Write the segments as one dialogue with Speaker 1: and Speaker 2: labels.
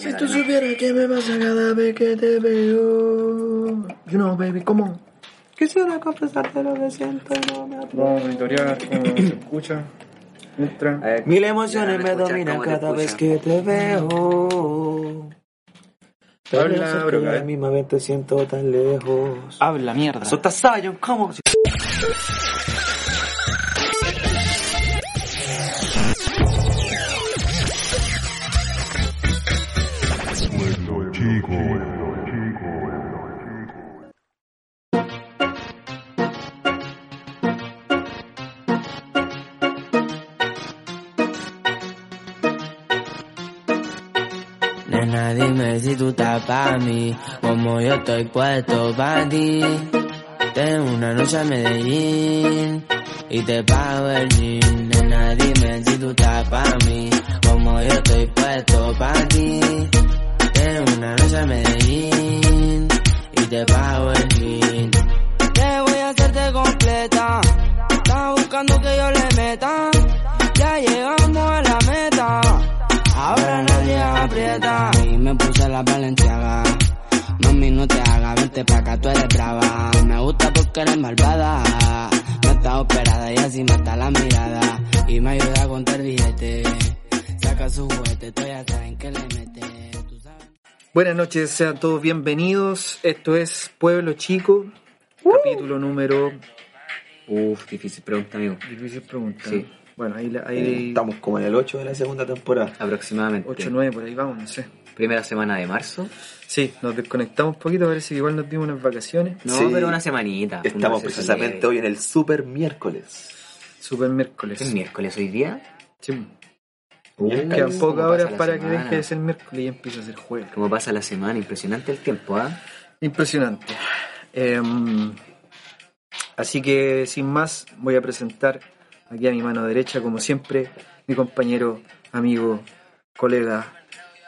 Speaker 1: Si tú supieras que me pasa cada vez que te veo. You know, baby, come on. Quisiera confesarte lo que siento y no me atrevo.
Speaker 2: Vamos a monitorear cómo se escucha. Entra.
Speaker 3: A ver,
Speaker 1: Mil emociones
Speaker 3: Ya,
Speaker 1: me
Speaker 3: escucha
Speaker 1: dominan
Speaker 3: cómo te
Speaker 1: cada
Speaker 3: escucha.
Speaker 1: vez que te veo. Pero
Speaker 2: Habla,
Speaker 1: sé que
Speaker 2: broca,
Speaker 1: a
Speaker 2: eh.
Speaker 1: la misma vez te siento tan lejos.
Speaker 4: Habla mierda.
Speaker 1: Sota Zion, ¿cómo?
Speaker 5: Nena, dime si tú estás pa' mí, como yo estoy puesto pa' ti. Tengo una noche a Medellín y te pago el gin. Nena, dime si tú estás pa' mí, como yo estoy puesto pa' ti. Tengo una noche a Medellín y te pago el gin. Te voy a hacerte completa, estás buscando que yo le meta. Ya llegamos a la meta. Ahora nadie aprieta Y me puse la valenciaga Mami no te hagas, vente pa' acá, tú eres brava Me gusta porque eres malvada No está operada y así mata la mirada Y me ayuda a contar billete Saca su juguete, tú ya saben que le mete Tú sabes
Speaker 2: Buenas noches, sean todos bienvenidos. Esto es Pueblo Chico,
Speaker 3: Uh.
Speaker 2: capítulo número.
Speaker 3: Uf, difícil pregunta, amigo.
Speaker 2: Difícil pregunta.
Speaker 3: Sí.
Speaker 2: Bueno, ahí, la-
Speaker 3: Eh,
Speaker 2: ahí
Speaker 1: Estamos como en el 8 de la segunda temporada.
Speaker 3: Aproximadamente.
Speaker 2: 8 9, por ahí vamos, no sé.
Speaker 3: Primera semana de marzo.
Speaker 2: Sí, nos desconectamos un poquito, parece que igual nos dimos unas vacaciones.
Speaker 3: No,
Speaker 6: Sí.
Speaker 3: pero una semanita.
Speaker 6: Estamos precisamente hoy en el super miércoles.
Speaker 2: Super miércoles.
Speaker 3: ¿Es miércoles hoy día?
Speaker 2: Sí.
Speaker 3: Uh,
Speaker 2: Quedan
Speaker 3: ¿cómo
Speaker 2: pocas
Speaker 3: pasa
Speaker 2: horas
Speaker 3: la
Speaker 2: para que
Speaker 3: semana?
Speaker 2: deje de ser miércoles y empiece a ser jueves.
Speaker 3: ¿Cómo pasa la semana? Impresionante el tiempo, ¿ah?
Speaker 2: Impresionante. Em, así que sin más, voy a presentar aquí a mi mano derecha, como siempre, mi compañero, amigo, colega,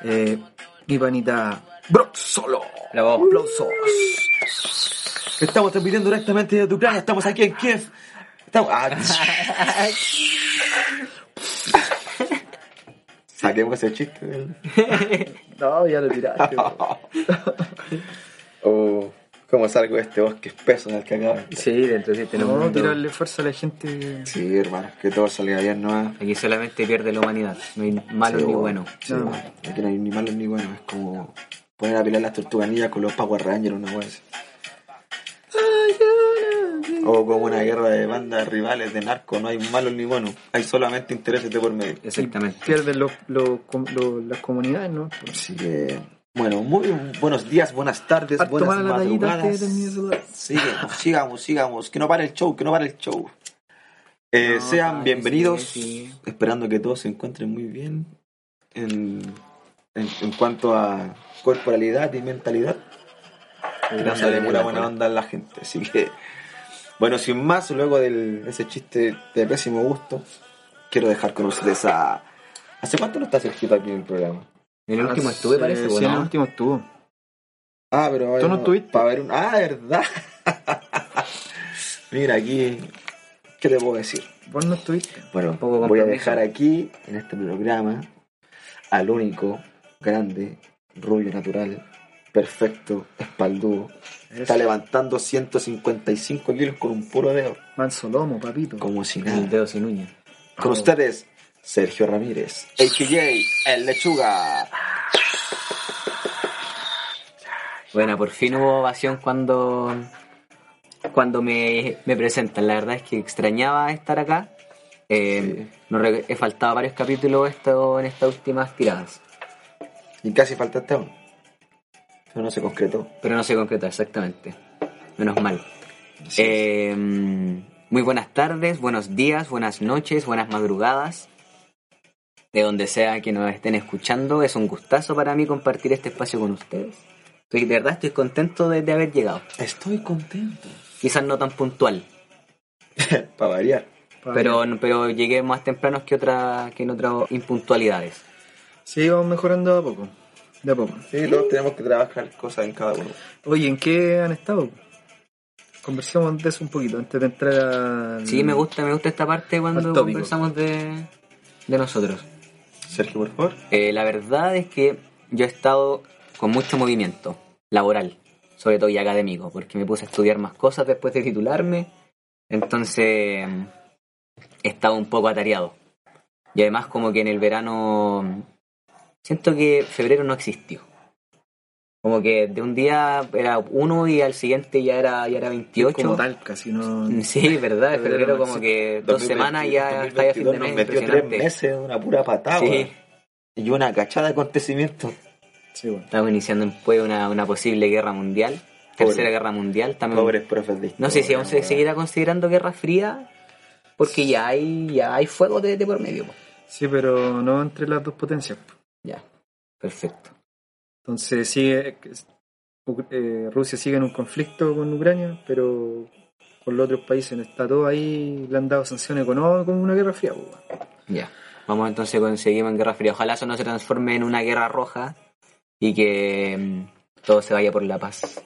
Speaker 2: eh, mi panita Broxolo.
Speaker 3: Bravo.
Speaker 2: Aplausos.
Speaker 1: Estamos transmitiendo directamente desde Ucrania, estamos aquí en Kiev. Estamos. Ah,
Speaker 6: Saquemos ese chiste del.
Speaker 2: No, ya lo tiraste. po.
Speaker 6: Oh, ¿Cómo salgo de este bosque espeso en el que acabo? de entrar?
Speaker 3: Sí, dentro de
Speaker 2: no,
Speaker 3: tenemos un mundo.
Speaker 2: tirarle fuerza a la gente.
Speaker 6: Sí, hermano, que todo salga bien, ¿no?
Speaker 3: Aquí solamente pierde la humanidad. No hay malo
Speaker 6: Sí,
Speaker 3: ni
Speaker 6: oh,
Speaker 3: bueno.
Speaker 6: sí,
Speaker 2: No.
Speaker 6: bueno, Aquí no hay ni malos ni buenos. Es como poner a pilar las tortuganillas con los Power Rangers, una wea así. O como una guerra de bandas rivales de narcos, no hay malos ni buenos, hay solamente intereses de por medio.
Speaker 3: Exactamente.
Speaker 2: Pierden los- los- com- los- las comunidades, ¿no?
Speaker 6: Así que, bueno, muy buenos días, buenas tardes,
Speaker 2: Harto
Speaker 6: buenas
Speaker 2: mala la tallita antes de
Speaker 6: madrugadas.
Speaker 2: terminar su-
Speaker 6: Sigamos, sigamos, sigamos. Que no para el show, que no para el show. Eh,
Speaker 3: No,
Speaker 6: sean
Speaker 3: ah,
Speaker 6: bienvenidos.
Speaker 3: sí, sí.
Speaker 6: Esperando que todos se encuentren muy bien en, en, en cuanto a corporalidad y mentalidad. Dándole una buena onda a la gente. Así que, bueno, sin más, luego de ese chiste de pésimo gusto, quiero dejar con ustedes a. ¿Hace cuánto no estás escrito aquí en el programa?
Speaker 3: En el último estuve, parece,
Speaker 2: Sí, en el
Speaker 3: bueno.
Speaker 2: último estuvo.
Speaker 6: Ah, pero
Speaker 2: ¿Tú no estuviste?
Speaker 6: Para ver un... Ah, verdad. Mira, aquí. ¿Qué te puedo decir?
Speaker 2: Vos no estuviste.
Speaker 6: Bueno,
Speaker 3: Poco
Speaker 6: voy a
Speaker 3: compromiso.
Speaker 6: dejar aquí, en este programa, al único, grande, rubio natural, perfecto, espaldudo. Está levantando 155 kilos con un puro dedo.
Speaker 2: Manso lomo, papito.
Speaker 6: Como si
Speaker 3: El
Speaker 6: nada.
Speaker 3: dedo sin uña.
Speaker 6: Con ustedes, Sergio Ramírez, a.k.a. El Lechuga.
Speaker 3: Bueno, por fin hubo ovación cuando, cuando me, me presentan. La verdad es que extrañaba estar acá. Eh, no re- he faltado varios capítulos esto, en estas últimas tiradas,
Speaker 6: Y casi faltaste aún. Pero no se concretó.
Speaker 3: pero no se concretó exactamente. Menos mal. Eh, muy buenas tardes, buenos días, buenas noches, buenas madrugadas. De donde sea que nos estén escuchando, es un gustazo para mí compartir este espacio con ustedes. Estoy, de verdad estoy contento de- de haber llegado.
Speaker 6: Estoy contento.
Speaker 3: Quizás no tan puntual,
Speaker 6: Para variar.
Speaker 3: pero, pero llegué más temprano que otra que en otras impuntualidades.
Speaker 2: Sí, vamos mejorando de a poco. De a poco.
Speaker 6: Sí, todos tenemos que trabajar cosas en cada uno.
Speaker 2: Oye, ¿en qué han estado? Conversemos de eso un poquito antes de entrar a.
Speaker 3: Sí, me gusta, me gusta esta parte cuando
Speaker 2: Mm. Al tópico.
Speaker 3: conversamos de, de nosotros.
Speaker 6: Sergio, por favor.
Speaker 3: Eh, la verdad es que yo he estado con mucho movimiento laboral, sobre todo y académico, porque me puse a estudiar más cosas después de titularme. Entonces, he estado un poco atareado. Y además, como que en el verano, siento que febrero no existió. Como que de un día era uno y al siguiente ya era, ya era 28.
Speaker 2: Como tal, casi no.
Speaker 3: Sí, verdad,
Speaker 2: Febrero
Speaker 3: febrero
Speaker 2: no
Speaker 3: como
Speaker 2: existe.
Speaker 3: que dos
Speaker 6: 2020,
Speaker 3: semanas ya está ya fin de
Speaker 6: 2022
Speaker 3: mes.
Speaker 6: Nos metió tres
Speaker 3: impresionante.
Speaker 6: meses de una pura patada.
Speaker 2: ah,
Speaker 3: Sí,
Speaker 6: Y una cachada de acontecimientos.
Speaker 2: Sí, bueno.
Speaker 3: estamos iniciando después una, una posible guerra mundial, tercera guerra mundial también.
Speaker 6: Pobres profes de historia.
Speaker 3: Mm. No sé si aún se
Speaker 6: weón.
Speaker 3: seguirá considerando guerra fría, porque ya hay, ya hay fuego de, de por medio. po.
Speaker 2: Sí, pero no entre las dos potencias.
Speaker 3: Ya, perfecto.
Speaker 2: Entonces sigue Uc- eh, Rusia sigue en un conflicto con Ucrania, pero con los otros países está todo ahí, le han dado sanciones económicas como una guerra fría. pues, weón.
Speaker 3: Ya. Vamos entonces conseguimos en guerra fría. Ojalá eso no se transforme en una guerra roja y que mm, todo se vaya por la paz.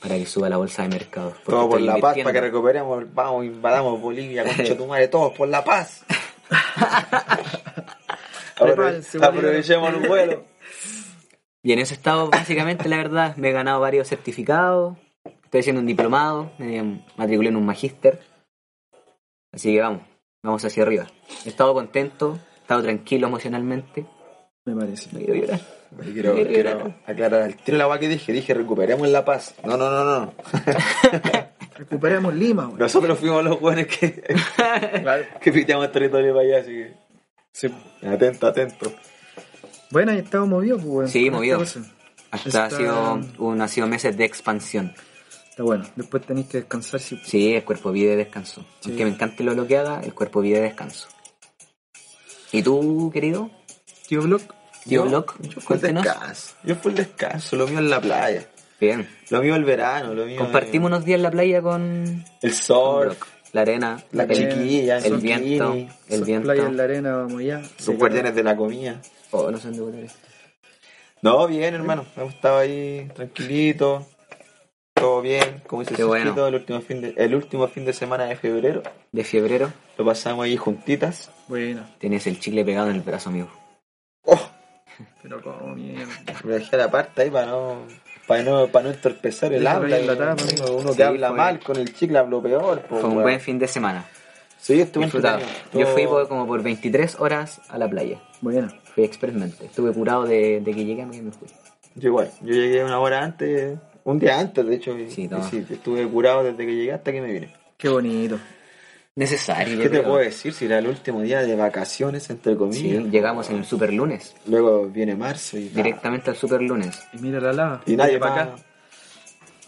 Speaker 3: Para que suba la bolsa de mercado. porque
Speaker 6: Todo por
Speaker 3: estoy
Speaker 6: la paz,
Speaker 3: invirtiendo.
Speaker 6: para que recuperemos, vamos, invadamos Bolivia, concha tu madre, todos por la paz. Aprove-
Speaker 2: Prepárense,
Speaker 6: Aprovechemos el vuelo.
Speaker 3: Y en eso he estado básicamente, la verdad, me he ganado varios certificados, estoy haciendo un diplomado, me matriculé en un magíster. Así que vamos, vamos hacia arriba. He estado contento, he estado tranquilo emocionalmente.
Speaker 2: Me parece.
Speaker 3: No quiero llorar.
Speaker 6: Yo Quiero, quiero aclarar al tiro la agua que dije, dije recuperemos la paz. No, no, no, no.
Speaker 2: Recuperemos Lima, weón.
Speaker 6: Nosotros fuimos los buenos que, que piteamos territorio para allá, así que
Speaker 2: Sí.
Speaker 6: atento, atento.
Speaker 2: Bueno, ahí estamos movidos, pues, weón,
Speaker 3: Sí,
Speaker 2: con
Speaker 3: movido.
Speaker 2: esta cosa.
Speaker 3: Hasta
Speaker 2: Está-
Speaker 3: ha sido, un, ha sido meses de expansión.
Speaker 2: Está bueno. Después tenéis que descansar si
Speaker 3: Sí, el cuerpo vive de descanso.
Speaker 2: Sí.
Speaker 3: Aunque me encante lo, lo que haga, el cuerpo vive de descanso. ¿Y tú, querido?
Speaker 2: tío Block.
Speaker 3: Tío
Speaker 6: Yo-
Speaker 3: Block,
Speaker 6: yo fui el
Speaker 3: cuéntenos.
Speaker 6: descanso. Yo fui el descanso, lo mío en la playa.
Speaker 3: Bien.
Speaker 6: Lo mío el verano, lo mío.
Speaker 3: Compartimos unos días en la playa con,
Speaker 6: El sol,
Speaker 3: la arena,
Speaker 6: La
Speaker 3: el-
Speaker 6: chiquilla,
Speaker 3: el
Speaker 6: son
Speaker 3: viento,
Speaker 6: bikinis,
Speaker 3: el
Speaker 2: Son
Speaker 3: viento.
Speaker 2: Playa en la arena, vamos allá.
Speaker 6: los guardianes de la comida.
Speaker 3: Oh, no son de colores.
Speaker 6: No, bien, hermano. Hemos estado ahí tranquilito. Todo bien, como dice
Speaker 3: Qué
Speaker 6: el
Speaker 3: bueno.
Speaker 6: Sergito, el último fin de el último fin de semana de febrero
Speaker 3: De febrero
Speaker 6: lo pasamos ahí juntitas.
Speaker 2: Bueno,
Speaker 3: tienes el chicle pegado en el brazo, amigo.
Speaker 6: Oh,
Speaker 2: pero como mierda.
Speaker 6: me dejé a la parte ahí para no para no para no entorpecer el
Speaker 2: Déjalo
Speaker 6: habla.
Speaker 2: ahí en la
Speaker 6: y-
Speaker 2: tapa,
Speaker 6: uno-
Speaker 2: amigo.
Speaker 6: uno
Speaker 3: Sí,
Speaker 6: que habla
Speaker 3: fue-
Speaker 6: mal con el chicle habló peor. po,
Speaker 3: Fue un
Speaker 6: weón.
Speaker 3: buen fin de semana.
Speaker 6: Sí, estuve
Speaker 3: Disfrutado.
Speaker 6: entretenido.
Speaker 3: Yo fui
Speaker 6: Todo-
Speaker 3: por- como por 23 horas a la playa.
Speaker 2: Bueno,
Speaker 3: Fui expresamente. Estuve curado de, de que llegué a que me fui.
Speaker 6: Yo igual, yo llegué una hora antes, un día antes de hecho, y-
Speaker 3: Sí,
Speaker 6: y
Speaker 3: toma.
Speaker 6: sí, estuve curado desde que llegué hasta que me vine.
Speaker 2: qué bonito.
Speaker 3: Necesario. yo
Speaker 6: ¿Qué te
Speaker 3: creo.
Speaker 6: puedo decir si era el último día de vacaciones, entre
Speaker 3: Sí,
Speaker 6: comillas?
Speaker 3: llegamos en el super lunes.
Speaker 6: Luego viene marzo y...
Speaker 3: Directamente al super lunes.
Speaker 2: Y mira la lava.
Speaker 6: Y nadie
Speaker 2: Para
Speaker 6: más...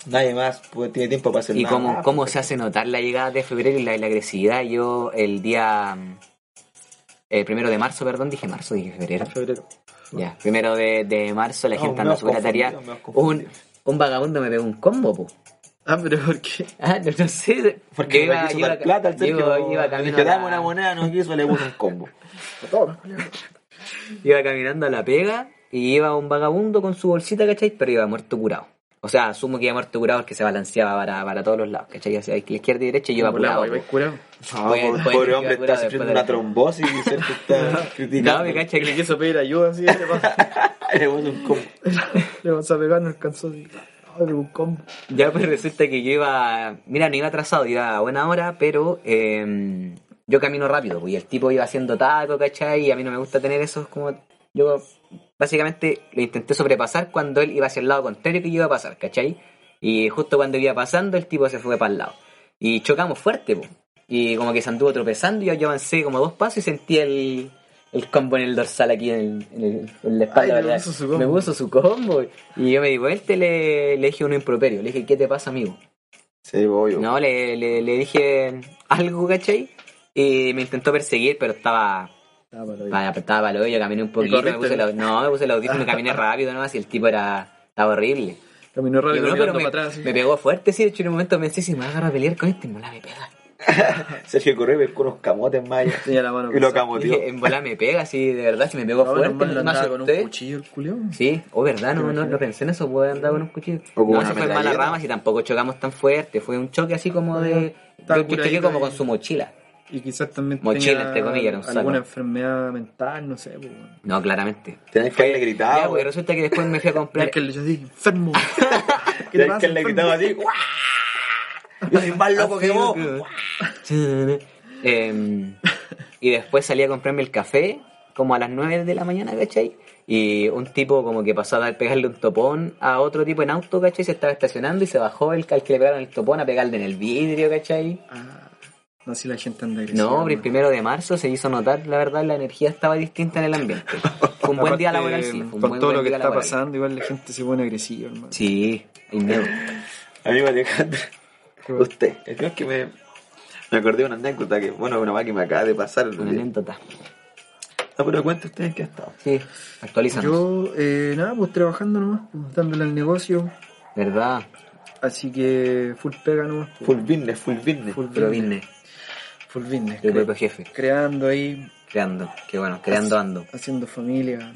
Speaker 6: Nadie más pues, tiene tiempo para hacer
Speaker 3: Y
Speaker 6: nada. pues.
Speaker 3: cómo, cómo se hace notar la llegada de febrero y la, la agresividad. Yo el día... mm, El primero de marzo, perdón, dije marzo, dije febrero.
Speaker 2: Febrero.
Speaker 3: Ya, primero de, de marzo la
Speaker 6: No,
Speaker 3: gente
Speaker 6: me
Speaker 3: anda
Speaker 6: has
Speaker 3: súper atareada.
Speaker 6: confundido, me has
Speaker 3: Un,
Speaker 6: confundido.
Speaker 3: un vagabundo me pegó un combo, po.
Speaker 2: Ah, pero ¿por qué?
Speaker 3: Ah, no, no sé.
Speaker 6: Porque
Speaker 3: Yo
Speaker 6: no le quiso
Speaker 3: yo
Speaker 6: dar plata al
Speaker 3: yo
Speaker 6: Sergio.
Speaker 3: iba
Speaker 6: le
Speaker 3: camino
Speaker 6: dije,
Speaker 3: a la-
Speaker 6: dame una moneda, no quiso, le puse un combo.
Speaker 3: iba caminando a la pega y iba un vagabundo con su bolsita, ¿cachai? Pero iba muerto curado. O sea, asumo que iba muerto curado porque se balanceaba para, para todos los lados, ¿cachai? Hacia la izquierda y derecha y iba curado.
Speaker 2: Volado,
Speaker 3: po.
Speaker 2: vais curado.
Speaker 6: No,
Speaker 3: Bueno,
Speaker 6: pobre,
Speaker 3: bueno,
Speaker 6: pobre
Speaker 3: yo
Speaker 6: hombre
Speaker 3: iba
Speaker 6: está
Speaker 3: curado
Speaker 6: sufriendo
Speaker 3: después de-
Speaker 6: una trombosis y Sergio está criticando.
Speaker 3: No, me cacha
Speaker 2: Le
Speaker 3: que...
Speaker 2: quiso pedir ayuda, así le pasa.
Speaker 6: Le puse un combo.
Speaker 2: Le vas a pegar, no alcanzó. así. Ay, un combo.
Speaker 3: Ya pues resulta que yo iba, mira, no iba atrasado, iba a buena hora, pero eh, yo camino rápido, pues, y el tipo iba haciendo taco, ¿cachai? Y a mí no me gusta tener esos como... Yo básicamente lo intenté sobrepasar cuando él iba hacia el lado contrario que yo iba a pasar, ¿cachai? Y justo cuando iba pasando, el tipo se fue para el lado. Y chocamos fuerte, pues. Y como que se anduvo tropezando, y yo- yo avancé como dos pasos y sentí el, el combo en el dorsal aquí, en, el- en el- en la espalda.
Speaker 2: Ay, le
Speaker 3: ¿verdad?
Speaker 2: puso su combo.
Speaker 3: Me puso su combo. Y yo me di vuelta y le, le dije un improperio. Le dije, ¿qué te pasa, amigo?
Speaker 6: Sí, obvio.
Speaker 3: No, le, le, le dije algo, ¿cachai? Y me intentó perseguir, pero estaba
Speaker 2: Ah, para ahí.
Speaker 3: Vale, apretaba para el hoyo, caminé un poquito, me
Speaker 2: corriste,
Speaker 3: puse el, au- no, me puse el audífono, caminé rápido nomás y el tipo era, estaba horrible.
Speaker 2: Caminó
Speaker 3: Y
Speaker 2: rápido,
Speaker 3: yo, no, pero
Speaker 2: mirando
Speaker 3: me,
Speaker 2: para atrás. así.
Speaker 3: me pegó fuerte, sí, de hecho en un momento pensé, si me agarro a pelear con este, en bola me pega.
Speaker 6: Sergio Correa pescó unos camotes más allá.
Speaker 2: Tenía la mano
Speaker 6: Y lo
Speaker 2: cruzada.
Speaker 6: camoteó.
Speaker 3: Dije, en bola me pega, sí, de verdad, si me pegó
Speaker 2: No,
Speaker 3: fuerte,
Speaker 2: normal,
Speaker 3: me
Speaker 2: este andaba con un
Speaker 3: asusté.
Speaker 2: cuchillo el culión.
Speaker 3: Sí, o verdad, no, no, no pensé en eso, puede andar con un cuchillo.
Speaker 6: O con
Speaker 3: no,
Speaker 6: una
Speaker 3: se fue en mala
Speaker 6: metralleta.
Speaker 3: rama, si tampoco chocamos tan fuerte, fue un choque así como de...
Speaker 2: Está
Speaker 3: Yo, yo choqué
Speaker 2: curadito
Speaker 3: como
Speaker 2: ahí.
Speaker 3: con su mochila.
Speaker 2: y quizás también
Speaker 3: Mochila,
Speaker 2: tenga
Speaker 3: entre comillas, era un saco.
Speaker 2: alguna enfermedad mental, no sé. pues, bueno.
Speaker 3: No, claramente.
Speaker 6: Tenías que haberle
Speaker 3: Ya,
Speaker 6: gritado.
Speaker 3: porque resulta que después me fui a comprar.
Speaker 2: Es que yo dije, enfermo. ¿Qué te
Speaker 6: Tenías que
Speaker 2: pasa,
Speaker 6: haberle
Speaker 2: enfermo?
Speaker 6: gritado así. ¡guau! Yo soy más loco que vos.
Speaker 3: Em, y después salí a comprarme el café, como a las 9 de la mañana, ¿cachai? Y un tipo como que pasó a dar, pegarle un topón a otro tipo en auto, ¿cachai? Se estaba estacionando y se bajó el cal que le pegaron el topón a pegarle en el vidrio, ¿cachai?
Speaker 2: Ah, no, si la gente anda agresiva.
Speaker 3: No, pero el
Speaker 2: hermano.
Speaker 3: primero de marzo se hizo notar, la verdad, la energía estaba distinta en el ambiente. Fue un buen día
Speaker 2: Aparte,
Speaker 3: laboral, sí. Fue
Speaker 2: Con
Speaker 3: un buen-
Speaker 2: todo
Speaker 3: buen
Speaker 2: lo que
Speaker 3: día
Speaker 2: está
Speaker 3: laboral.
Speaker 2: pasando, Eh, igual la gente se pone agresiva, hermano.
Speaker 3: Sí, hay miedo.
Speaker 6: Amigo Alejandro,
Speaker 2: Qué bueno.
Speaker 6: usted. El peor es que me, me acordé de una anécdota que, bueno, una más que me acaba de pasar.
Speaker 3: Una
Speaker 2: eh,
Speaker 3: anécdota.
Speaker 6: No, Ah, pero cuente ustedes que ha estado.
Speaker 3: Sí, actualizando.
Speaker 2: Yo, eh, nada, pues trabajando nomás, pues, dándole al negocio.
Speaker 3: ¿Verdad?
Speaker 2: Así que full pega nomás. pues,
Speaker 6: Full business, full business.
Speaker 2: full
Speaker 3: Pero
Speaker 2: business,
Speaker 3: vine,
Speaker 2: Full business.
Speaker 3: el
Speaker 2: cre-
Speaker 3: propio jefe.
Speaker 2: creando ahí,
Speaker 3: Creando, qué bueno, creando ando.
Speaker 2: haciendo familia.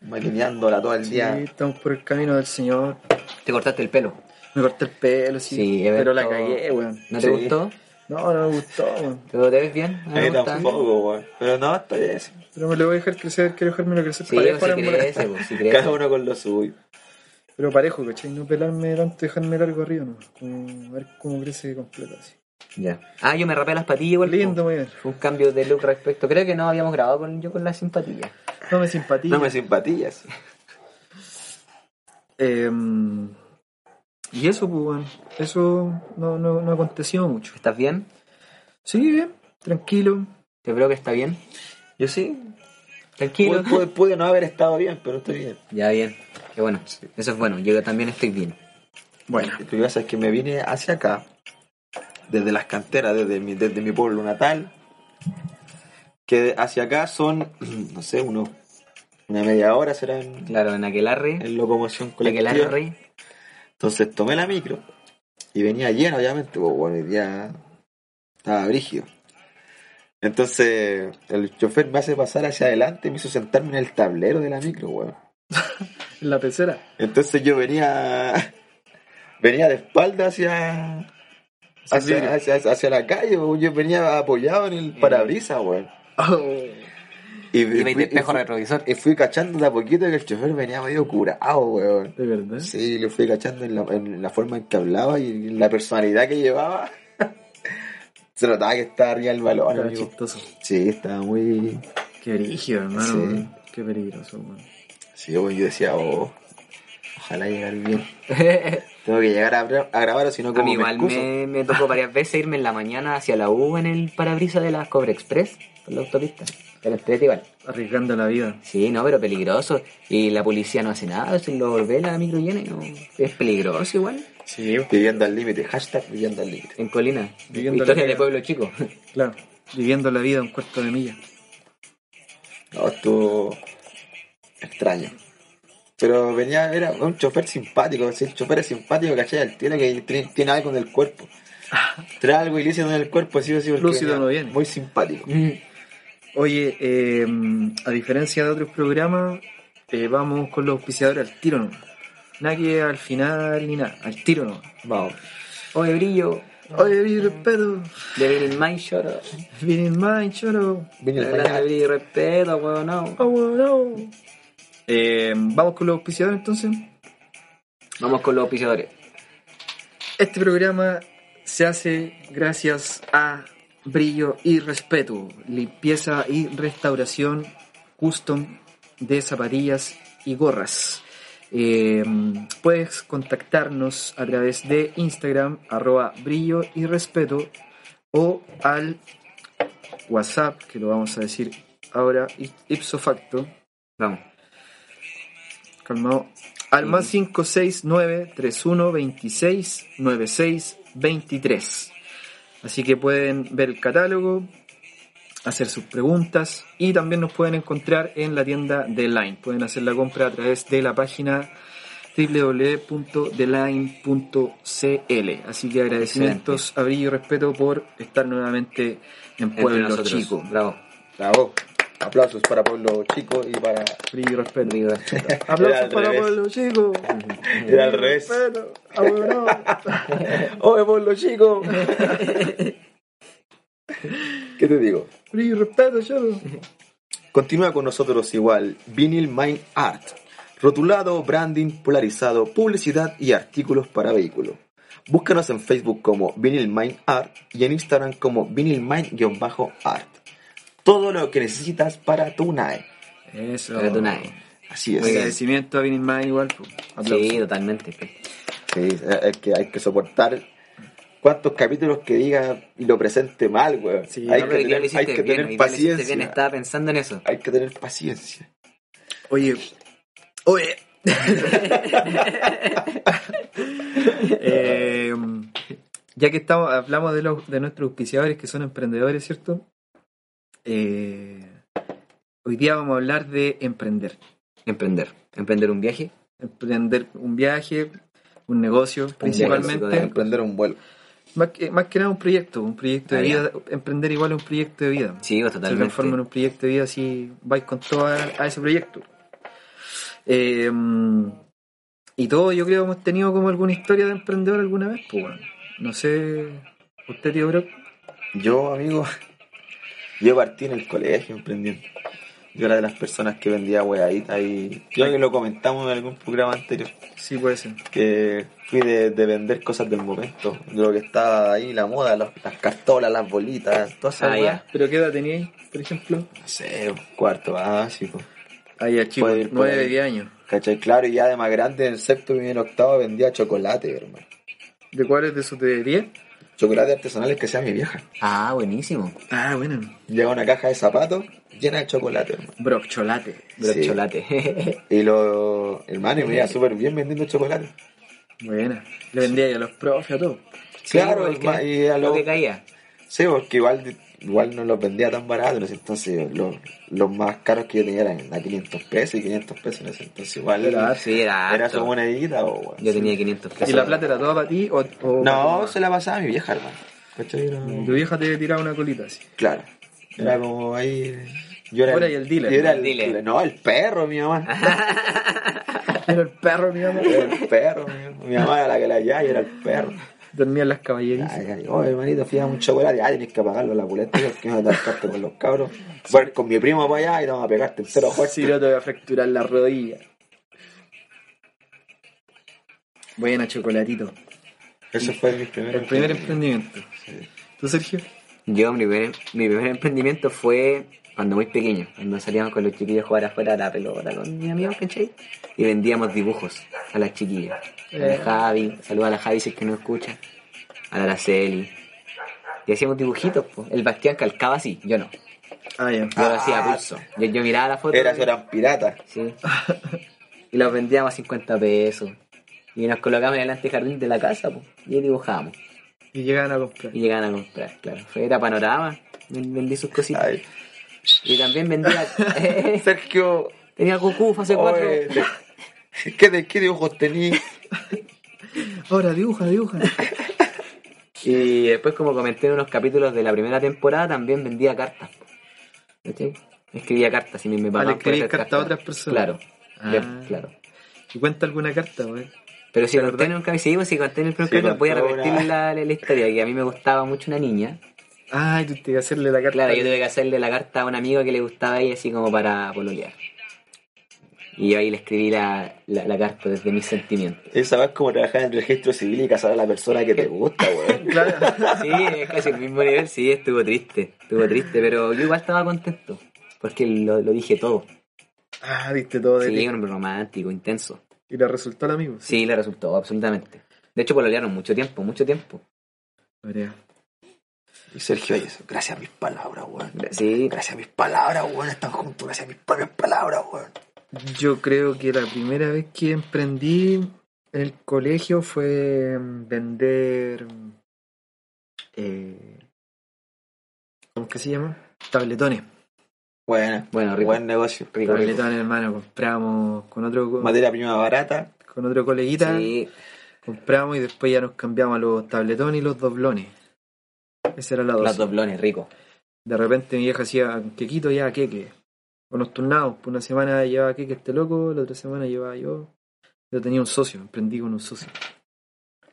Speaker 6: Maquineándola todo el
Speaker 2: Sí,
Speaker 6: día.
Speaker 2: estamos por el camino del Señor.
Speaker 3: ¿Te cortaste el pelo?
Speaker 2: Me corté el pelo, sí.
Speaker 3: Sí,
Speaker 2: pero
Speaker 3: evento-
Speaker 2: la cagué, weón.
Speaker 3: ¿No te
Speaker 6: Sí.
Speaker 3: gustó?
Speaker 2: No, no me gustó, weón.
Speaker 3: ¿Pero te ves bien?
Speaker 6: A
Speaker 3: ¿No te
Speaker 6: mí
Speaker 3: gusta?
Speaker 6: tampoco, weón. Pero no, está bien. sí.
Speaker 2: Pero me lo voy a dejar crecer, quiero dejármelo crecer
Speaker 3: Sí,
Speaker 2: parejo
Speaker 3: pues, si
Speaker 2: ahora en bola.
Speaker 3: crees, pues, si crees.
Speaker 6: Cada uno con lo suyo.
Speaker 2: Pero parejo, ¿cachai? No pelarme tanto, dejarme largo arriba nomás. Como, a ver cómo crece completo así.
Speaker 3: Ya. Ah, yo me rapé las patillas igual. pues.
Speaker 2: Lindo, muy bien.
Speaker 3: Fue un cambio de look respecto. Creo que no habíamos grabado con yo con la simpatía.
Speaker 2: No me simpatiza.
Speaker 6: No me simpatías.
Speaker 2: Em, y eso, pues, weón. Eso no, no, no aconteció mucho.
Speaker 3: ¿Estás bien?
Speaker 2: Sí, bien, tranquilo.
Speaker 3: Te creo que está bien.
Speaker 6: Yo sí.
Speaker 3: Tranquilo.
Speaker 6: Pude, pude- pude no haber estado bien, pero estoy bien.
Speaker 3: Ya bien. Qué bueno. Eso es bueno. Yo también estoy bien.
Speaker 2: Bueno,
Speaker 6: Lo que pasa es que me vine hacia acá, desde las canteras, desde mi, desde mi pueblo natal, que hacia acá son, no sé, unos, una media hora será en,
Speaker 3: Claro, en aquelarre.
Speaker 6: en locomoción
Speaker 3: En
Speaker 6: colectiva.
Speaker 3: aquelarre.
Speaker 6: Entonces tomé la micro y venía lleno, obviamente, pues bueno, hoy día estaba brígido. Entonces el chofer me hace pasar hacia adelante y me hizo sentarme en el tablero de la micro, weón.
Speaker 2: en la pecera.
Speaker 6: Entonces yo venía venía de espalda hacia
Speaker 2: Hacia el
Speaker 6: hacia,
Speaker 2: vidrio.
Speaker 6: hacia, hacia la calle, weón. yo venía apoyado en el parabrisas, weón. Oh. Y,
Speaker 3: Y veis de
Speaker 6: fui, y
Speaker 3: espejo
Speaker 6: fui-
Speaker 3: retrovisor.
Speaker 6: y fui cachando de a poquito que el chofer venía medio curado, weón.
Speaker 2: De verdad.
Speaker 6: Sí, lo fui cachando en la, en la forma en que hablaba y en la personalidad que llevaba. Se notaba que estaba arriba del balón,
Speaker 2: Era
Speaker 6: amigo.
Speaker 2: chistoso.
Speaker 6: Sí, estaba muy...
Speaker 2: Qué brígido, hermano.
Speaker 6: Sí.
Speaker 2: weón. Qué peligroso, weón.
Speaker 6: Sí, yo yo decía, oh, ojalá llegar bien. Tengo que llegar a, gra- a grabar o si no
Speaker 3: A
Speaker 6: como
Speaker 3: mí
Speaker 6: me
Speaker 3: igual
Speaker 6: excuso.
Speaker 3: me, me tocó varias veces irme en la mañana hacia la U en el parabrisas de la Cobre Express, por la autopista. Pero entrete igual.
Speaker 2: Arriesgando la vida.
Speaker 3: Sí, no, pero peligroso. Y la policía no hace nada, se lo vuelve la micro llena y no. Es peligroso igual.
Speaker 2: Sí,
Speaker 6: Viviendo al límite, hashtag viviendo al límite.
Speaker 3: En Colina.
Speaker 2: Viviendo la
Speaker 3: Historia
Speaker 2: vida.
Speaker 3: de pueblo chico.
Speaker 2: claro. Viviendo la vida a un cuarto de milla.
Speaker 6: No, estuvo extraño. Pero venía, era un chofer simpático. Si el chofer es simpático, ¿cachai? El tiene que tiene, tiene algo en el cuerpo. Trae algo ilícito en el cuerpo, sí o sí. porque
Speaker 2: Lúcido
Speaker 6: venía
Speaker 2: no viene.
Speaker 6: Muy simpático.
Speaker 2: Oye, eh, a diferencia de otros programas, eh, vamos con los auspiciadores al tiro, ¿no? Nada que al final ni nada, al tiro, ¿no?
Speaker 6: Vamos.
Speaker 3: Oye, brillo.
Speaker 2: Oye, vi respeto,
Speaker 3: Devil My Short.
Speaker 2: viene en mind, choro.
Speaker 6: Vine el
Speaker 3: Hablando de brillo y respeto, weón, no.
Speaker 2: Oh, no. Eh, vamos con los auspiciadores entonces.
Speaker 3: Vamos con los auspiciadores.
Speaker 2: Este programa se hace gracias a Brillo y Respeto, limpieza y restauración custom de zapatillas y gorras. Eh, puedes contactarnos a través de Instagram, arroba brillo y respeto, o al WhatsApp, que lo vamos a decir ahora, ipso facto,
Speaker 3: Vamos.
Speaker 2: Calmado. Al más 569 31 26 96 23. Así que pueden ver el catálogo, hacer sus preguntas y también nos pueden encontrar en la tienda de Line. Pueden hacer la compra a través de la página www.deline.cl. Así que agradecimientos a Brillo y Respeto por estar nuevamente en
Speaker 3: Entre
Speaker 2: Pueblo
Speaker 3: nosotros.
Speaker 2: Chico.
Speaker 3: Bravo.
Speaker 6: Bravo. Aplausos para Pueblo Chico y para.
Speaker 2: Brillo y Respeto.
Speaker 3: Brillo y respeto.
Speaker 6: Era al
Speaker 2: Aplausos para
Speaker 6: revés.
Speaker 2: Pueblo Chico.
Speaker 6: Era al revés.
Speaker 2: Respeto. Abuelo.
Speaker 6: ¡Oh, Pueblo Chico! ¿Qué te digo?
Speaker 2: Y respeto, choro.
Speaker 6: Continúa con nosotros igual. Vinyl Mind Art. Rotulado, branding, polarizado, publicidad y artículos para vehículo. Búscanos en Facebook como Vinyl Mind Art y en Instagram como Vinyl Mind-Art. Todo lo que necesitas para tu NAE.
Speaker 2: Eso.
Speaker 3: Para tu nave.
Speaker 6: Así es.
Speaker 2: Agradecimiento a Vinny Man igual. po. Aplausos.
Speaker 3: Sí, totalmente. pues. pe.
Speaker 6: Sí, es que hay que soportar cuántos capítulos que diga y lo presente mal, weón.
Speaker 2: Sí,
Speaker 6: hay,
Speaker 3: No,
Speaker 6: que
Speaker 3: pero igual lo
Speaker 6: tener,
Speaker 3: hiciste
Speaker 6: hay que
Speaker 3: bien,
Speaker 6: tener
Speaker 3: hoy día lo hiciste
Speaker 6: paciencia.
Speaker 3: bien, estaba pensando en eso.
Speaker 6: Hay que tener paciencia.
Speaker 2: Oye. Oye. Eh, ya que estamos, hablamos de, los, de nuestros auspiciadores que son emprendedores, ¿cierto? Eh, hoy día vamos a hablar de emprender.
Speaker 3: Emprender. Emprender un viaje.
Speaker 2: Emprender un viaje, un negocio principalmente.
Speaker 3: de-
Speaker 6: Emprender un vuelo.
Speaker 2: más, que, más que nada un proyecto, un proyecto de
Speaker 3: Ah, ya.
Speaker 2: vida. Emprender igual es un proyecto de vida.
Speaker 3: Sí, pues,
Speaker 2: se
Speaker 3: totalmente.
Speaker 2: transforma en un proyecto de vida si vais con todo a, a ese proyecto. Eh, y todos yo creo hemos tenido como alguna historia de emprendedor alguna vez, pues bueno. No sé, usted tío Brock,
Speaker 6: Yo, amigo, yo partí en el colegio emprendiendo. Yo era de las personas que vendía hueaditas y creo que lo comentamos en algún programa anterior,
Speaker 2: sí puede ser.
Speaker 6: que fui de, de vender cosas del momento, de lo que estaba ahí, la moda, los- las cartolas, las bolitas, todas esas
Speaker 3: Ah, ya.
Speaker 6: weas.
Speaker 2: ¿Pero qué edad teníais, por ejemplo?
Speaker 6: No sé, un cuarto básico.
Speaker 2: Ah, ya chico,
Speaker 6: Puede ir por
Speaker 2: 9,
Speaker 6: ahí.
Speaker 2: 10 años.
Speaker 6: ¿Cachai? Claro, y ya de más grande, en el sexto y en el octavo vendía chocolate, hermano.
Speaker 2: ¿De cuáles de esos de 10?
Speaker 6: Chocolate artesanales que sea mi vieja.
Speaker 3: Ah, buenísimo.
Speaker 2: Ah, bueno.
Speaker 6: Llevaba una caja de zapatos llena de chocolate, hermano.
Speaker 2: Brock Cholate.
Speaker 6: Sí.
Speaker 3: Brocholate.
Speaker 6: Y lo, hermano, y me iba súper bien vendiendo chocolate.
Speaker 2: Buena. Le vendía ya a los profes a todos.
Speaker 6: Claro,
Speaker 3: el
Speaker 6: hermano, y a
Speaker 3: lo
Speaker 6: lo,
Speaker 3: que caía.
Speaker 6: Sí, porque igual, igual no los vendía tan baratos, en ese entonces los, los más caros que yo tenía eran a 500 pesos y 500 pesos en ese entonces igual
Speaker 2: Era
Speaker 6: era,
Speaker 3: Sí, era
Speaker 6: era
Speaker 3: harto.
Speaker 6: su monedita o weón.
Speaker 3: Yo tenía 500 pesos.
Speaker 2: ¿Y la plata era toda para ti o, o
Speaker 6: No, se la pasaba a mi vieja, hermano. ¿Cachai? Era-
Speaker 2: Tu vieja te tiraba una colita así.
Speaker 6: Claro. Era como ahí. Yo era,
Speaker 2: Tú eras el dealer,
Speaker 6: yo era
Speaker 3: ¿no?
Speaker 6: el
Speaker 3: El dealer.
Speaker 6: dealer. No, el perro, mi mamá.
Speaker 2: Era el perro, mi mamá.
Speaker 6: Era el perro, mi mamá. Mi mamá era la que la hallaba y era el perro.
Speaker 2: Dormía en las caballerizas.
Speaker 6: Ay, ay, oye, hermanito, fíjate un chocolate. Ay, tenés que pagarlo la puleta porque me atascaste con los cabros. Voy a ir con mi primo para allá y te vamos a pegarte entero fuerte.
Speaker 2: Si no te voy a fracturar la rodilla. Buena, chocolatito.
Speaker 6: Ese fue mi primer
Speaker 2: El primer emprendimiento. ¿Tú, Sergio?
Speaker 3: Yo, mi primer, mi primer emprendimiento fue cuando muy pequeño, cuando salíamos con los chiquillos a jugar afuera a la pelota con mis amigos, ¿cachai? Y vendíamos dibujos a las chiquillas. A la Javi, saluda a la Javi si es que no escucha, a la Araceli. Y hacíamos dibujitos, po. El Bastián calcaba así, yo no.
Speaker 2: Ah, ya.
Speaker 3: Yo lo hacía a pulso. Yo, yo miraba la foto.
Speaker 6: Era, eran piratas.
Speaker 3: Sí. Y los vendíamos a 50 pesos. Y nos colocamos en el antejardín de la casa, po, y ahí dibujábamos.
Speaker 2: Y llegaban a comprar.
Speaker 3: Y llegaban a comprar, claro. Fue- Era panorama. Ven- Vendí sus cositas.
Speaker 6: Ay.
Speaker 3: Y también vendía.
Speaker 6: Sergio,
Speaker 3: tenía Goku fase 4.
Speaker 6: oye, te- ¿qué, de, ¿qué dibujos tenías?
Speaker 2: Ahora, dibuja, dibuja.
Speaker 3: Y después, como comenté en unos capítulos de la primera temporada, también vendía cartas. ¿Cachai? Escribía cartas y mi papá.
Speaker 2: Ah, le
Speaker 3: me
Speaker 2: escribías
Speaker 3: hacía
Speaker 2: cartas a otras personas.
Speaker 3: Claro. Le-
Speaker 2: Ah.
Speaker 3: claro.
Speaker 2: ¿Y cuenta alguna carta, wey?
Speaker 3: Pero si conté en un capítulo, si conté en el primer
Speaker 6: Sí,
Speaker 3: capítulo, voy a
Speaker 2: pues,
Speaker 6: contó una-
Speaker 3: repetir la, la- la historia, que a mí me gustaba mucho una niña.
Speaker 2: Ay, tú tienes Ah, que hacerle la carta.
Speaker 3: Claro, yo tuve que hacerle la carta a un amigo que le gustaba ahí así como para pololear. Y yo ahí le escribí la, la- la carta desde mis sentimientos.
Speaker 6: Esa es como trabajar en el registro civil y casar a la persona que te gusta, weón.
Speaker 2: Claro.
Speaker 3: Sí, es casi el mismo nivel, sí, estuvo triste, estuvo triste, pero yo igual estaba contento, porque lo, lo dije todo.
Speaker 2: Ah, viste todo de
Speaker 3: Sí,
Speaker 2: ti.
Speaker 3: un hombre romántico, intenso.
Speaker 2: Y le resultó el amigo.
Speaker 3: Sí, le resultó, absolutamente. De hecho, pololearon mucho tiempo, mucho tiempo.
Speaker 2: Marea.
Speaker 6: Y Sergio, oye, gracias a mis palabras, weón.
Speaker 3: Sí,
Speaker 6: Gracias a mis palabras, weón. Están juntos, gracias a mis propias palabras, weón.
Speaker 2: Yo creo que la primera vez que emprendí en el colegio fue mm, vender. mm, eh, ¿Cómo es que se llama? Tabletones.
Speaker 6: Bueno,
Speaker 3: bueno, rico.
Speaker 6: buen negocio.
Speaker 3: rico, rico.
Speaker 2: Tabletones, hermano. Compramos con otro, co-
Speaker 6: Materia prima barata.
Speaker 2: con otro coleguita.
Speaker 3: Sí,
Speaker 2: Compramos y después ya nos cambiamos a los tabletones y los doblones. Esa era la dos.
Speaker 3: los doblones, rico.
Speaker 2: De repente mi vieja hacía quequito ya queque. O nos turnábamos. Por una semana llevaba queque este loco, la otra semana llevaba yo. Yo tenía un socio, emprendí con un socio.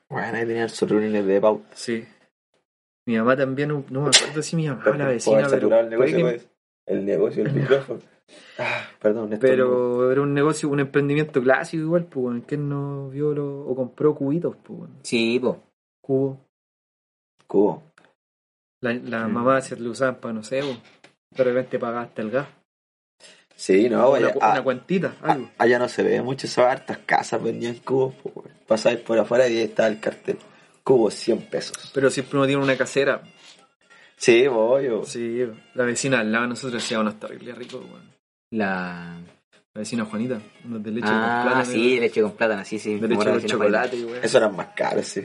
Speaker 6: Bueno, ahí tenían sus reuniones de pauta.
Speaker 2: Sí. Mi mamá también, no no me acuerdo si mi mamá, la
Speaker 6: Poder
Speaker 2: vecina, pero,
Speaker 6: saturar el
Speaker 2: puede
Speaker 6: negocio,
Speaker 2: que-
Speaker 6: pues. El negocio, el micrófono. Ah, perdón, esto no-
Speaker 2: pero era un negocio, un emprendimiento clásico igual, pues, weón. ¿Quién no vio lo- o compró cubitos, pues, weón?
Speaker 3: Sí, po.
Speaker 2: Cubo.
Speaker 6: Cubo.
Speaker 2: La, la
Speaker 6: Mm.
Speaker 2: mamá se lo usaban para, no sé, weón. De repente pagaba hasta el gas.
Speaker 6: Sí, no,
Speaker 2: una,
Speaker 6: allá,
Speaker 2: cu-
Speaker 6: ah,
Speaker 2: una cuentita, algo.
Speaker 6: ah, allá no se veía mucho, esas hartas casas vendían cubos, po, weón. Pasáis por afuera y ahí estaba el cartel. Cubo 100 pesos.
Speaker 2: Pero siempre uno tiene una casera.
Speaker 6: Sí, voy, yo.
Speaker 2: Sí, la vecina al lado de nosotros hacía unos terribles ricos, weón.
Speaker 3: La.
Speaker 2: La vecina Juanita, unos de leche
Speaker 3: ah,
Speaker 2: con plátano.
Speaker 3: sí, leche con plátano, sí, sí.
Speaker 2: De
Speaker 3: como
Speaker 2: leche
Speaker 3: la
Speaker 2: con
Speaker 3: vecina
Speaker 2: chocolate, weón.
Speaker 6: Eso eran más caros, sí.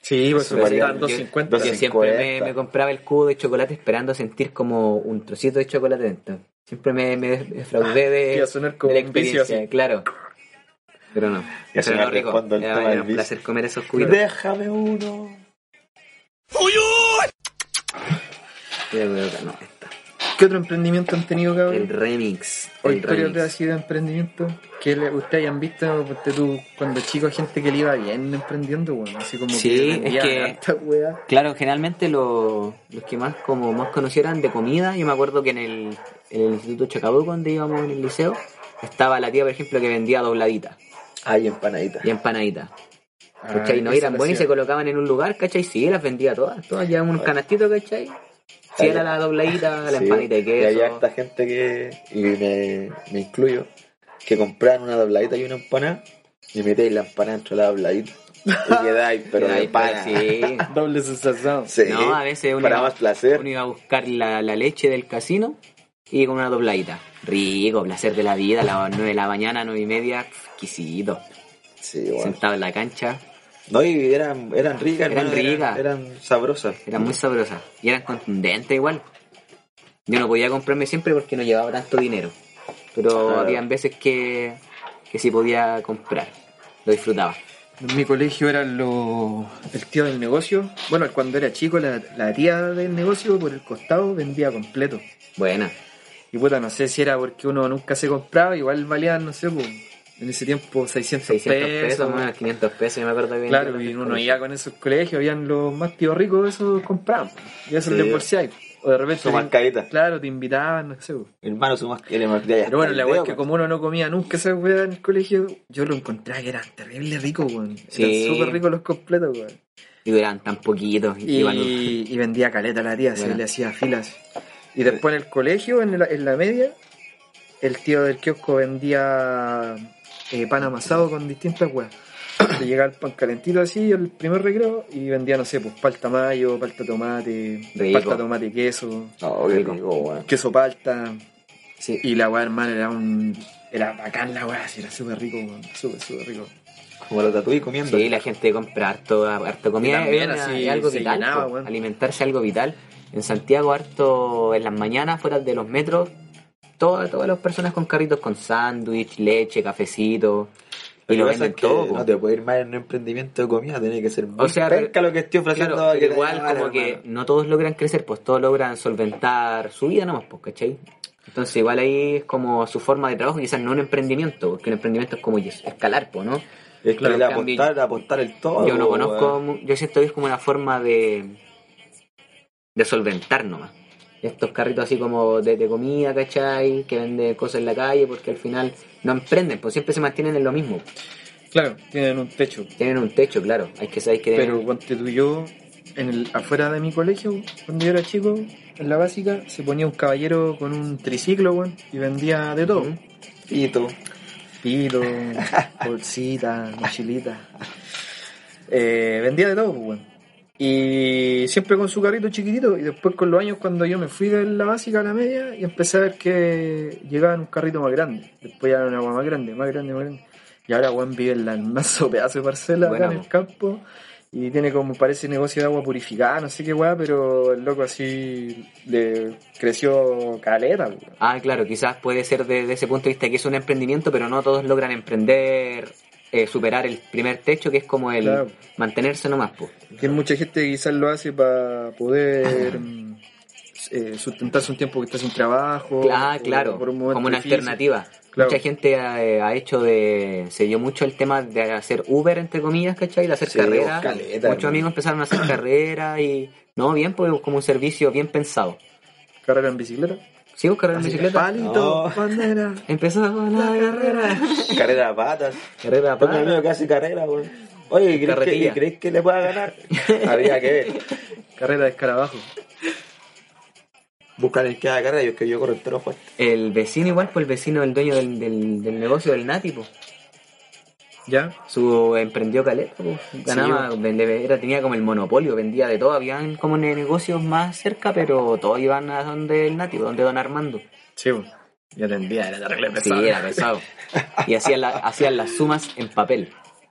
Speaker 2: Sí, pues
Speaker 6: Eso
Speaker 2: se
Speaker 6: valía-
Speaker 2: costaban
Speaker 6: yo-
Speaker 2: 250.
Speaker 3: Yo
Speaker 6: 250.
Speaker 3: siempre me, me compraba el cubo de chocolate esperando sentir como un trocito de chocolate dentro. Siempre me, me defraudé
Speaker 2: Iba a
Speaker 3: de,
Speaker 2: sonar
Speaker 3: de
Speaker 2: como
Speaker 3: la
Speaker 2: un vicio
Speaker 3: experiencia,
Speaker 2: así.
Speaker 3: claro. Pero no.
Speaker 6: Ya se
Speaker 3: Pero
Speaker 6: me
Speaker 3: no rico.
Speaker 6: respondo el
Speaker 3: Era,
Speaker 6: tema
Speaker 3: era
Speaker 6: del
Speaker 3: un
Speaker 6: vicio.
Speaker 3: placer comer esos cubitos.
Speaker 6: Déjame uno.
Speaker 3: Pero, pero, no, esta.
Speaker 2: ¿Qué otro emprendimiento han tenido,
Speaker 3: El
Speaker 2: cabrón?
Speaker 3: remix.
Speaker 2: ¿O
Speaker 3: El
Speaker 2: historias de
Speaker 3: remix.
Speaker 2: así de emprendimiento que le- ustedes hayan visto ponte tú, cuando chico gente que le iba bien emprendiendo, weón? Así como
Speaker 3: Sí,
Speaker 2: que
Speaker 3: es
Speaker 2: vendían
Speaker 3: que-
Speaker 2: harta weá.
Speaker 3: Claro, generalmente lo- los que más como más conocieran de comida, yo me acuerdo que en el, en el Instituto Chacabuco, donde íbamos en el liceo, estaba la tía, por ejemplo, que vendía dobladitas
Speaker 6: Ay, empanadita.
Speaker 3: y empanaditas.
Speaker 2: Ay,
Speaker 6: Ah,
Speaker 3: ¿Cachai? No
Speaker 2: esa
Speaker 3: eran
Speaker 2: la
Speaker 3: buenas y se
Speaker 2: Ah, hacía.
Speaker 3: colocaban en un lugar, ¿cachai? Sí, las vendía todas, todas llevaban unos canastitos, ¿cachai? Sí, era la dobladita, la
Speaker 6: Ah. Sí,
Speaker 3: empanita de
Speaker 6: Y había
Speaker 3: queso.
Speaker 6: esta gente que, y me, me incluyo, que compraban una dobladita y una empanada y metéis la empanada dentro de la dobladita y quedáis, pero
Speaker 3: Ay,
Speaker 6: de pana.
Speaker 3: sí.
Speaker 2: Doble sensación.
Speaker 6: Sí,
Speaker 3: No, a veces uno
Speaker 6: para
Speaker 3: iba-
Speaker 6: más placer.
Speaker 3: Uno iba a buscar la, la leche del casino y con una dobladita. Rico, placer de la vida, a las 9 de la mañana, 9 y media, exquisito.
Speaker 6: Sí, bueno.
Speaker 3: Sentado en la cancha,
Speaker 6: No, y eran, eran ricas,
Speaker 3: Eran
Speaker 6: hermano,
Speaker 3: ricas.
Speaker 6: Eran sabrosas.
Speaker 3: eran muy sabrosas y eran contundentes igual. Yo no podía comprarme siempre porque no llevaba tanto dinero, pero
Speaker 6: Claro.
Speaker 3: habían veces que, que sí podía comprar, lo disfrutaba.
Speaker 2: En mi colegio era lo, el tío del negocio. Bueno, cuando era chico, la, la tía del negocio por el costado vendía completo.
Speaker 3: Buena,
Speaker 2: Y puta, no sé si era porque uno nunca se compraba, igual valían, no sé, pues, en ese tiempo 600,
Speaker 3: 600
Speaker 2: pesos.
Speaker 3: pesos, bueno, 500 pesos, yo me acuerdo que
Speaker 2: Claro,
Speaker 3: vendían
Speaker 2: y
Speaker 3: los
Speaker 2: uno
Speaker 3: pescados.
Speaker 2: iba con esos colegios, habían los más tíos ricos, esos compraban. pues, Y eso
Speaker 6: Sí.
Speaker 2: les bolseáis. O de repente.
Speaker 6: Su
Speaker 2: te-
Speaker 6: mascarita.
Speaker 2: Claro, te invitaban, no sé. pues.
Speaker 6: Hermano, su mascarita.
Speaker 2: Pero bueno, la weá es
Speaker 6: pues.
Speaker 2: que como uno no comía nunca esa weá en el colegio, yo lo encontraba que eran terrible ricos, weón.
Speaker 3: Sí.
Speaker 2: Eran súper ricos los completos, weón.
Speaker 3: Y duraban tan poquitos.
Speaker 2: Y, y vendía caleta a la tía, se
Speaker 3: Buena.
Speaker 2: le hacía filas. Y después en el colegio, en la, en la media, el tío del kiosco vendía eh, pan amasado con distintas weas. Le llegaba el pan calentito así, el primer recreo, y vendía, no sé, pues palta mayo, palta tomate,
Speaker 3: Rico.
Speaker 2: palta tomate y queso,
Speaker 6: No, qué rico, weón.
Speaker 2: queso palta.
Speaker 3: Sí.
Speaker 2: Y la wea, hermano, era un. Era bacán la wea, así, era súper rico, weón, súper, súper rico.
Speaker 6: Como lo tatuí comiendo.
Speaker 3: Sí, la gente compra harto, harto comida.
Speaker 2: Y también
Speaker 3: es una-
Speaker 2: así
Speaker 3: es algo
Speaker 2: se
Speaker 3: vital.
Speaker 2: llenaba,
Speaker 3: po.
Speaker 2: weón.
Speaker 3: Alimentarse es algo vital. En Santiago, harto en las mañanas, fuera de los metros, todas todas las personas con carritos con sándwich, leche, cafecito.
Speaker 6: Lo
Speaker 3: Y
Speaker 6: que
Speaker 3: lo
Speaker 6: pasa
Speaker 3: venden
Speaker 6: es que
Speaker 3: todo. po.
Speaker 6: no te puede ir mal en un emprendimiento de comida, tiene que ser muy
Speaker 3: O sea,
Speaker 6: penca lo que estoy ofreciendo.
Speaker 3: Claro,
Speaker 6: que
Speaker 3: pero
Speaker 6: te
Speaker 3: igual
Speaker 6: vaya mal,
Speaker 3: como que
Speaker 6: hermano.
Speaker 3: no todos logran crecer, pues todos logran solventar su vida nomás, pues, ¿cachai? Entonces igual ahí es como su forma de trabajo, quizás no un emprendimiento, porque un emprendimiento es como escalar, pues, ¿no?
Speaker 6: Es
Speaker 3: Claro,
Speaker 6: que le
Speaker 3: en cambio,
Speaker 6: apostar, apostar el todo.
Speaker 3: yo no
Speaker 6: Oh, weón.
Speaker 3: conozco, mu- yo siento que es como una forma de de solventar nomás. Estos carritos así como de, de comida, ¿cachai? Que venden cosas en la calle porque al final no emprenden, pues siempre se mantienen en lo mismo.
Speaker 2: Claro, tienen un techo.
Speaker 3: Tienen un techo, claro, hay que saber que
Speaker 2: Pero ponte tú yo, en el, afuera de mi colegio, cuando yo era chico, en la básica, se ponía un caballero con un triciclo, weón, y vendía de todo.
Speaker 3: Ujú.
Speaker 6: Y tú.
Speaker 2: Pito, bolsita, mochilita. Eh, vendía de todo, pues, weón. Y siempre con su carrito chiquitito, y después con los años cuando yo me fui de la básica a la media, y empecé a ver que llegaban un carrito más grande, después ya era una agua más grande, más grande, más grande. Y ahora Juan vive en la en mazo pedazo de parcela
Speaker 3: Buena,
Speaker 2: acá en el
Speaker 3: po.
Speaker 2: campo, y tiene como parece negocio de agua purificada, no sé qué weá, pero el loco así le creció caleta, pues, weón.
Speaker 3: Ah, claro, quizás puede ser desde ese punto de vista que es un emprendimiento, pero no todos logran emprender, eh, superar el primer techo, que es como el
Speaker 2: Claro.
Speaker 3: mantenerse nomás, pues.
Speaker 2: Que mucha gente que quizás lo hace para poder mm, eh, sustentarse un tiempo que está sin trabajo.
Speaker 3: Ah,
Speaker 2: o
Speaker 3: claro,
Speaker 2: por un momento
Speaker 3: como una
Speaker 2: difícil.
Speaker 3: alternativa.
Speaker 2: Claro.
Speaker 3: Mucha gente ha, eh, ha hecho de. se dio mucho el tema de hacer Uber, entre comillas, ¿cachai? De hacer
Speaker 6: Sí,
Speaker 3: carrera.
Speaker 6: caleta,
Speaker 3: Muchos
Speaker 6: hermano.
Speaker 3: amigos empezaron a hacer carrera y. No, bien, pues como un servicio bien pensado.
Speaker 2: Carrera en bicicleta.
Speaker 3: ¿Sí, buscar en bicicleta?
Speaker 1: Palito,
Speaker 6: No.
Speaker 1: bandera.
Speaker 3: Empezaba la carrera.
Speaker 6: Carrera a patas.
Speaker 3: Carrera a
Speaker 6: Tengo un
Speaker 3: patas.
Speaker 6: amigo que hace carrera, güey. Oye, ¿crees que,
Speaker 3: Carretilla.
Speaker 6: y crees que le pueda ganar? Habría que ver.
Speaker 2: Carrera de escarabajo.
Speaker 6: Buscar el que haga carrera, yo es que yo corro entero fuerte.
Speaker 3: El vecino, igual, pues el vecino, el dueño del, del, del negocio del Nati, pues.
Speaker 2: ¿Ya?
Speaker 3: Su emprendió caleta, pues. Ganaba, vende- era, tenía como el monopolio, vendía de todo. Habían como ne- negocios más cerca, pero todos iban a donde el Nati, pues, donde Don Armando.
Speaker 2: Sí, bo. ya te envía, era terrible
Speaker 3: Sí,
Speaker 2: pesado.
Speaker 3: era pesado. Y hacían, la- hacían las sumas en papel,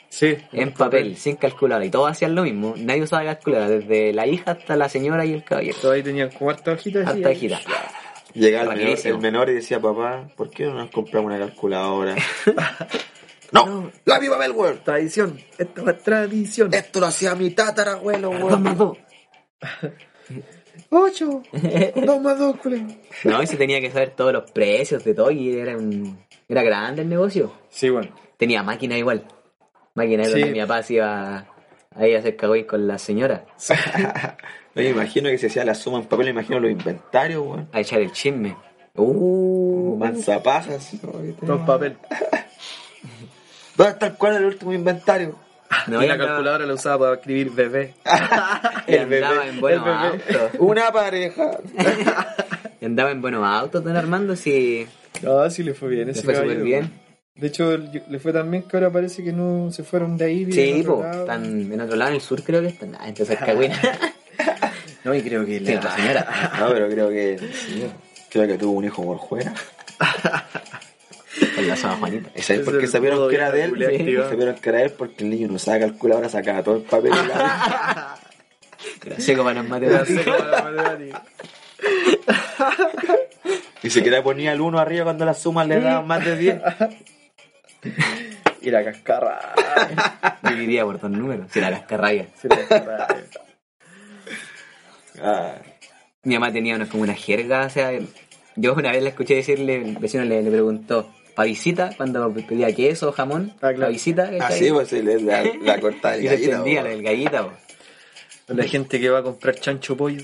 Speaker 2: Sí,
Speaker 3: en papel, sin calculadora. Y todos hacían lo mismo. Nadie usaba calculadora, desde la hija hasta la señora y el caballero.
Speaker 2: Todos ahí tenían cuarta hojita. así,
Speaker 3: Hasta
Speaker 2: ahí.
Speaker 3: hijita.
Speaker 6: Llegaba el menor,
Speaker 3: Rapidísimo.
Speaker 6: el menor y decía, papá, ¿por qué no nos compramos una calculadora? no, la viva Belworld.
Speaker 2: Tradición, esta es la tradición.
Speaker 6: Esto lo hacía mi tatarabuelo,
Speaker 3: Dos más dos.
Speaker 1: Ocho. Dos más dos, culero.
Speaker 3: No, y se tenía que saber todos los precios de todo y era un- era grande el negocio.
Speaker 2: Sí, bueno.
Speaker 3: Tenía máquina igual. Máquina
Speaker 2: Sí.
Speaker 3: donde mi papá se iba a ir a hacer cagüey con la señora,
Speaker 6: No me imagino que se hacía la suma en papel, me imagino los inventarios, weón.
Speaker 3: a echar el chisme. Uh,
Speaker 6: Manzapajas.
Speaker 2: Todo
Speaker 6: Ah.
Speaker 2: en papel.
Speaker 6: ¿Dónde está el cuadro del último inventario?
Speaker 3: no,
Speaker 2: y
Speaker 3: y
Speaker 2: la
Speaker 3: andaba-
Speaker 2: calculadora la usaba para escribir bebé.
Speaker 3: y andaba en buenos
Speaker 2: el bebé.
Speaker 3: autos. Uh,
Speaker 6: Una pareja.
Speaker 3: Y andaba en buenos autos, don Armando, si
Speaker 2: Ah, sí, le fue bien.
Speaker 3: le
Speaker 2: ese
Speaker 3: fue súper
Speaker 2: caballero.
Speaker 3: bien.
Speaker 2: De hecho, el- le fue tan bien que ahora parece que no se fueron de ahí. viven
Speaker 3: Sí,
Speaker 2: en otro
Speaker 3: po,
Speaker 2: lado.
Speaker 3: están en otro lado, en el sur creo que están. Ah, entonces cagüina.
Speaker 2: No, y creo que
Speaker 3: Sí,
Speaker 2: la...
Speaker 3: la señora.
Speaker 6: No, pero creo que. sí, creo que tuvo un hijo por fuera.
Speaker 3: Con la soga Juanita.
Speaker 6: ¿Y sabes
Speaker 2: Es
Speaker 6: por qué
Speaker 2: el
Speaker 6: sabieron
Speaker 2: modo
Speaker 6: que era de
Speaker 2: bien
Speaker 6: él?
Speaker 2: activado.
Speaker 6: Sabieron que era él porque el niño no usaba calculadora, sacaba todo el papel. y la-
Speaker 3: Gracias, para
Speaker 2: la
Speaker 3: las matemáticas.
Speaker 2: seca para la matemática.
Speaker 6: Ni siquiera ponía el uno arriba cuando las sumas le daban más de 10.
Speaker 2: Y la cascarra.
Speaker 3: Dividía por dos números, si la cascarraya.
Speaker 2: Sí, la eh. cascarra.
Speaker 6: Ah,
Speaker 3: Mi mamá tenía una, como una jerga, o sea, yo una vez la escuché decirle, el vecino le, le preguntó, pavisita, cuando pedía queso o jamón,
Speaker 2: Ah, claro.
Speaker 3: pavisita, ¿cachai?
Speaker 6: así, pues, sí, le- la, la cortada de
Speaker 3: y no
Speaker 6: gallina,
Speaker 3: entendía
Speaker 6: po.
Speaker 3: la del gallita, po.
Speaker 2: La gente que va a comprar chancho pollo.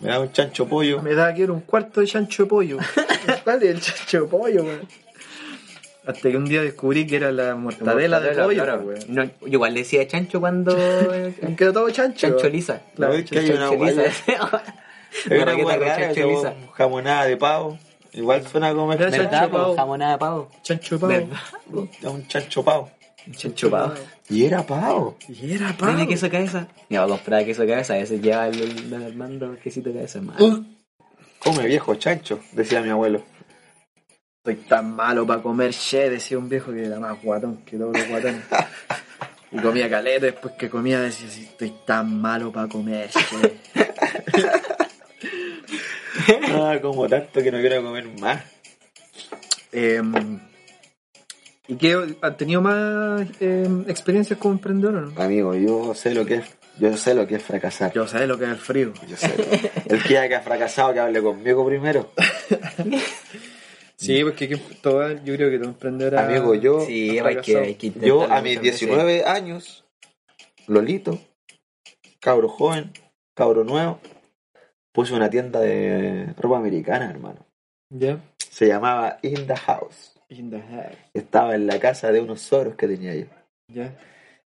Speaker 6: Me da un chancho pollo.
Speaker 2: Me da quiero un cuarto de chancho de pollo. ¿Cuál es el chancho de pollo, weón? Hasta que un día descubrí que era la mortadela, de pollo,
Speaker 3: claro.
Speaker 2: weón.
Speaker 3: No, yo igual decía chancho cuando...
Speaker 2: Me quedó todo chancho.
Speaker 3: chancho
Speaker 2: weón.
Speaker 3: lisa.
Speaker 2: Claro,
Speaker 6: No, es que hay una
Speaker 3: chancho lisa.
Speaker 6: hueá-
Speaker 3: Una
Speaker 6: hay una
Speaker 3: raqueta
Speaker 6: hueá
Speaker 3: con
Speaker 6: rara,
Speaker 3: chancho lisa.
Speaker 6: como jamonada de pavo. Igual suena como
Speaker 2: Era chancho
Speaker 3: ¿Verdad, po?
Speaker 2: pavo.
Speaker 3: Jamonada de pavo.
Speaker 2: Chancho de
Speaker 3: ¿Verdad?
Speaker 2: pavo.
Speaker 6: Es un chancho pavo.
Speaker 2: Chancho de pavo.
Speaker 6: Y era pavo.
Speaker 2: Y era pavo.
Speaker 3: Tiene queso de cabeza. Mi papá compraba queso de cabeza, a veces llevaba el, el, el Armando quesito de cabeza. Más.
Speaker 6: Come viejo chancho, decía mi abuelo.
Speaker 2: Soy tan malo para comer che, decía un viejo que era más guatón que todos los guatones. Y comía caleta, después que comía decía así, estoy tan malo para comer che.
Speaker 6: Ah, como tanto que no quiero comer más.
Speaker 2: Em, ¿Y qué? ¿Han tenido más em, experiencias como emprendedor o no?
Speaker 6: Amigo, yo sé lo que es, yo sé lo que es fracasar.
Speaker 2: Yo sé lo que es el frío.
Speaker 6: Yo sé. El que haya fracasado que hable conmigo primero.
Speaker 2: Sí, porque que- todo, yo creo que todo emprendedor... ha-
Speaker 6: Amigo, yo,
Speaker 3: Sí,
Speaker 2: ha
Speaker 3: hay que,
Speaker 2: fracasado.
Speaker 3: hay que intentarlo
Speaker 6: yo a mis
Speaker 3: muchas veces.
Speaker 6: 19 años, Lolito, cabro joven, cabro nuevo, puse una tienda de ropa americana, hermano.
Speaker 2: ¿Ya?
Speaker 6: Se llamaba In the House.
Speaker 2: In the head.
Speaker 6: Estaba en la casa de unos zorros que tenía yo.
Speaker 2: ¿Ya?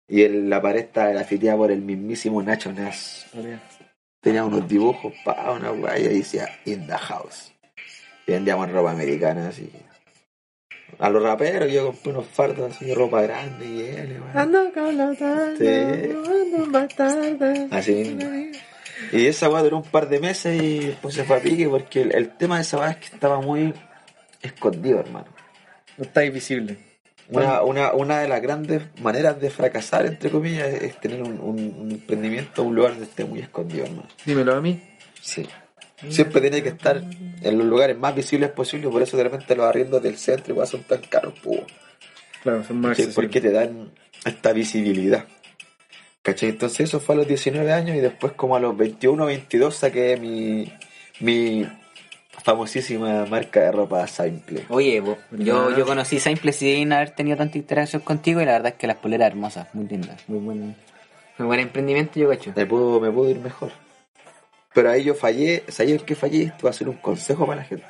Speaker 6: Y el- la pared estaba grafiteada por el mismísimo Nacho Nas.
Speaker 2: Olea.
Speaker 6: Tenía unos dibujos, pa, una guaya y decía In the House. Y vendíamos ropa americana así. A los raperos yo compré unos fardos así, ropa grande y L, weón.
Speaker 1: Ando con la tarde.
Speaker 6: Sí.
Speaker 1: Ando más tarde.
Speaker 6: Así mismo. Y esa weá duró un par de meses y después se fue a pique porque el, el tema de esa weá es que estaba muy escondido, hermano.
Speaker 2: No estáis visible.
Speaker 6: Una, una, una de las grandes maneras de fracasar, entre comillas, es, es tener un, un- un emprendimiento, un lugar donde esté muy escondido, hermano.
Speaker 2: Dímelo a mí.
Speaker 6: Sí. Siempre tiene que estar en los lugares más visibles posibles, por eso de repente los arriendos del centro igual son tan caros, pú.
Speaker 2: Claro, son más
Speaker 6: ¿Cachai?
Speaker 2: accesibles.
Speaker 6: Porque te dan esta visibilidad. ¿Cachai? Entonces eso fue a los 19 años y después como a los 21 22 saqué mi, mi famosísima marca de ropa Simple.
Speaker 3: Oye, bo- yo, yo conocí Simple sin haber tenido tanta interacción contigo y la verdad es que las poleras hermosas, muy lindas, muy buen, muy buen emprendimiento, yo cacho.
Speaker 6: Me puedo, me puedo ir mejor. Pero ahí yo fallé, ¿sabes el que fallé? Esto va a ser un consejo para la gente.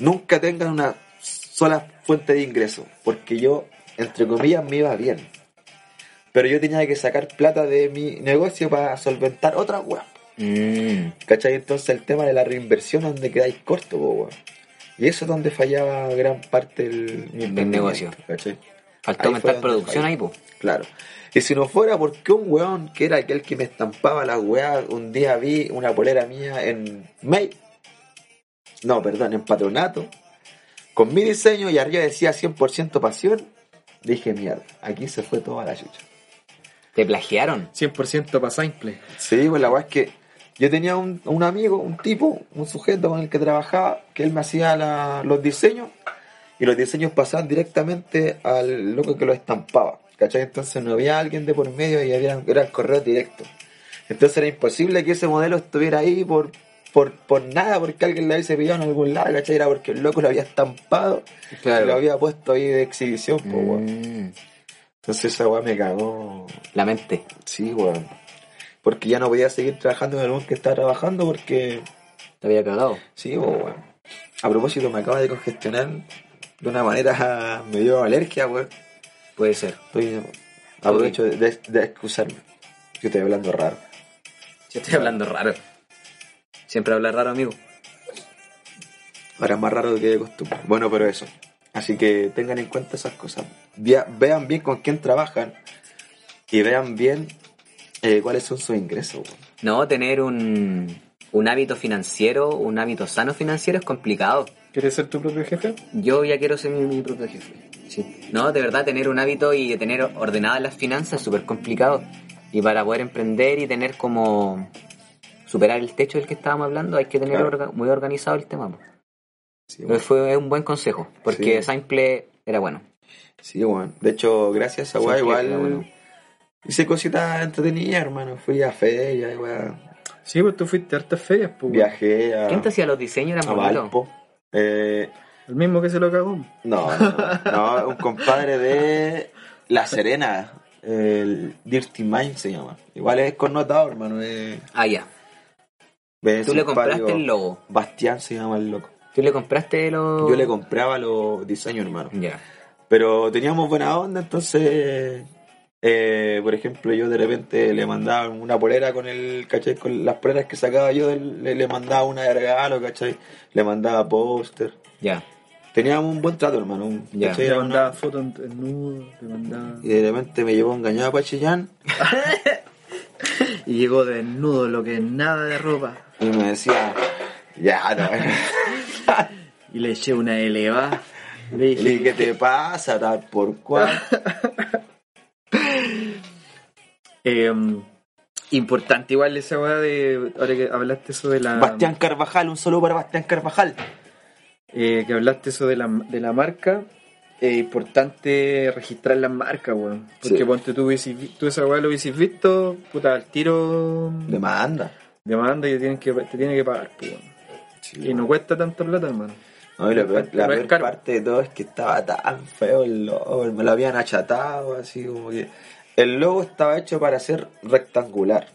Speaker 6: Nunca tengan una sola fuente de ingreso, porque yo, entre comillas, me iba bien. Pero yo tenía que sacar plata de mi negocio para solventar otra web.
Speaker 3: Mm.
Speaker 6: ¿Cachai? Entonces el tema de la reinversión es donde quedáis corto, po, weón. Y eso es donde fallaba gran parte del mi
Speaker 3: Del negocio.
Speaker 6: ¿Cachai?
Speaker 3: Faltó
Speaker 6: Ahí fue
Speaker 3: aumentar
Speaker 6: donde
Speaker 3: producción
Speaker 6: fallé.
Speaker 3: ahí, po.
Speaker 6: Claro. Y si no fuera porque un weón que era aquel que me estampaba las weas, un día vi una polera mía en May. No, perdón, en Patronato. Con mi diseño y arriba decía 100% pasión. Dije, mierda, aquí se fue toda la chucha.
Speaker 3: Te plagiaron.
Speaker 2: 100% para simple.
Speaker 6: Sí, pues la weá es que yo tenía un, un amigo, un tipo, un sujeto con el que trabajaba, que él me hacía la- los diseños y los diseños pasaban directamente al loco que los estampaba. ¿Cachai? Entonces no había alguien de por medio y había, era el correo directo. Entonces era imposible que ese modelo estuviera ahí por, por, por nada, porque alguien lo hubiese pillado en algún lado, ¿cachai? Era porque el loco lo había estampado
Speaker 3: Claro.
Speaker 6: y lo había puesto ahí de exhibición, po, weón.
Speaker 3: Mm.
Speaker 6: Entonces esa weá me cagó
Speaker 3: La mente.
Speaker 6: Sí, weón. Porque ya no podía seguir trabajando en el weón que estaba trabajando porque...
Speaker 3: Te había cagado.
Speaker 6: Sí, po, weón. A propósito, me acaba de congestionar de una manera... Me dio alergia, weón.
Speaker 3: Puede ser.
Speaker 6: Estoy... Aprovecho de, de excusarme. Yo estoy hablando raro.
Speaker 3: Yo estoy hablando raro. Siempre habla raro, amigo.
Speaker 6: Ahora es más raro que de costumbre. Bueno, pero eso. Así que tengan en cuenta esas cosas. Vea- vean bien con quién trabajan y vean bien eh, cuáles son sus ingresos, weón.
Speaker 3: No, tener un, un hábito financiero, un hábito sano financiero es complicado.
Speaker 2: ¿Quieres ser tu propio jefe?
Speaker 3: Yo ya quiero ser mi, mi propio jefe. Sí. No, de verdad, tener un hábito y tener ordenadas las finanzas es súper complicado. Y para poder emprender y tener como superar el techo del que estábamos hablando, hay que tener
Speaker 6: Claro.
Speaker 3: orga- muy organizado el tema. po.
Speaker 6: Sí,
Speaker 3: Pero Fue es un buen consejo, porque
Speaker 6: Sí.
Speaker 3: Simple era bueno.
Speaker 6: Sí, weón. De hecho, gracias a esa weá,
Speaker 3: Sí,
Speaker 6: igual
Speaker 3: que era bueno.
Speaker 6: hice cositas entretenidas, hermano. Fui a feria, weá.
Speaker 2: Sí, pues tú fuiste a hartas ferias, pues. weón.
Speaker 6: Viajé a,
Speaker 3: ¿Quién te hacía los diseños?
Speaker 6: a
Speaker 2: Ah,
Speaker 3: Eran bonitos.
Speaker 6: Valpo. Eh,
Speaker 2: El mismo que se lo cagó.
Speaker 6: no, no, no, no, un compadre de La Serena. El Dirty Mind se llama. Igual es connotado, hermano. eh.
Speaker 3: Ah, ya.
Speaker 6: Ve
Speaker 3: Tú le
Speaker 6: simpático.
Speaker 3: compraste el logo. Oh.
Speaker 6: Bastián se llama el loco.
Speaker 3: Tú le compraste los...
Speaker 6: Yo le compraba los diseños, hermano.
Speaker 3: Ya.
Speaker 6: Pero teníamos buena onda, entonces, eh, por ejemplo, yo de repente le mandaba una polera con el, ¿cachai? Con las poleras que sacaba yo, del- le, le mandaba una de regalo, ¿cachai? Le mandaba póster.
Speaker 3: Ya.
Speaker 6: Teníamos un buen trato, hermano. un-
Speaker 3: Ya.
Speaker 6: ¿cachai?
Speaker 2: Te
Speaker 6: Era una-
Speaker 2: mandaba fotos en- en nudo, te mandaba...
Speaker 6: Y de repente me llevó engañado a Pachillán
Speaker 2: Y llegó desnudo, lo que es nada de ropa.
Speaker 6: y me decía, ya, no.
Speaker 2: Y le eché una eleva. Le
Speaker 6: Y
Speaker 2: dije,
Speaker 6: le dije, ¿qué te pasa? Tal por cual.
Speaker 2: em, importante igual esa weá de... Ahora que hablaste eso de la...
Speaker 6: Bastián Carvajal, un saludo para Bastián Carvajal.
Speaker 2: eh, que hablaste eso de la, de la marca, es importante registrar las marcas, weón. Porque
Speaker 6: Sí.
Speaker 2: ponte tú, hubieses vi- tú esa weá lo hubieses visto, puta, al tiro
Speaker 6: Demanda.
Speaker 2: demanda y te tienen que, te tienen que pagar, pues, weón. Y no cuesta tanta plata, hermano.
Speaker 6: No, y la peor, la
Speaker 2: No es
Speaker 6: peor
Speaker 2: caro.
Speaker 6: parte de todo es que estaba tan feo el logo, me lo habían achatado, así como que. El logo estaba hecho para ser rectangular.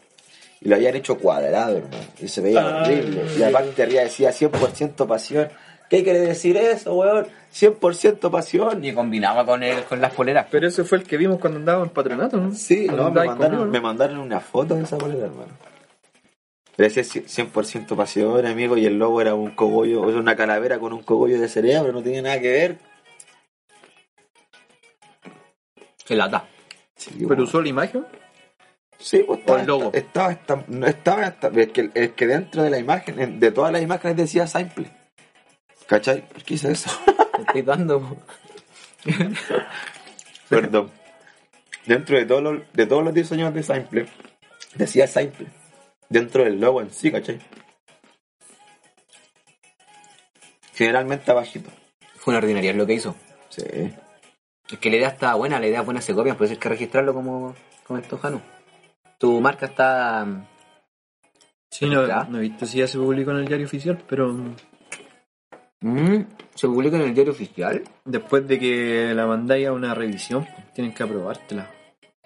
Speaker 6: Y lo habían hecho cuadrado, hermano. Y se veía
Speaker 2: Ah,
Speaker 6: horrible. Y aparte arriba decía 100% pasión. ¿Qué quiere decir eso, weón? 100% pasión.
Speaker 3: Y combinaba con, el, con las poleras.
Speaker 2: Pero ese fue el que vimos cuando andábamos en patronato, ¿no?
Speaker 6: Sí,
Speaker 2: Cuando
Speaker 6: no, me
Speaker 2: andáis
Speaker 6: mandaron,
Speaker 2: conmigo, ¿no?
Speaker 6: me mandaron una foto de esa bolera, hermano. Pero decía 100% pasión, amigo, y el logo era un cogollo, era una calavera con un cogollo de cerebro, no tenía nada que ver.
Speaker 3: Se lata.
Speaker 6: Sí,
Speaker 2: Pero
Speaker 6: weón.
Speaker 2: usó la imagen.
Speaker 6: Sí, pues
Speaker 2: O
Speaker 6: estaba,
Speaker 2: el logo.
Speaker 6: estaba, estam- no, estaba estam- es, que, es que dentro de la imagen, en- de todas las imágenes decía simple. ¿Cachai? ¿Por qué hice eso?
Speaker 3: Te estoy dando. po.
Speaker 6: Perdón. Dentro de, todos los, de todos los diseños de simple, decía simple. Dentro del logo en sí, ¿cachai? Generalmente abajito.
Speaker 3: Fue una ordinaria lo que hizo.
Speaker 6: Sí.
Speaker 3: Es que la idea estaba buena, la idea buena se copia, por eso hay que registrarlo como comentó Jano. Tu marca está mm,
Speaker 2: Sí, no,
Speaker 3: ¿Ya?
Speaker 2: no he visto si ya se publicó en el diario oficial, pero mm,
Speaker 3: Mm, ¿Se publica en el diario oficial?
Speaker 2: después de que la mandáis a una revisión, pues, tienen que aprobártela.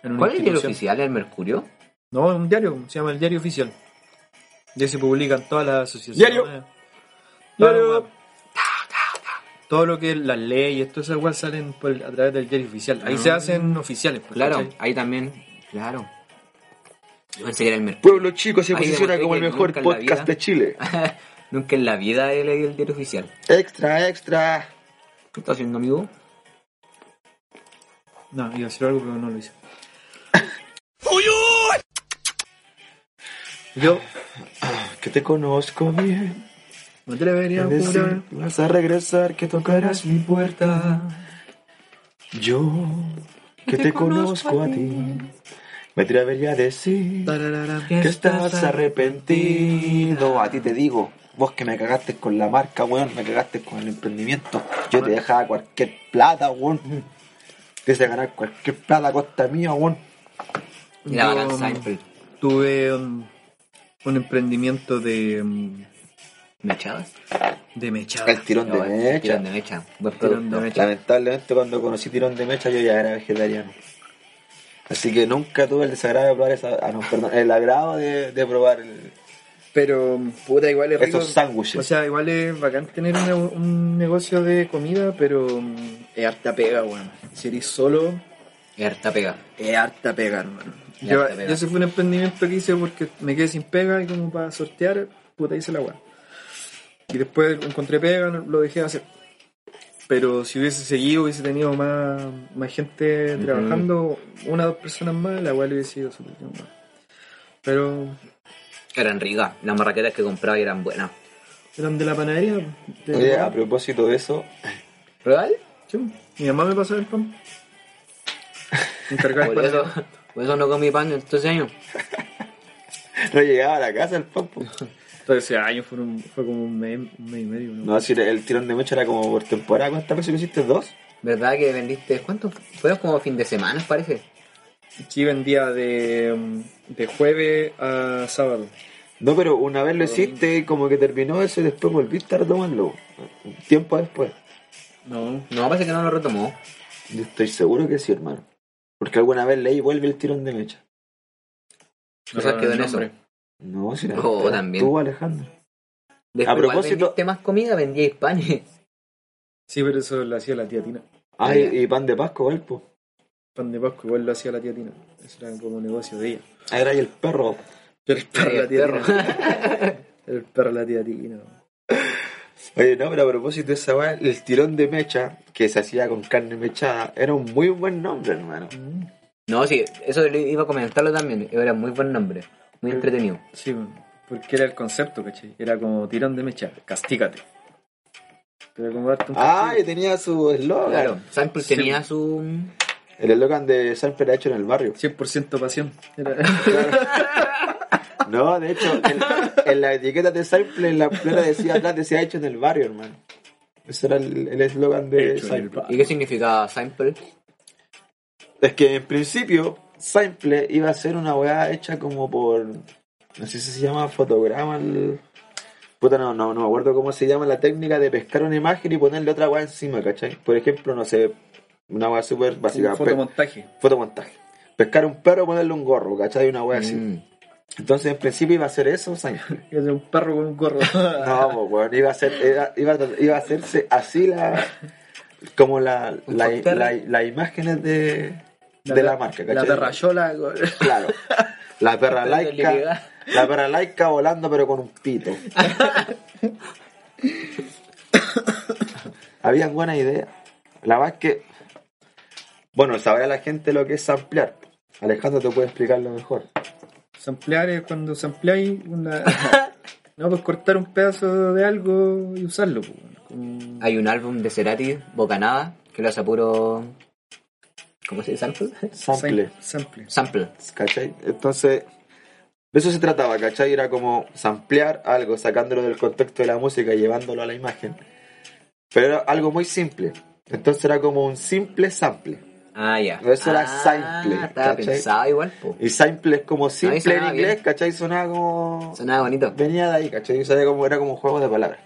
Speaker 2: En una
Speaker 3: ¿Cuál es el diario
Speaker 2: institución.
Speaker 3: oficial? ¿El Mercurio?
Speaker 2: No, es un diario, se llama el diario oficial. Ya se publican todas las asociaciones.
Speaker 6: Diario.
Speaker 2: Todas
Speaker 6: Diario.
Speaker 2: las weas. Todo lo que es las leyes, todas esas cosas salen por- a través del diario oficial. Ahí se hacen oficiales. pues,
Speaker 3: Ah. Claro,
Speaker 2: ¿cachai?
Speaker 3: ahí también. Claro. Yo pensé que era el Mercurio.
Speaker 6: Pueblo Chico se
Speaker 3: Ahí
Speaker 6: posiciona
Speaker 3: demostré
Speaker 6: como el
Speaker 3: que
Speaker 6: mejor
Speaker 3: nunca en la
Speaker 6: podcast
Speaker 3: vida- Ah.
Speaker 6: de Chile.
Speaker 3: Nunca en la vida he leído el diario oficial.
Speaker 6: Extra, extra.
Speaker 3: ¿Qué está haciendo, amigo?
Speaker 2: No, iba a decir algo, pero no lo hice. Yo
Speaker 6: Que te conozco bien.
Speaker 2: no te la vería
Speaker 6: Es decir,
Speaker 2: jurar.
Speaker 6: vas a regresar, que tocarás mi puerta. Yo, que te, conozco, a ti, me atrevería a decir
Speaker 2: Tararara.
Speaker 6: que estás arrepentido. A ti te digo, vos que me cagaste con la marca, weón, me cagaste con el emprendimiento. Yo te dejaba cualquier plata, weón. Te hice ganar cualquier plata a costa mía, weón.
Speaker 3: Y La
Speaker 2: Yo,
Speaker 3: balanza Apple.
Speaker 2: Tuve um, un emprendimiento de, um,
Speaker 3: ¿Mechadas?
Speaker 2: de mechada.
Speaker 6: Ah, El tirón de
Speaker 3: No, el
Speaker 6: mecha.
Speaker 3: Tirón de mecha. Buen
Speaker 2: Tirón de
Speaker 3: producto.
Speaker 2: mecha.
Speaker 6: Lamentablemente cuando conocí tirón de mecha yo ya era vegetariano. Así que nunca tuve el desagrado de probar esa. Ah, no, perdón, el agrado de, de probar el.
Speaker 2: Pero, um, puta, igual es rico.
Speaker 6: Esos sándwiches.
Speaker 2: O sea, igual es bacán tener una- un negocio de comida, pero mm, es harta pega, weón. Si eres solo,
Speaker 3: Y harta pega.
Speaker 2: es harta pega, hermano.
Speaker 3: Es
Speaker 2: Yo,
Speaker 3: harta pega.
Speaker 2: yo ese fue un emprendimiento que hice porque me quedé sin pega y como para sortear, puta, hice la weá. Y después encontré pega, no- lo dejé de hacer. Pero si hubiese seguido, hubiese tenido más, más gente trabajando, una o dos personas más, la weá le hubiese ido súper bien, weón. Pero
Speaker 3: Eran ricas. Las marraquetas que compraba eran buenas.
Speaker 2: eran de la panadería. de-
Speaker 6: Oye, a propósito de eso,
Speaker 3: ¿Real?
Speaker 2: Sí, mi mamá me pasaba el pan. Encargaba el
Speaker 3: Por
Speaker 2: pan.
Speaker 3: eso, por eso no comí pan en estos años.
Speaker 6: no llegaba a la casa el pan. po.
Speaker 2: Entonces ese año fue, un- fue como un mes, un mes y medio. ¿no?
Speaker 6: No, si el tirón de mecha era como por temporada. ¿Cuántas veces lo hiciste? ¿Dos?
Speaker 3: ¿Verdad que vendiste? ¿Cuánto? Fueron como fin de semana, parece.
Speaker 2: Sí, vendía de, mm, de jueves a sábado.
Speaker 6: No, pero una vez lo hiciste, como que terminó eso y después volviste a retomarlo. Un tiempo después.
Speaker 2: No.
Speaker 3: No, parece que no lo retomó.
Speaker 6: Yo estoy seguro que sí, hermano. Porque alguna vez leí vuelve el tirón de mecha.
Speaker 3: O sea, quedó en eso.
Speaker 6: No, si la
Speaker 3: Oh,
Speaker 6: esperas
Speaker 3: también.
Speaker 6: tú, Alejandro.
Speaker 3: Después,
Speaker 6: A propósito-
Speaker 3: igual vendiste más comida, vendíais panes.
Speaker 2: Sí, pero eso lo hacía la tía Tina.
Speaker 6: Ah,
Speaker 3: Ya.
Speaker 6: y, y pan de Pascua, Valpo.
Speaker 2: Pan de Pascua igual lo hacía la tía Tina. Eso era como un negocio de ella.
Speaker 6: Ah, era ahí el perro.
Speaker 2: Yo era el perro de la
Speaker 3: El
Speaker 2: tía
Speaker 3: perro.
Speaker 2: Tina. Era el perro de la tía Tina.
Speaker 6: Oye, no, pero a propósito de esa weá, el tirón de mecha, que se hacía con carne mechada, era un muy buen nombre, hermano.
Speaker 3: No, sí, eso le iba a comentarlo también. Era muy buen nombre, muy entretenido.
Speaker 2: Sí, bueno, porque era el concepto, ¿cachai? Era como tirón de mecha, castígate. Pero como darte un
Speaker 6: Ah,
Speaker 2: castigo.
Speaker 6: y tenía su eslogan.
Speaker 3: Claro, Sample
Speaker 2: Sí.
Speaker 3: tenía su.
Speaker 6: El eslogan de Samper era hecho en el barrio.
Speaker 2: 100% pasión. Era-
Speaker 6: No, de hecho, en, en la etiqueta de Sample, en la plena decía atrás, decía hecho en el barrio, hermano. Ese era el el eslogan de
Speaker 2: Hecho en el
Speaker 6: Sample.
Speaker 3: ¿Y qué significaba Sample?
Speaker 6: Es que en principio, Simple iba a ser una weá hecha como por. No sé si se llama fotograma. el- Puta, no, no, no me acuerdo cómo se llama la técnica de pescar una imagen y ponerle otra weá encima, ¿cachai? Por ejemplo, no sé, una weá súper básica.
Speaker 2: un
Speaker 3: pues.
Speaker 6: pe-
Speaker 2: fotomontaje.
Speaker 6: fotomontaje. Pescar un perro y ponerle un gorro, ¿cachai? Una
Speaker 2: Ah,
Speaker 6: weá así.
Speaker 3: Mm.
Speaker 6: Entonces, en principio iba a ser eso, Simple.
Speaker 2: Es de un perro con un gorro.
Speaker 6: No, pues, weón, iba a ser, era- iba, a, iba a hacerse así la. Como la,
Speaker 3: Un
Speaker 6: la,
Speaker 3: cóctel.
Speaker 6: la- las imágenes de, de la, marca, ¿cachai?
Speaker 2: La perrayola. con-
Speaker 6: Claro. La perra
Speaker 3: Pero le
Speaker 6: laica.
Speaker 3: pega.
Speaker 6: La perra laica volando pero con un pito. Había buena idea. La verdad es que. Bueno, sabrá la gente lo que es ampliar. Alejandro te puede explicarlo mejor.
Speaker 2: Samplear es cuando sampleáis una... No, pues cortar un pedazo de algo y usarlo. pues, bueno, como-
Speaker 3: Hay un álbum de Cerati, Bocanada, que lo hace a puro. ¿Cómo se dice? ¿Sample?
Speaker 6: Sample.
Speaker 2: Sam- Sample.
Speaker 3: Sample.
Speaker 6: ¿Cachai? Entonces, de eso se trataba, ¿cachai? Era como samplear algo, sacándolo del contexto de la música y llevándolo a la imagen. Pero era algo muy simple. Entonces era como un simple sample.
Speaker 3: Ah, ya.
Speaker 6: Eso era
Speaker 3: Ah,
Speaker 6: simple,
Speaker 3: Estaba
Speaker 6: ¿cachai?
Speaker 3: pensado igual, po.
Speaker 6: Y simple es como simple en
Speaker 3: sonaba
Speaker 6: inglés,
Speaker 3: bien.
Speaker 6: ¿cachai? Sonaba como.
Speaker 3: Sonaba bonito.
Speaker 6: Venía de ahí, ¿cachai? Yo sabía cómo era como un juego de palabras.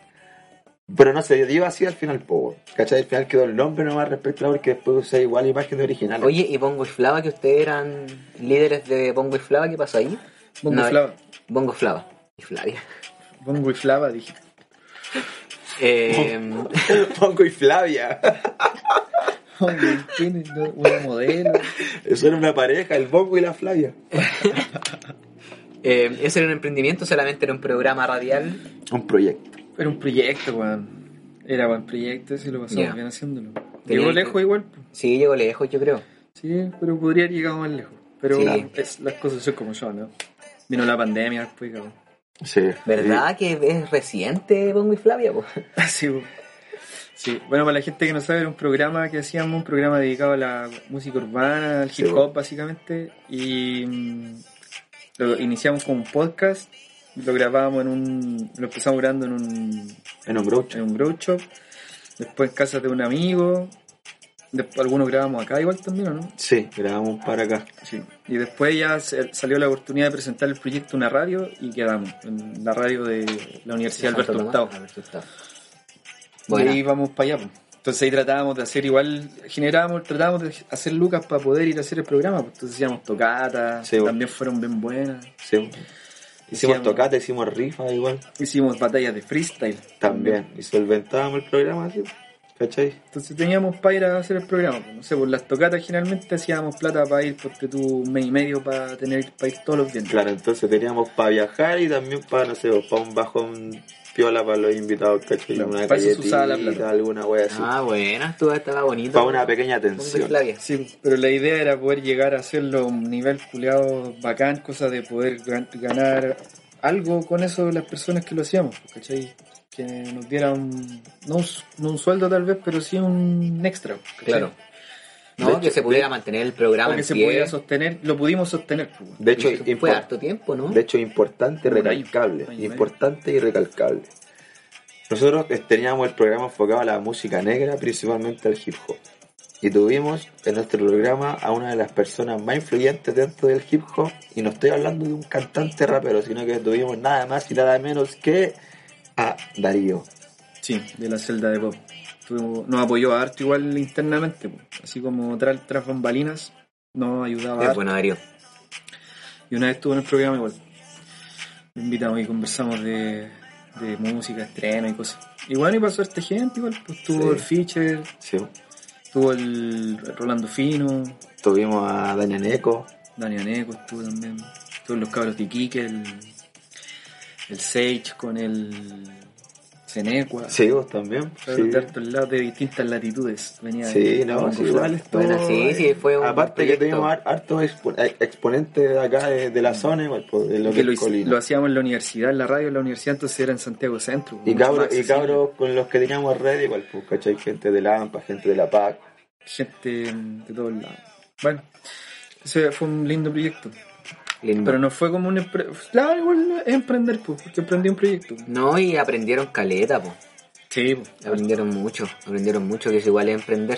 Speaker 6: Pero no se dio así al final, poco ¿cachai? Al final quedó el nombre nomás respecto a porque después usé igual imágenes originales.
Speaker 3: Oye, y Bongo y Flava, que ustedes eran líderes de Bongo y Flava, ¿qué pasó ahí?
Speaker 2: Bongo
Speaker 3: No,
Speaker 2: y Flava.
Speaker 3: Bongo Flava. Y Flavia.
Speaker 2: Bongo y Flava, dije.
Speaker 3: Eh,
Speaker 6: Pongo y Flavia.
Speaker 2: Oye, tiene un modelo.
Speaker 6: Eso era una pareja, el Bongo y la Flavia.
Speaker 3: eh, ¿Ese era un emprendimiento? ¿Solamente era un programa radial?
Speaker 6: Un proyecto.
Speaker 2: Era un proyecto, weón. Era buen proyecto, ese lo pasamos
Speaker 3: Ya.
Speaker 2: bien haciéndolo.
Speaker 3: Tenía
Speaker 2: Llegó
Speaker 3: que-
Speaker 2: lejos igual, po.
Speaker 3: Sí, llegó lejos, yo creo.
Speaker 2: sí, pero podría haber llegado más lejos. Pero
Speaker 3: Sí.
Speaker 2: es- las cosas son como son, ¿no? Vino la pandemia pues, después, cabrón.
Speaker 6: Sí.
Speaker 3: ¿Verdad que es reciente Bongo y Flavia? po?
Speaker 2: Sí, po. sí. Bueno, para la gente que no sabe, era un programa que hacíamos, un programa dedicado a la música urbana, al
Speaker 6: Sí,
Speaker 2: hip hop,
Speaker 6: po.
Speaker 2: básicamente. Y mm, lo iniciamos con un podcast, lo grabábamos en un. lo empezamos grabando en un,
Speaker 6: En un broche.
Speaker 2: en un grow shop, después en casa de un amigo. Después, algunos grabamos acá igual también, ¿o no?
Speaker 6: Sí, grabamos un par acá.
Speaker 2: Sí. Y después ya se- salió la oportunidad de presentar el proyecto a una radio y quedamos en la radio de la Universidad
Speaker 3: Santo
Speaker 2: Alberto
Speaker 3: Tomás,
Speaker 2: Hurtado.
Speaker 3: Alberto Hurtado.
Speaker 2: Y
Speaker 3: Bueno,
Speaker 2: ahí vamos para allá. pues. Entonces ahí tratábamos de hacer igual, generábamos, tratábamos de hacer lucas para poder ir a hacer el programa. pues. Entonces hacíamos tocatas,
Speaker 6: Sí, bueno.
Speaker 2: también fueron bien buenas.
Speaker 6: Sí. Hicimos
Speaker 2: Hacíamos-
Speaker 6: tocata, hicimos rifa igual.
Speaker 2: Hicimos batallas de freestyle.
Speaker 3: Mm.
Speaker 6: También. Y solventábamos el programa así. ¿Cachai?
Speaker 2: Entonces teníamos para ir a hacer el programa. pues. No sé, por las tocatas generalmente hacíamos plata para ir, porque tú un mes y medio para tener para ir todos los viernes.
Speaker 6: Claro, entonces teníamos para viajar y también para, no sé, para un bajón piola para los invitados, ¿cachai?
Speaker 2: Claro,
Speaker 6: una
Speaker 2: para eso se usaba la
Speaker 6: galletita,
Speaker 2: plata.
Speaker 6: alguna wea así.
Speaker 3: ah, buena, estuvo, estaba bonito.
Speaker 6: para una pequeña
Speaker 3: Bongo y
Speaker 6: atención.
Speaker 3: Flavia.
Speaker 2: Sí, pues, pero la idea era poder llegar a hacerlo a un nivel culeado bacán, cosa de poder gan- ganar algo con eso de las personas que lo hacíamos, pues, ¿cachai? Que nos dieran, no un, s- no un sueldo tal vez, pero sí un extra, pues, ¿cachai?
Speaker 3: Claro. No,
Speaker 6: De hecho,
Speaker 3: que se pudiera mantener el programa
Speaker 2: Algo que
Speaker 3: en
Speaker 2: se
Speaker 3: pie.
Speaker 2: pudiera sostener, lo pudimos sostener. pues, bueno.
Speaker 6: De hecho,
Speaker 3: Fue
Speaker 6: impor-
Speaker 3: harto tiempo, ¿no?
Speaker 6: de hecho, importante,
Speaker 2: Un año,
Speaker 6: recalcable.
Speaker 2: un año y medio.
Speaker 6: Importante y recalcable. Nosotros eh, teníamos el programa enfocado a la música negra, principalmente al hip hop. Y tuvimos en nuestro programa a una de las personas más influyentes dentro del hip hop. Y no estoy hablando de un cantante rapero, sino que tuvimos nada más y nada menos que a Darío.
Speaker 2: Sí, de la celda de pop. Tuvimos- nos apoyó a harto igual internamente, pues, así como tras, tras bambalinas nos ayudaba
Speaker 3: Es
Speaker 2: harto.
Speaker 3: Eh, bueno, Darío.
Speaker 2: Y una vez estuvo en el programa igual. Lo invitamos y conversamos de, de música, estreno y cosas. Y bueno, y pasó este gente igual. Pues tuvo
Speaker 6: Sí.
Speaker 2: el Fischer,
Speaker 6: Sí.
Speaker 2: tuvo el Rolando Fino,
Speaker 6: Tuvimos a Dañaneco.
Speaker 2: Dani Aneco estuvo también. Estuvo los cabros de Iquique, el, el Sage con el Senecua.
Speaker 6: Sí, vos también.
Speaker 2: Cabros
Speaker 6: Sí.
Speaker 2: de hartos lados, de distintas latitudes. Venía
Speaker 6: Sí,
Speaker 2: de
Speaker 6: no,
Speaker 2: Bongo
Speaker 6: sí,
Speaker 2: Flava,
Speaker 6: igual estuvo-
Speaker 3: Bueno, sí, sí, fue un
Speaker 6: Aparte que
Speaker 3: proyecto.
Speaker 6: teníamos har- hartos expo- eh, exponentes de acá de, de la zona, igual, pues, de lo que
Speaker 2: que
Speaker 6: es
Speaker 2: lo, hic-
Speaker 6: Colina.
Speaker 2: lo hacíamos en la universidad, en la radio en la universidad, entonces era en Santiago Centro.
Speaker 6: y
Speaker 2: mucho
Speaker 6: cabros,
Speaker 2: más
Speaker 6: y
Speaker 2: accesible.
Speaker 6: cabros con los que teníamos red, igual, pues, ¿cachai? Gente de la AMPA, gente de la PAC.
Speaker 2: gente mm, de todos lados. Bueno, ese fue un lindo proyecto.
Speaker 3: Lindo.
Speaker 2: Pero no fue como un... empre- Claro, igual es emprender, pues, porque emprendí un proyecto.
Speaker 3: No, y aprendieron caleta, po.
Speaker 2: Sí,
Speaker 3: Aprendieron mucho, aprendieron mucho, que es igual es emprender.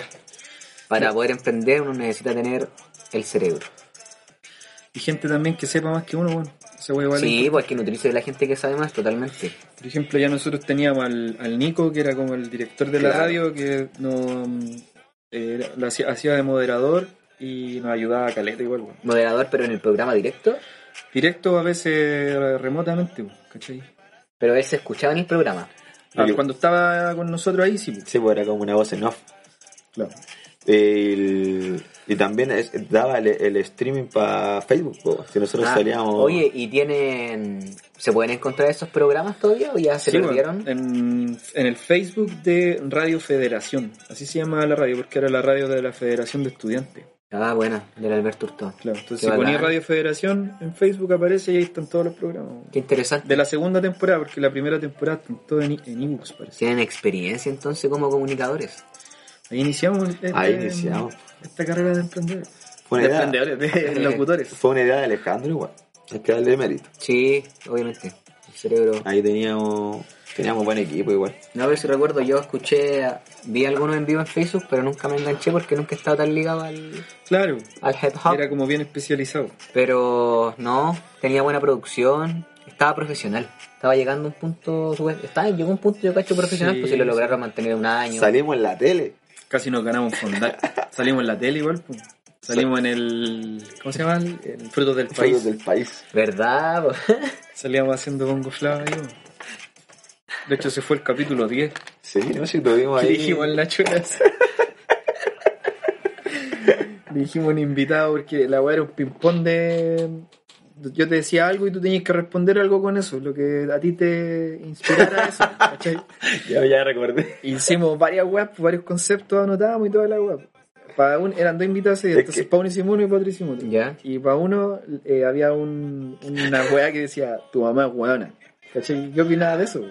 Speaker 3: Para poder emprender uno necesita tener el cerebro.
Speaker 2: Y gente también que sepa más que uno, bueno. Ese wey vale.
Speaker 3: Sí, pues hay que nutrirse de la gente que sabe más totalmente.
Speaker 2: Por ejemplo, ya nosotros teníamos al, al Nico, que era como el director de la
Speaker 6: Claro.
Speaker 2: radio, que no mm, era- lo hacía, hacía de moderador y nos ayudaba a caleta igual, bueno.
Speaker 3: Moderador, pero en el programa directo,
Speaker 2: Directo a veces remotamente, bueno, ¿cachai?
Speaker 3: pero él se escuchaba en el programa.
Speaker 2: Ah,
Speaker 6: Yo-
Speaker 2: cuando estaba con nosotros ahí, sí, pues,
Speaker 6: Sí, pues era como una voz en off.
Speaker 2: claro.
Speaker 6: El- y también es- daba el, el streaming para Facebook, pues, si nosotros
Speaker 3: Ah,
Speaker 6: salíamos.
Speaker 3: Oye, ¿y tienen... ¿Se pueden encontrar esos programas todavía o ya se
Speaker 2: Sí,
Speaker 3: perdieron?
Speaker 2: bueno, en, en el Facebook de Radio Federación. Así se llama la radio, porque era la radio de la Federación de Estudiantes.
Speaker 3: Ah, buena, del Alberto Hurtado.
Speaker 2: eh. Claro, entonces
Speaker 3: Qué
Speaker 2: si ponía
Speaker 3: bacán.
Speaker 2: Radio Federación, en Facebook aparece y ahí están todos los programas.
Speaker 3: Qué interesante.
Speaker 2: De la segunda temporada, porque la primera temporada están todos en e- en ebooks, parece.
Speaker 3: ¿Tienen experiencia entonces como comunicadores?
Speaker 2: Ahí iniciamos, este-
Speaker 6: Ahí iniciamos.
Speaker 2: esta carrera de emprendedores.
Speaker 6: Fue
Speaker 2: de
Speaker 6: una, idea,
Speaker 2: emprendedores, de locutores.
Speaker 6: fue una idea de Alejandro, igual. Hay que darle mérito.
Speaker 3: Sí, obviamente. El cerebro.
Speaker 6: Ahí teníamos Teníamos buen equipo igual.
Speaker 3: No, pero si recuerdo, yo escuché, vi algunos en vivo en Facebook, pero nunca me enganché porque nunca he estado tan ligado al,
Speaker 2: Claro,
Speaker 3: al hip hop.
Speaker 2: era como bien especializado.
Speaker 3: Pero no, tenía buena producción, estaba profesional. Estaba llegando a un punto, sube- estaba, llegó a un punto yo cacho profesional,
Speaker 2: Sí,
Speaker 3: pues si lo lograron mantener un año.
Speaker 6: Salimos en la tele.
Speaker 2: Casi nos ganamos fondar. Salimos en la tele igual, pues. Salimos en el. ¿Cómo se llama? El, el Frutos del País.
Speaker 6: Salimos del país.
Speaker 3: ¿Verdad? po?
Speaker 2: Salíamos haciendo bongo flava, yo. De hecho, se fue el capítulo 10.
Speaker 6: Sí, no si lo vimos
Speaker 2: Le
Speaker 6: ahí.
Speaker 2: dijimos al Nacho Gras. Le dijimos un invitado porque la weá era un ping-pong de. Yo te decía algo y tú tenías que responder algo con eso, lo que a ti te inspirara eso, ¿cachai?
Speaker 6: Ya, ya recordé.
Speaker 2: Hicimos varias weas, pues, varios conceptos anotábamos y toda la web. Para un, eran dos invitados ese día,
Speaker 6: Es
Speaker 2: entonces
Speaker 6: que-
Speaker 2: para uno hicimos uno y para otro hicimos otro.
Speaker 3: Ya.
Speaker 2: Y para uno eh, había un, una wea que decía, tu mamá es weona. ¿Cachai? Yo opinaba de eso. po.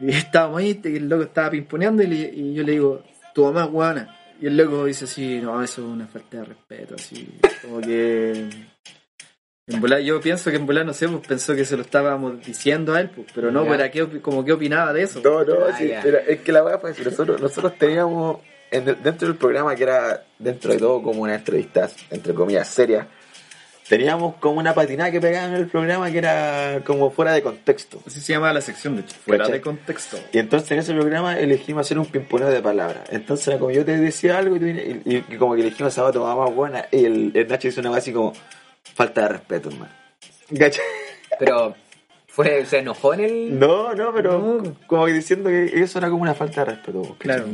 Speaker 2: Y estábamos ahí, y el loco estaba pimponeando y, le- y yo le digo, tu mamá es weona. Y el loco dice así, no, eso es una falta de respeto, así, como que... En volar, yo pienso que en volar, no sé, pues pensó que se lo estábamos diciendo a él, pues, pero no,
Speaker 3: Ya.
Speaker 2: para qué, opi- como que opinaba de eso.
Speaker 6: No, no,
Speaker 3: Ah,
Speaker 6: sí,
Speaker 3: ya.
Speaker 6: pero es que la weá fue, nosotros, nosotros teníamos en el- dentro del programa, que era dentro de todo como una entrevista, entre comillas, seria, teníamos como una patinada que pegaba en el programa que era como fuera de contexto.
Speaker 2: Así se llama la sección, de hecho, fuera
Speaker 6: ¿Cachai?
Speaker 2: de contexto.
Speaker 6: Y entonces en ese programa elegimos hacer un pimponeo de palabras. Entonces era como yo te decía algo y, tú vienes- y- y- y como que elegimos a otra más buena. Y el, el Nacho hizo una cosa así como falta de respeto, hermano. ¿Cachai?
Speaker 3: Pero fue, se enojó en el.
Speaker 6: No, no, pero
Speaker 2: No.
Speaker 6: como que diciendo que eso era como una falta de respeto. ¿cachai?
Speaker 2: Claro,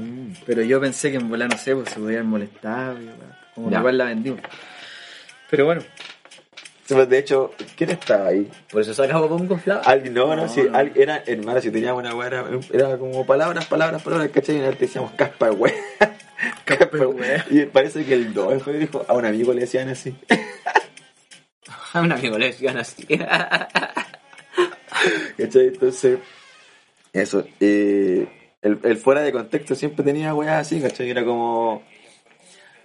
Speaker 2: pero yo pensé que en volar, no sé, pues se podían molestar, y, bueno, como que
Speaker 3: Ya.
Speaker 2: igual la vendimos. Pero bueno,
Speaker 6: Sí, pues, De hecho, ¿quién estaba ahí?
Speaker 3: Por eso sacamos un conflado.
Speaker 6: Alguien, no, no,
Speaker 2: No,
Speaker 6: sí,
Speaker 2: no.
Speaker 6: al- era, hermano, si teníamos una weá, era, era como palabras, palabras, palabras, ¿cachai? Y nosotros decíamos caspa, weá.
Speaker 2: Caspa de weá.
Speaker 6: Y parece que el 2 fue dijo, a un amigo le decían así.
Speaker 3: A un amigo le decían así.
Speaker 6: ¿Cachai? Entonces, eso. eh, el, el fuera de contexto siempre tenía weas así, ¿cachai? Era como.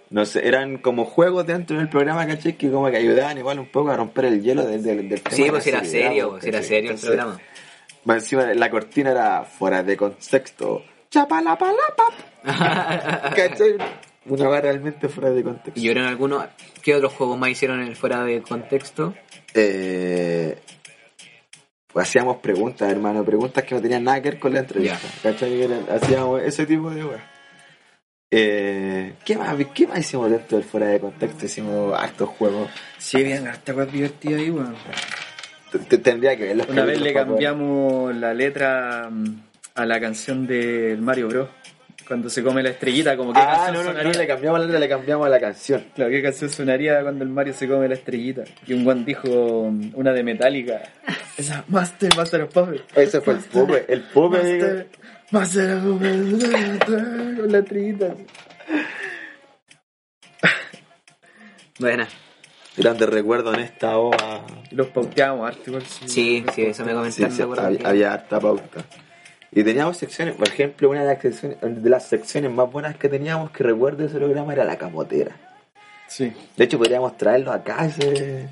Speaker 6: No sé, eran como juegos dentro del programa, ¿cachai? Que como que ayudaban igual un poco a romper el hielo del, del, del tema
Speaker 3: sí,
Speaker 6: de
Speaker 3: pues si
Speaker 6: la
Speaker 3: era
Speaker 6: seriedad,
Speaker 3: serio,
Speaker 6: pues,
Speaker 3: si era
Speaker 6: ¿cachai?
Speaker 3: serio el
Speaker 6: Entonces,
Speaker 3: programa.
Speaker 6: más encima la cortina era fuera de contexto. Chapalapalapa. ¿Cachai? Una wea realmente fuera de contexto.
Speaker 3: ¿Y eran algunos? ¿Qué otros juegos más hicieron en el fuera de contexto?
Speaker 6: eh, pues hacíamos preguntas, hermano, preguntas que no tenían nada que ver con la entrevista. ¿Cachai? Que eran- hacíamos ese tipo de weas. Eh, ¿qué, más, ¿Qué más hicimos dentro del fuera de contexto? Hicimos hartos juegos.
Speaker 2: sí, bien, harta cosa divertida ahí, weón.
Speaker 6: Te- te- Tendría que ver los
Speaker 2: Una vez
Speaker 6: capítulos
Speaker 2: le
Speaker 6: para poder-
Speaker 2: cambiamos la letra mm, a la canción del Mario Bros. Cuando se come la estrellita, como que
Speaker 6: Ah,
Speaker 2: canción
Speaker 6: no, no, no,
Speaker 2: sonaría.
Speaker 6: le cambiamos la letra, le cambiamos la canción.
Speaker 2: Claro, ¿qué canción sonaría cuando el Mario se come la estrellita? Y un guan dijo mm, una de Metallica. Esa, Master, Master of Puppets.
Speaker 6: Ese fue el pope, el pope.
Speaker 2: Master, Master of Puppets. Con la estrellita.
Speaker 3: Bueno,
Speaker 6: Grandes recuerdos en esta OA.
Speaker 2: Y los pauteamos, arte, igual.
Speaker 3: sí, sí, eso me
Speaker 6: Sí,
Speaker 3: comentaron.
Speaker 6: sí,
Speaker 3: ¿te acuerdas?
Speaker 6: había, había harta pauta. Y teníamos secciones, por ejemplo, una de las secciones, de las secciones más buenas que teníamos que recuerdo de ese programa era la camotera.
Speaker 2: Sí,
Speaker 6: De hecho, podríamos traerlo acá, ese-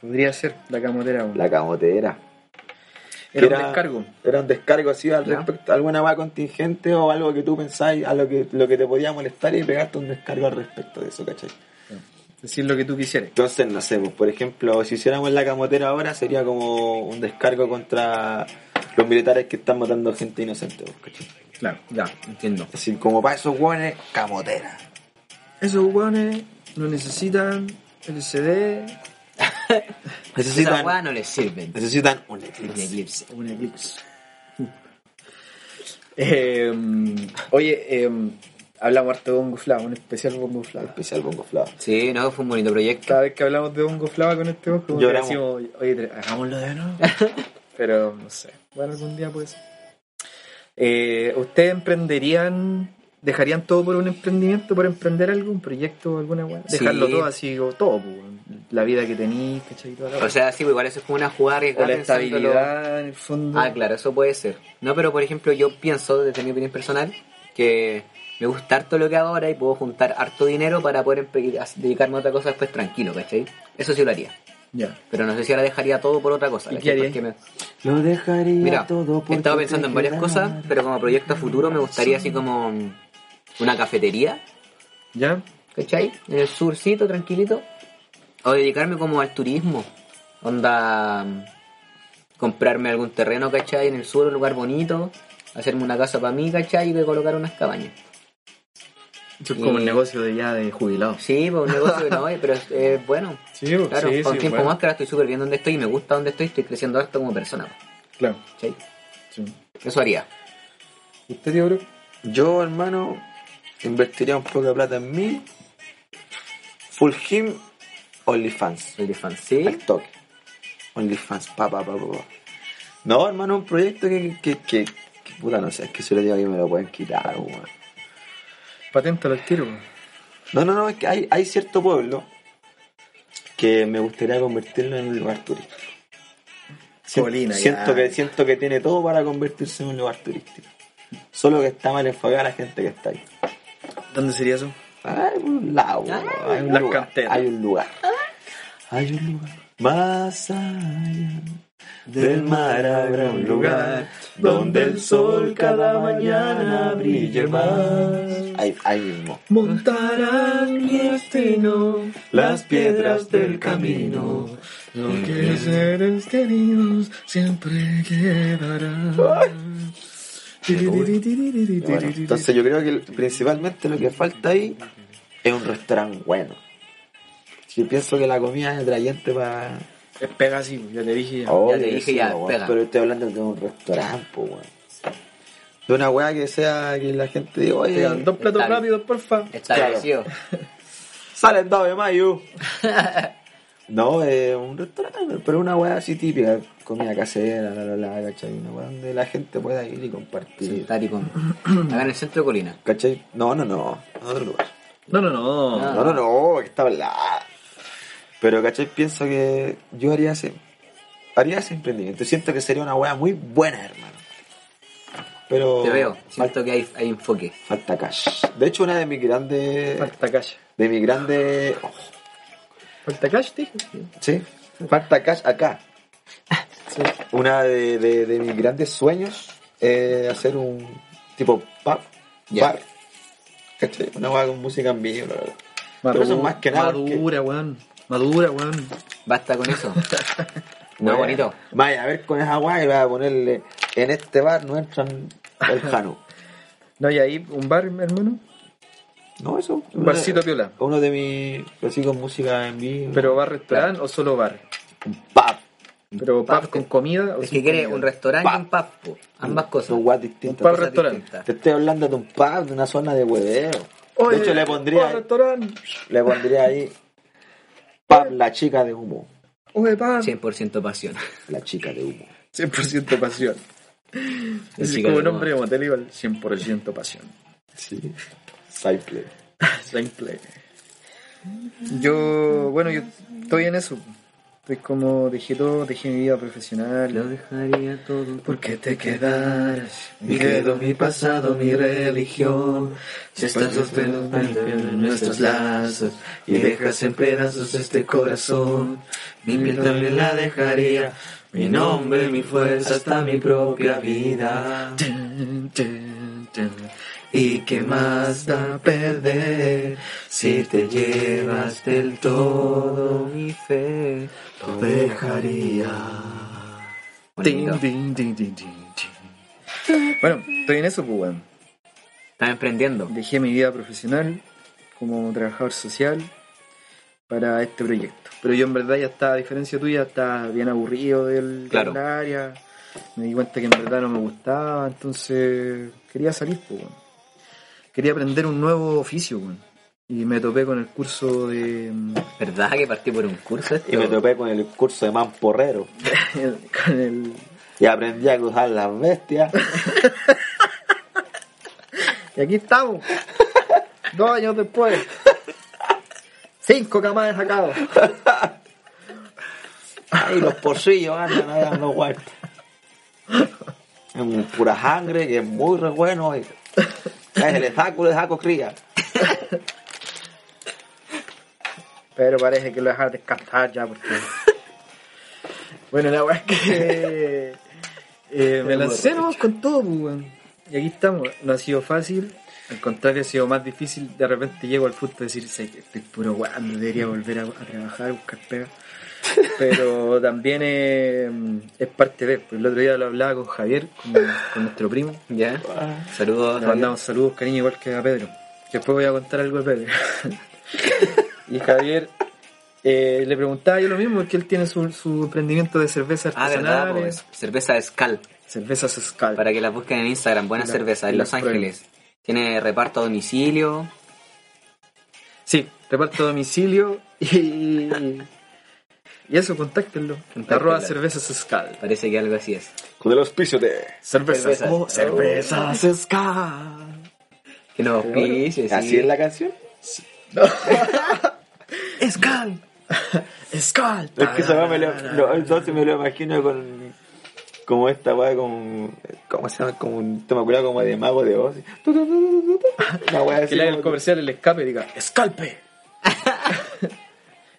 Speaker 2: podría ser la camotera. weón.
Speaker 6: la camotera.
Speaker 2: Era,
Speaker 6: Era-
Speaker 2: un descargo.
Speaker 6: Era un descargo así al
Speaker 3: Ya.
Speaker 6: respecto, alguna va contingente o algo que tú pensáis, a lo que, lo que te podía molestar y pegarte un descargo al respecto de eso, ¿cachai?
Speaker 2: Decir lo que tú quisieras.
Speaker 6: Entonces, no sé, pues, por ejemplo, si hiciéramos la camotera ahora sería como un descargo contra los militares que están matando gente inocente, pues, ¿cachai?
Speaker 2: Claro.
Speaker 3: Ya, entiendo.
Speaker 6: Así como para esos hueones, camotera.
Speaker 2: Esos hueones no necesitan LCD,
Speaker 3: Esas
Speaker 6: Necesitan,
Speaker 3: weas no les sirven.
Speaker 6: necesitan un
Speaker 3: Un
Speaker 6: eclipse.
Speaker 3: eclipse.
Speaker 2: un eclipse. Eh, oye, eh, hablamos harto de Bongo Flava, un especial Bongo Flava.
Speaker 6: Especial Bongo Flava.
Speaker 3: Sí, no, fue un bonito proyecto.
Speaker 2: Cada vez que hablamos de Bongo Flava con este ojo, como que
Speaker 6: Lloramos.
Speaker 2: decimos, oye, tra- hagámoslo de nuevo. Pero no sé. Bueno, algún día pues. Eh, ¿Ustedes emprenderían, dejarían todo por un emprendimiento, por emprender algo, un proyecto, alguna weá?
Speaker 3: Sí.
Speaker 2: Dejarlo todo así, o todo, pues, weón. la vida que tenéis, ¿cachai? Toda la
Speaker 3: O sea, sí, pues, igual eso es como una jugada
Speaker 2: O la
Speaker 3: arriesgada. pensándolo.
Speaker 2: estabilidad en el fondo.
Speaker 3: Ah, claro, eso puede ser. No, pero por ejemplo, yo pienso, desde mi opinión personal, que me gusta harto lo que hago ahora y puedo juntar harto dinero para poder empe- dedicarme a otra cosa después tranquilo, ¿cachai? Eso sí lo haría.
Speaker 2: Ya.
Speaker 3: Pero no sé si ahora dejaría todo por otra cosa.
Speaker 2: ¿Y
Speaker 3: ¿cachai?
Speaker 2: qué haría?
Speaker 3: Porque me-
Speaker 6: Lo dejaría
Speaker 3: Mira,
Speaker 6: todo
Speaker 3: he
Speaker 6: por
Speaker 3: estado pensando en varias cosas, pero como proyecto a futuro me gustaría así como mm, una cafetería,
Speaker 2: ¿Ya?
Speaker 3: ¿cachai? En el surcito, tranquilito. O dedicarme como al turismo. Onda, mm, comprarme algún terreno, ¿cachai? En el sur, un lugar bonito. Hacerme una casa para mí, ¿cachai? Y de colocar unas cabañas.
Speaker 2: Eso es
Speaker 3: Y-
Speaker 2: como el negocio de ya de jubilados.
Speaker 3: Sí, pues un negocio que no hay, pero es es bueno.
Speaker 2: Sí, bo,
Speaker 3: Claro,
Speaker 2: sí,
Speaker 3: con
Speaker 2: sí,
Speaker 3: tiempo
Speaker 2: bueno.
Speaker 3: más que ahora estoy súper bien donde estoy y me gusta donde estoy, estoy creciendo harto como persona,
Speaker 2: Claro.
Speaker 3: ¿cachai?
Speaker 2: sí.
Speaker 3: Eso haría.
Speaker 2: ¿Usted, tío, bro?
Speaker 6: Yo, hermano, invertiría un poco de plata en mí. Full Him, OnlyFans.
Speaker 3: OnlyFans, ¿sí?
Speaker 6: Al toque. OnlyFans, pa, pa, pa, pa, pa. No, hermano, un proyecto que, que, que, que puta, no sé, es que si lo digo aquí me lo pueden quitar, weón.
Speaker 2: Paténtalo al tiro, bo.
Speaker 6: No, no, no, es que hay, hay cierto pueblo que me gustaría convertirlo en un lugar turístico. Sien-
Speaker 2: Colina, ya.
Speaker 6: siento, que, siento que tiene todo para convertirse en un lugar turístico. Solo que está mal enfocada la gente que está ahí.
Speaker 2: ¿Dónde sería eso?
Speaker 6: Hay un lago, hay un
Speaker 2: las
Speaker 6: lugar.
Speaker 2: canteras.
Speaker 6: Hay un lugar.
Speaker 3: Ah.
Speaker 6: Hay un lugar. Más allá del mar habrá un lugar donde el sol cada mañana brille más. Ahí, ahí mismo.
Speaker 2: Montarás mi destino,
Speaker 6: las piedras del camino.
Speaker 2: Lo que seres queridos siempre quedará.
Speaker 6: Bueno, entonces yo creo que el- principalmente lo que falta ahí es un restaurante bueno. Si pienso que la comida es atrayente para...
Speaker 2: Es pega así, ya te dije ya.
Speaker 6: Obvio,
Speaker 3: te dije
Speaker 6: sí,
Speaker 3: ya,
Speaker 6: weón,
Speaker 3: pega.
Speaker 6: Pero estoy hablando de un restaurante, po, weón. De una weá que sea que la gente diga, oye,
Speaker 2: Oigan, dos platos
Speaker 3: Está bien.
Speaker 2: rápidos, porfa.
Speaker 3: Eh. Establecido.
Speaker 6: sale el 2 de mayo. no, es un restaurante, pero una weá así típica, comida casera, la, la, la, ¿cachai? Una weá donde la gente pueda ir y compartir.
Speaker 3: Sentar y comer. Acá en el centro de Colina.
Speaker 6: ¿Cachai? No, no, no, en otro lugar.
Speaker 2: No, no, no.
Speaker 3: Ah.
Speaker 6: No, no, no, que está hablada. Pero, ¿cachai? Pienso que yo haría ese, haría ese emprendimiento. Siento que sería una weá muy buena, hermano. Pero.
Speaker 3: Te
Speaker 2: Oh,
Speaker 3: veo.
Speaker 6: fal-
Speaker 3: Siento que hay, hay enfoque.
Speaker 6: Falta cash. De hecho, una de mis grandes.
Speaker 2: Falta cash.
Speaker 6: De mis grandes. oh,
Speaker 2: Falta cash, te dije.
Speaker 6: sí. Falta cash acá. Una de, de- de mis grandes sueños es hacer un tipo pub,
Speaker 3: Ya.
Speaker 6: bar. ¿Cachai? Una weá con música en vivo, la verdad.
Speaker 2: Madura,
Speaker 6: Pero eso más que nada. porque-
Speaker 2: Madura, weón. Madura, weón.
Speaker 3: Basta con eso. Muy
Speaker 6: Vaya-
Speaker 3: bonito.
Speaker 6: Vaya, a ver con esa guay y va a ponerle en este bar no entran el Jano.
Speaker 2: No, y ahí un bar, hermano.
Speaker 6: No, eso.
Speaker 2: Un barcito piola.
Speaker 6: Uno de mis. pero así con música en vivo.
Speaker 2: Pero bar restaurante o solo bar.
Speaker 6: Un pub.
Speaker 2: Pero
Speaker 3: pub
Speaker 2: pub con comida o
Speaker 3: Es
Speaker 2: sin
Speaker 3: que quiere
Speaker 2: comida.
Speaker 3: un restaurante y
Speaker 6: Pa.
Speaker 3: un pub. po. Ambas cosas.
Speaker 6: Son guas
Speaker 2: Un
Speaker 6: distintas.
Speaker 2: pub
Speaker 6: cosas
Speaker 2: restaurante.
Speaker 6: distintas. Te estoy hablando de un pub, de una zona de hueveo.
Speaker 2: Oye,
Speaker 6: de hecho, le
Speaker 2: pub
Speaker 6: pondría,
Speaker 2: restaurante.
Speaker 6: le pondría ahí. Pub, la chica de humo.
Speaker 2: Oye, pub.
Speaker 3: 100% pasión.
Speaker 6: La chica de humo.
Speaker 2: 100% pasión. Es
Speaker 3: chica
Speaker 2: como
Speaker 3: de
Speaker 2: nombre de motel igual, 100% pasión.
Speaker 6: Sí. Cycle.
Speaker 2: Simple. Yo, bueno, yo estoy en eso. Estoy como, dejé todo, dejé mi vida profesional.
Speaker 3: dejaría todo.
Speaker 2: Porque te quedaras, mi credo, mi pasado, mi religión. Si estás sostenida en nuestros lazos y dejas en pedazos este corazón, mi piel también la dejaría, mi nombre, mi fuerza, hasta mi propia vida. Y qué más da perder si te llevas del todo mi fe, lo dejaría. Tin,
Speaker 3: Estás
Speaker 2: tin, tin, tin, tin, tin. Bueno, estoy en eso, pues, weón.
Speaker 3: emprendiendo.
Speaker 2: Dejé mi vida profesional como trabajador social para este proyecto. Pero yo en verdad ya estaba, a diferencia tuya, estaba bien aburrido del,
Speaker 3: Claro.
Speaker 2: del área. Me di cuenta que en verdad no me gustaba, entonces quería salir, pues, weón. Quería aprender un nuevo oficio, weón. Y me topé con el curso de...
Speaker 3: ¿Verdad que partí por un curso esto?
Speaker 6: Y me topé con el curso de mamporrero.
Speaker 2: con el...
Speaker 6: Y aprendí a cruzar las bestias.
Speaker 2: Y aquí estamos. Dos años después. Cinco camadas sacados.
Speaker 6: Ahí los porcillos andan ahí dando vueltas. Es un pura sangre que es muy re bueno. oiga. Es el saco de saco cría.
Speaker 2: Pero parece que lo dejaron descansar ya porque Bueno, la weá es que. eh, me lancé nomás con todo, pues, weón. Y aquí estamos. No ha sido fácil. Al contrario, ha sido más difícil. De repente llego al punto de decir, "Sé que estoy puro weón, debería volver a, a trabajar, buscar pega. Pero también eh, es parte de. Pues el otro día lo hablaba con Javier, con, con nuestro primo.
Speaker 3: ¿Ya? Saludos.
Speaker 2: Le mandamos saludos, cariño, igual que a Pedro. Que Después voy a contar algo de Pedro. y Javier, eh, le preguntaba yo lo mismo, porque él tiene su, su emprendimiento de cerveza
Speaker 3: Ah, verdad,
Speaker 2: artesanal,
Speaker 3: pues, cerveza Scal.
Speaker 2: cervezas Scal.
Speaker 3: Para que la busquen en Instagram, buena
Speaker 2: La-
Speaker 3: cerveza, en
Speaker 2: la
Speaker 3: Los
Speaker 2: prueba.
Speaker 3: Ángeles. Tiene reparto a domicilio.
Speaker 2: Sí, reparto a domicilio y... Y eso, contáctenlo.
Speaker 3: Contáctenlo.
Speaker 2: Arroba cervezas Scal.
Speaker 3: Parece que algo así es.
Speaker 6: Con el auspicio de.
Speaker 2: Cervezas,
Speaker 3: Cervezas.
Speaker 2: oh, cervezas Scal.
Speaker 3: Que nos auspicie,
Speaker 6: ¿Así
Speaker 3: sí.
Speaker 6: es la canción?
Speaker 2: Scal. Scal.
Speaker 6: Es que esa weá me lo, no, entonces me lo imagino con. Como esta weá, con. ¿Cómo se llama? Como un tema curado como de mago de voz. Una weá así.
Speaker 2: Que le haga el
Speaker 6: como-
Speaker 2: comercial, el escape y diga, ¡Escalpe!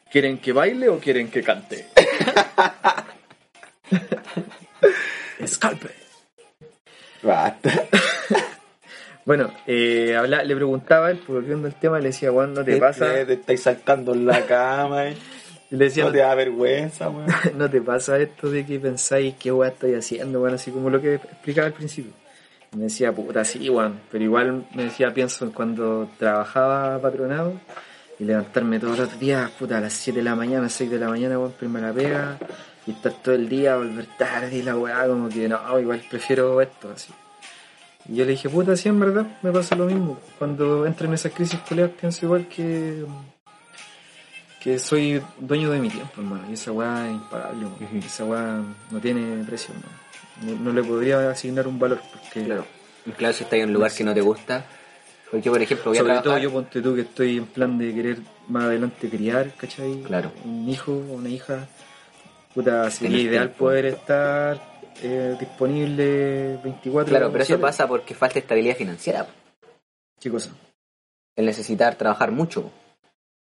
Speaker 2: ¿Quieren que baile o quieren que cante? ¡Escalpe!
Speaker 6: Basta.
Speaker 2: Bueno, eh, habla- le preguntaba a él, porque viendo el tema, le decía, ¿cuándo te pasa?
Speaker 6: Te, te estáis saltando en la cama, eh.
Speaker 2: Y Le decía,
Speaker 6: No te da vergüenza, weón.
Speaker 2: ¿no te pasa esto de que pensáis qué weá estoy haciendo? Bueno, así como lo que explicaba al principio. Y Me decía, puta, sí, weón. Pero igual me decía, pienso en cuando trabajaba patronado y levantarme todos los días, puta, a las 7 de la mañana, 6 de la mañana, weón, primera pega. Y estar todo el día, volver tarde y la weá, como que no, igual prefiero esto, así. Y yo le dije, puta, sí, en verdad, me pasa lo mismo. Cuando entro en esas crisis culiadas, pienso igual que. que soy dueño de mi tiempo, hermano. Y esa weá es impagable, weón. Esa weá no tiene precio, hermano. No, no le podría asignar un valor, porque.
Speaker 3: Claro. Y Claro, si estáis en un lugar que no te gusta. Porque, por ejemplo, voy a
Speaker 2: Sobre todo
Speaker 3: trabajar.
Speaker 2: yo ponte tú que estoy en plan de querer más adelante criar, ¿cachai?
Speaker 3: Claro.
Speaker 2: Un hijo, una hija. Puta, sería
Speaker 3: Tenés
Speaker 2: ideal
Speaker 3: tiempo.
Speaker 2: poder estar eh, disponible 24
Speaker 3: Claro, pero eso
Speaker 2: 7.
Speaker 3: pasa porque falta estabilidad financiera. po.
Speaker 2: ¿Qué cosa?
Speaker 3: El necesitar trabajar mucho. po.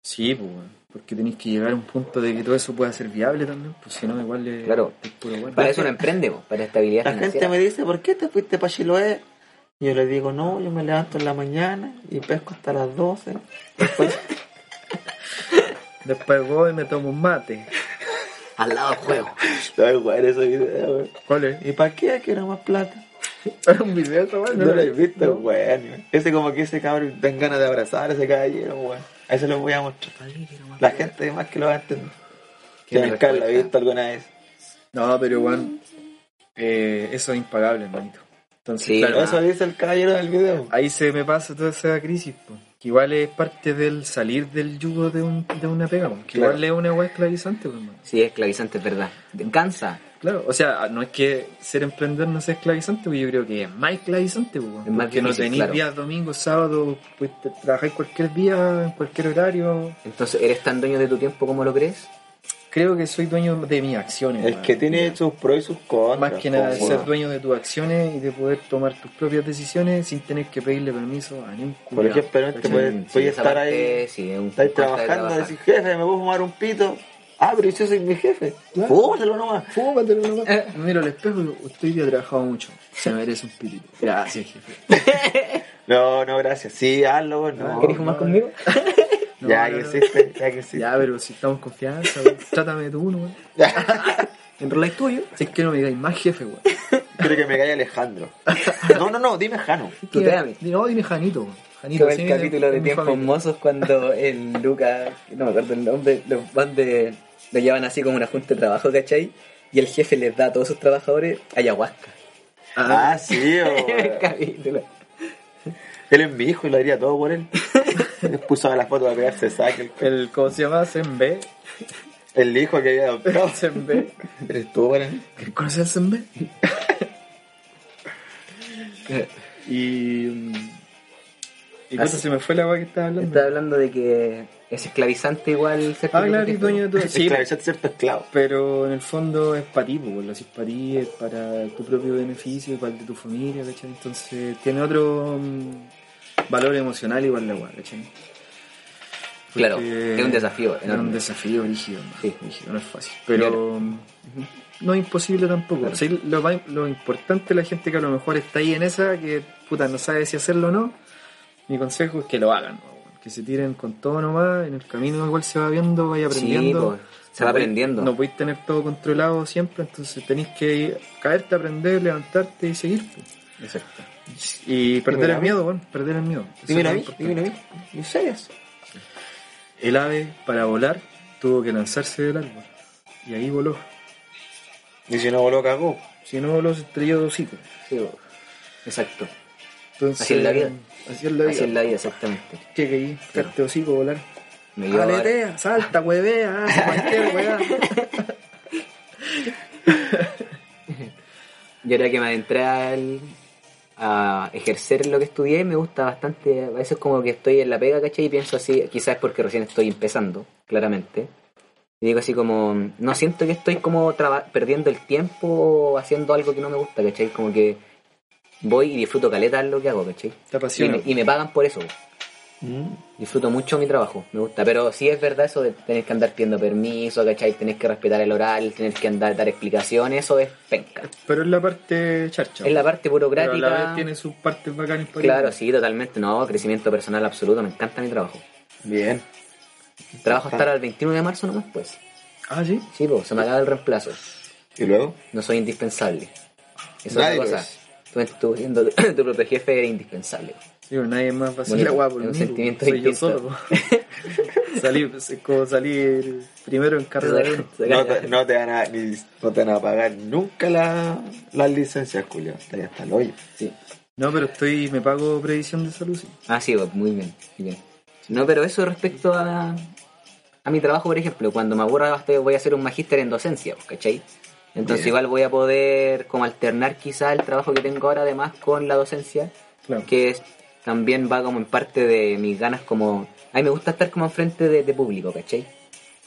Speaker 2: Sí, pues, weón. porque tenéis que llegar a un punto de que todo eso pueda ser viable también, pues si no, igual le.
Speaker 3: Claro.
Speaker 2: es puro weón.
Speaker 3: Para eso uno emprende, po, para estabilidad
Speaker 4: La
Speaker 3: financiera.
Speaker 4: gente me dice, ¿por qué te fuiste para Chiloé? Yo le digo, no, yo me levanto en la mañana y pesco hasta las 12.
Speaker 2: Después voy y me tomo un mate.
Speaker 3: Al lado del juego.
Speaker 6: Está bien, weón, ese video, weón.
Speaker 2: ¿Cuál es?
Speaker 4: ¿Y para qué quiero más plata?
Speaker 2: un video esa weá,
Speaker 6: No lo he visto, weón. Ese como que ese cabrón dan ganas de abrazar a ese caballero, weón. A eso lo voy a mostrar. La gente más que lo va a entender.
Speaker 3: Qué
Speaker 6: Ya Carlos lo ha
Speaker 3: respuesta.
Speaker 6: visto alguna vez.
Speaker 2: No, pero weón, eh, eso es impagable, hermanito. Entonces,
Speaker 3: Sí,
Speaker 2: claro,
Speaker 3: Ah.
Speaker 6: Eso dice el caballero del video.
Speaker 2: ahí se me pasa toda esa crisis, po, que igual es parte del salir del yugo de, un, de una pega, po, que
Speaker 6: Claro.
Speaker 2: igual es una weá esclavizante, po, hermano.
Speaker 3: Sí, es esclavizante, es verdad. Te cansa.
Speaker 2: Claro, o sea, no es que ser emprendedor no sea esclavizante, porque yo creo que es más esclavizante, po,
Speaker 3: Es más
Speaker 2: porque no
Speaker 3: difícil,
Speaker 2: tenéis
Speaker 3: claro.
Speaker 2: días domingo, sábado, pues te- trabajáis cualquier día, en cualquier horario.
Speaker 3: Entonces, ¿eres tan dueño de tu tiempo como lo crees?
Speaker 2: Creo que soy dueño de mis acciones.
Speaker 6: Es
Speaker 2: weón.
Speaker 6: que tiene sus pros y sus contras.
Speaker 2: Más que nada,
Speaker 6: po,
Speaker 2: ser
Speaker 6: weón.
Speaker 2: dueño de tus acciones y de poder tomar tus propias decisiones sin tener que pedirle permiso a ningún
Speaker 6: Por
Speaker 2: culiao,
Speaker 6: ejemplo, este
Speaker 2: ¿cachai?
Speaker 6: puede-
Speaker 3: Sí,
Speaker 6: puede
Speaker 3: esa
Speaker 6: estar
Speaker 3: parte,
Speaker 6: ahí.
Speaker 3: Sí, es un
Speaker 6: Estáis
Speaker 3: falta de
Speaker 6: trabajando,
Speaker 3: trabajar.
Speaker 6: decís, jefe, me puedo fumar un pito. Ah, pero yo soy mi jefe. Fúmatelo nomás.
Speaker 2: Fúmatelo nomás. Me miro al Eh, espejo y digo, usted hoy día ha trabajado mucho. Se merece un pitito. Gracias, jefe.
Speaker 6: No, no, gracias. Sí, hazlo, weón. No.
Speaker 3: ¿Querés fumar conmigo?
Speaker 2: No,
Speaker 6: ya
Speaker 2: no,
Speaker 6: que
Speaker 2: no.
Speaker 6: existe, ya que existe.
Speaker 2: Ya, pero si estamos en confianza, weón, trátame tú, weón.
Speaker 3: ¿Enroláis tuyo?
Speaker 2: Si es que no me digáis más jefe, weón.
Speaker 6: Quiero que me caiga Alejandro. No, no, no, dime Jano.
Speaker 3: Tuteame.
Speaker 2: No, dime Janito, weón. Janito,
Speaker 3: Como
Speaker 2: sí,
Speaker 3: el
Speaker 2: de-
Speaker 3: capítulo de
Speaker 2: mi
Speaker 3: Tiempos
Speaker 2: familia.
Speaker 3: Mozos cuando el Luca, no me acuerdo el nombre, los van de, lo llevan así como una junta de trabajo, ¿cachai? Y el jefe les da a todos sus trabajadores ayahuasca.
Speaker 6: Ah, sí,
Speaker 3: El
Speaker 6: weón.
Speaker 3: capítulo.
Speaker 6: Él es mi hijo y lo haría todo por él. Les puso a la foto para pegarse saque. El,
Speaker 2: El, ¿cómo se llama? Sembe.
Speaker 6: el hijo que había adoptado.
Speaker 2: Sembe.
Speaker 6: Eres tú, para mí.
Speaker 2: ¿Quieres conocer el Sembe? y... mm, Y
Speaker 3: Ah,
Speaker 2: puta,
Speaker 3: sí.
Speaker 2: se me fue la weá que estaba hablando.
Speaker 3: Estaba hablando de que es esclavizante igual ser
Speaker 2: Ah, claro,
Speaker 3: tu
Speaker 2: y dueño de tu... Sí,
Speaker 6: Esclavizarte cierto esclavo.
Speaker 2: Pero en el fondo es para ti, pues, lo haces para ti, es para tu propio beneficio, para el de tu familia, ¿cachai? Entonces tiene otro mm, valor emocional igual la weá, ¿cachai?
Speaker 3: Claro,
Speaker 2: Porque
Speaker 3: es un desafío
Speaker 2: Era un
Speaker 3: enorme.
Speaker 2: desafío rígido,
Speaker 3: Sí.
Speaker 2: no es fácil. Pero
Speaker 3: Claro.
Speaker 2: ujú, no es imposible tampoco.
Speaker 3: Claro.
Speaker 2: O sea, lo, más- lo importante, la gente que a lo mejor está ahí en esa, que puta, no sabe si hacerlo o no, mi consejo es que lo hagan. weón. Que se tiren con todo nomás, en el camino igual se va viendo, vaya aprendiendo.
Speaker 3: Sí, po, se va
Speaker 2: No podéis-
Speaker 3: aprendiendo.
Speaker 2: No podéis tener todo controlado siempre, entonces tenéis que ir- caerte, aprender, levantarte y seguir. po.
Speaker 3: Exacto.
Speaker 2: Y perder
Speaker 4: Dímelo a
Speaker 2: el
Speaker 4: mí.
Speaker 2: miedo, weón, perder el miedo. Eso
Speaker 4: Dímelo a
Speaker 2: es lo
Speaker 4: mí,
Speaker 2: importante.
Speaker 4: dímelo a mí. ¿En serio?
Speaker 2: El ave, para volar, tuvo que lanzarse del árbol. Y ahí voló.
Speaker 6: Y si no voló, cagó.
Speaker 2: Si no voló, se estrelló de hocico.
Speaker 3: Sí, po. Exacto.
Speaker 2: Entonces,
Speaker 3: Así es la vida.
Speaker 2: Así es la vida.
Speaker 3: Así es la vida, exactamente.
Speaker 2: Que que ahí, carte de hocico, volar. Ah,
Speaker 3: Me lleva a-
Speaker 2: Aletea, salta, huevea, hace cualquier hueá.
Speaker 3: Y ahora que me adentré al- a ejercer lo que estudié, me gusta bastante. A veces como que estoy en la pega, ¿cachai? Y pienso así, quizás es porque recién estoy empezando, claramente. Y digo así como, no siento que estoy como traba- perdiendo el tiempo o haciendo algo que no me gusta, ¿cachai? Como que voy y disfruto caleta lo que hago, ¿cachai?
Speaker 2: Te
Speaker 3: Y
Speaker 2: apasiona.
Speaker 3: me, y me pagan por eso.
Speaker 2: Mm.
Speaker 3: Disfruto mucho mi trabajo, me gusta. Pero sí es verdad eso de tener que andar pidiendo permiso, ¿cachai? Tener que respetar el oral, tener que andar dar explicaciones, eso es penca.
Speaker 2: Pero es la parte charcha.
Speaker 3: Es la parte
Speaker 2: Pero
Speaker 3: burocrática.
Speaker 2: a la vez tiene sus partes bacanas para
Speaker 3: Claro,
Speaker 2: ir.
Speaker 3: sí, totalmente. No, crecimiento personal absoluto. Me encanta mi trabajo.
Speaker 6: Bien.
Speaker 3: Trabajo hasta el 21 de marzo nomás, pues.
Speaker 2: Ah, sí.
Speaker 3: Sí, pues, se me acaba el reemplazo.
Speaker 6: ¿Y luego?
Speaker 3: No soy indispensable. Eso
Speaker 6: Nadie
Speaker 3: es
Speaker 6: lo
Speaker 3: otra cosa.
Speaker 6: es.
Speaker 3: Tú, tú siendo tu propio jefe eres indispensable.
Speaker 2: Sí, pero nadie más va a hacer
Speaker 3: Bonito,
Speaker 2: la hueá por
Speaker 3: es
Speaker 2: mí.
Speaker 3: un
Speaker 2: po.
Speaker 3: sentimiento
Speaker 2: Soy yo
Speaker 3: distinto.
Speaker 2: solo. pues. po. Salí, pues, es como salir primero en carrera de uno.
Speaker 6: No te, no te van a, ni- no te van a pagar nunca la- las licencias, Julio. Está ahí hasta el hoyo.
Speaker 3: Sí.
Speaker 2: No, pero estoy, me pago previsión de salud. sí.
Speaker 3: Ah, sí, pues, muy bien, muy bien. No, pero eso respecto a, a mi trabajo, por ejemplo, cuando me aburra basta que voy a hacer un magíster en docencia, pues, ¿cachai? Entonces igual voy a poder como alternar quizá el trabajo que tengo ahora además con la docencia,
Speaker 2: Claro.
Speaker 3: que es- también va como en parte de mis ganas como... A mí me gusta estar como enfrente de, de público, ¿cachai?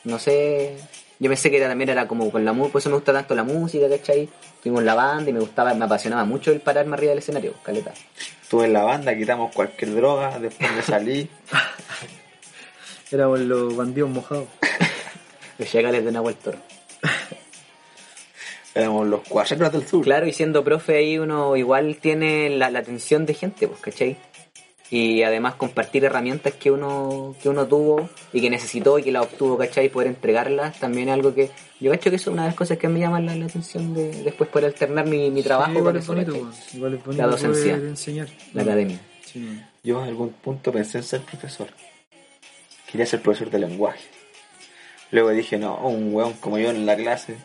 Speaker 3: No sé... Yo pensé que era, también era como con la música, por eso me gusta tanto la música, ¿cachai? Tuvimos la banda y me gustaba, me apasionaba mucho el pararme arriba del escenario, caleta.
Speaker 6: Estuve en la banda, quitamos cualquier droga, después me salí.
Speaker 2: Éramos los bandidos mojados.
Speaker 3: Los chacales de Nahuel Toro.
Speaker 6: Éramos los cuacheros del sur.
Speaker 3: Claro, y siendo profe ahí uno igual tiene la, la atención de gente, pues, ¿cachai? Y además compartir herramientas que uno, que uno tuvo y que necesitó y que la obtuvo, ¿cachai? Poder entregarlas también es algo que... Yo hecho que eso es una de las cosas que me llama la, la atención de, después poder alternar mi, mi trabajo
Speaker 2: Sí, igual
Speaker 3: con
Speaker 2: es
Speaker 3: eso,
Speaker 2: bonito,
Speaker 3: ¿cachai?
Speaker 2: po. igual es bonito
Speaker 3: La docencia.
Speaker 2: poder enseñar.
Speaker 3: La academia.
Speaker 2: Sí.
Speaker 6: Yo en algún punto pensé en ser profesor. Quería ser profesor de lenguaje. Luego dije, no, un weón como yo en la clase.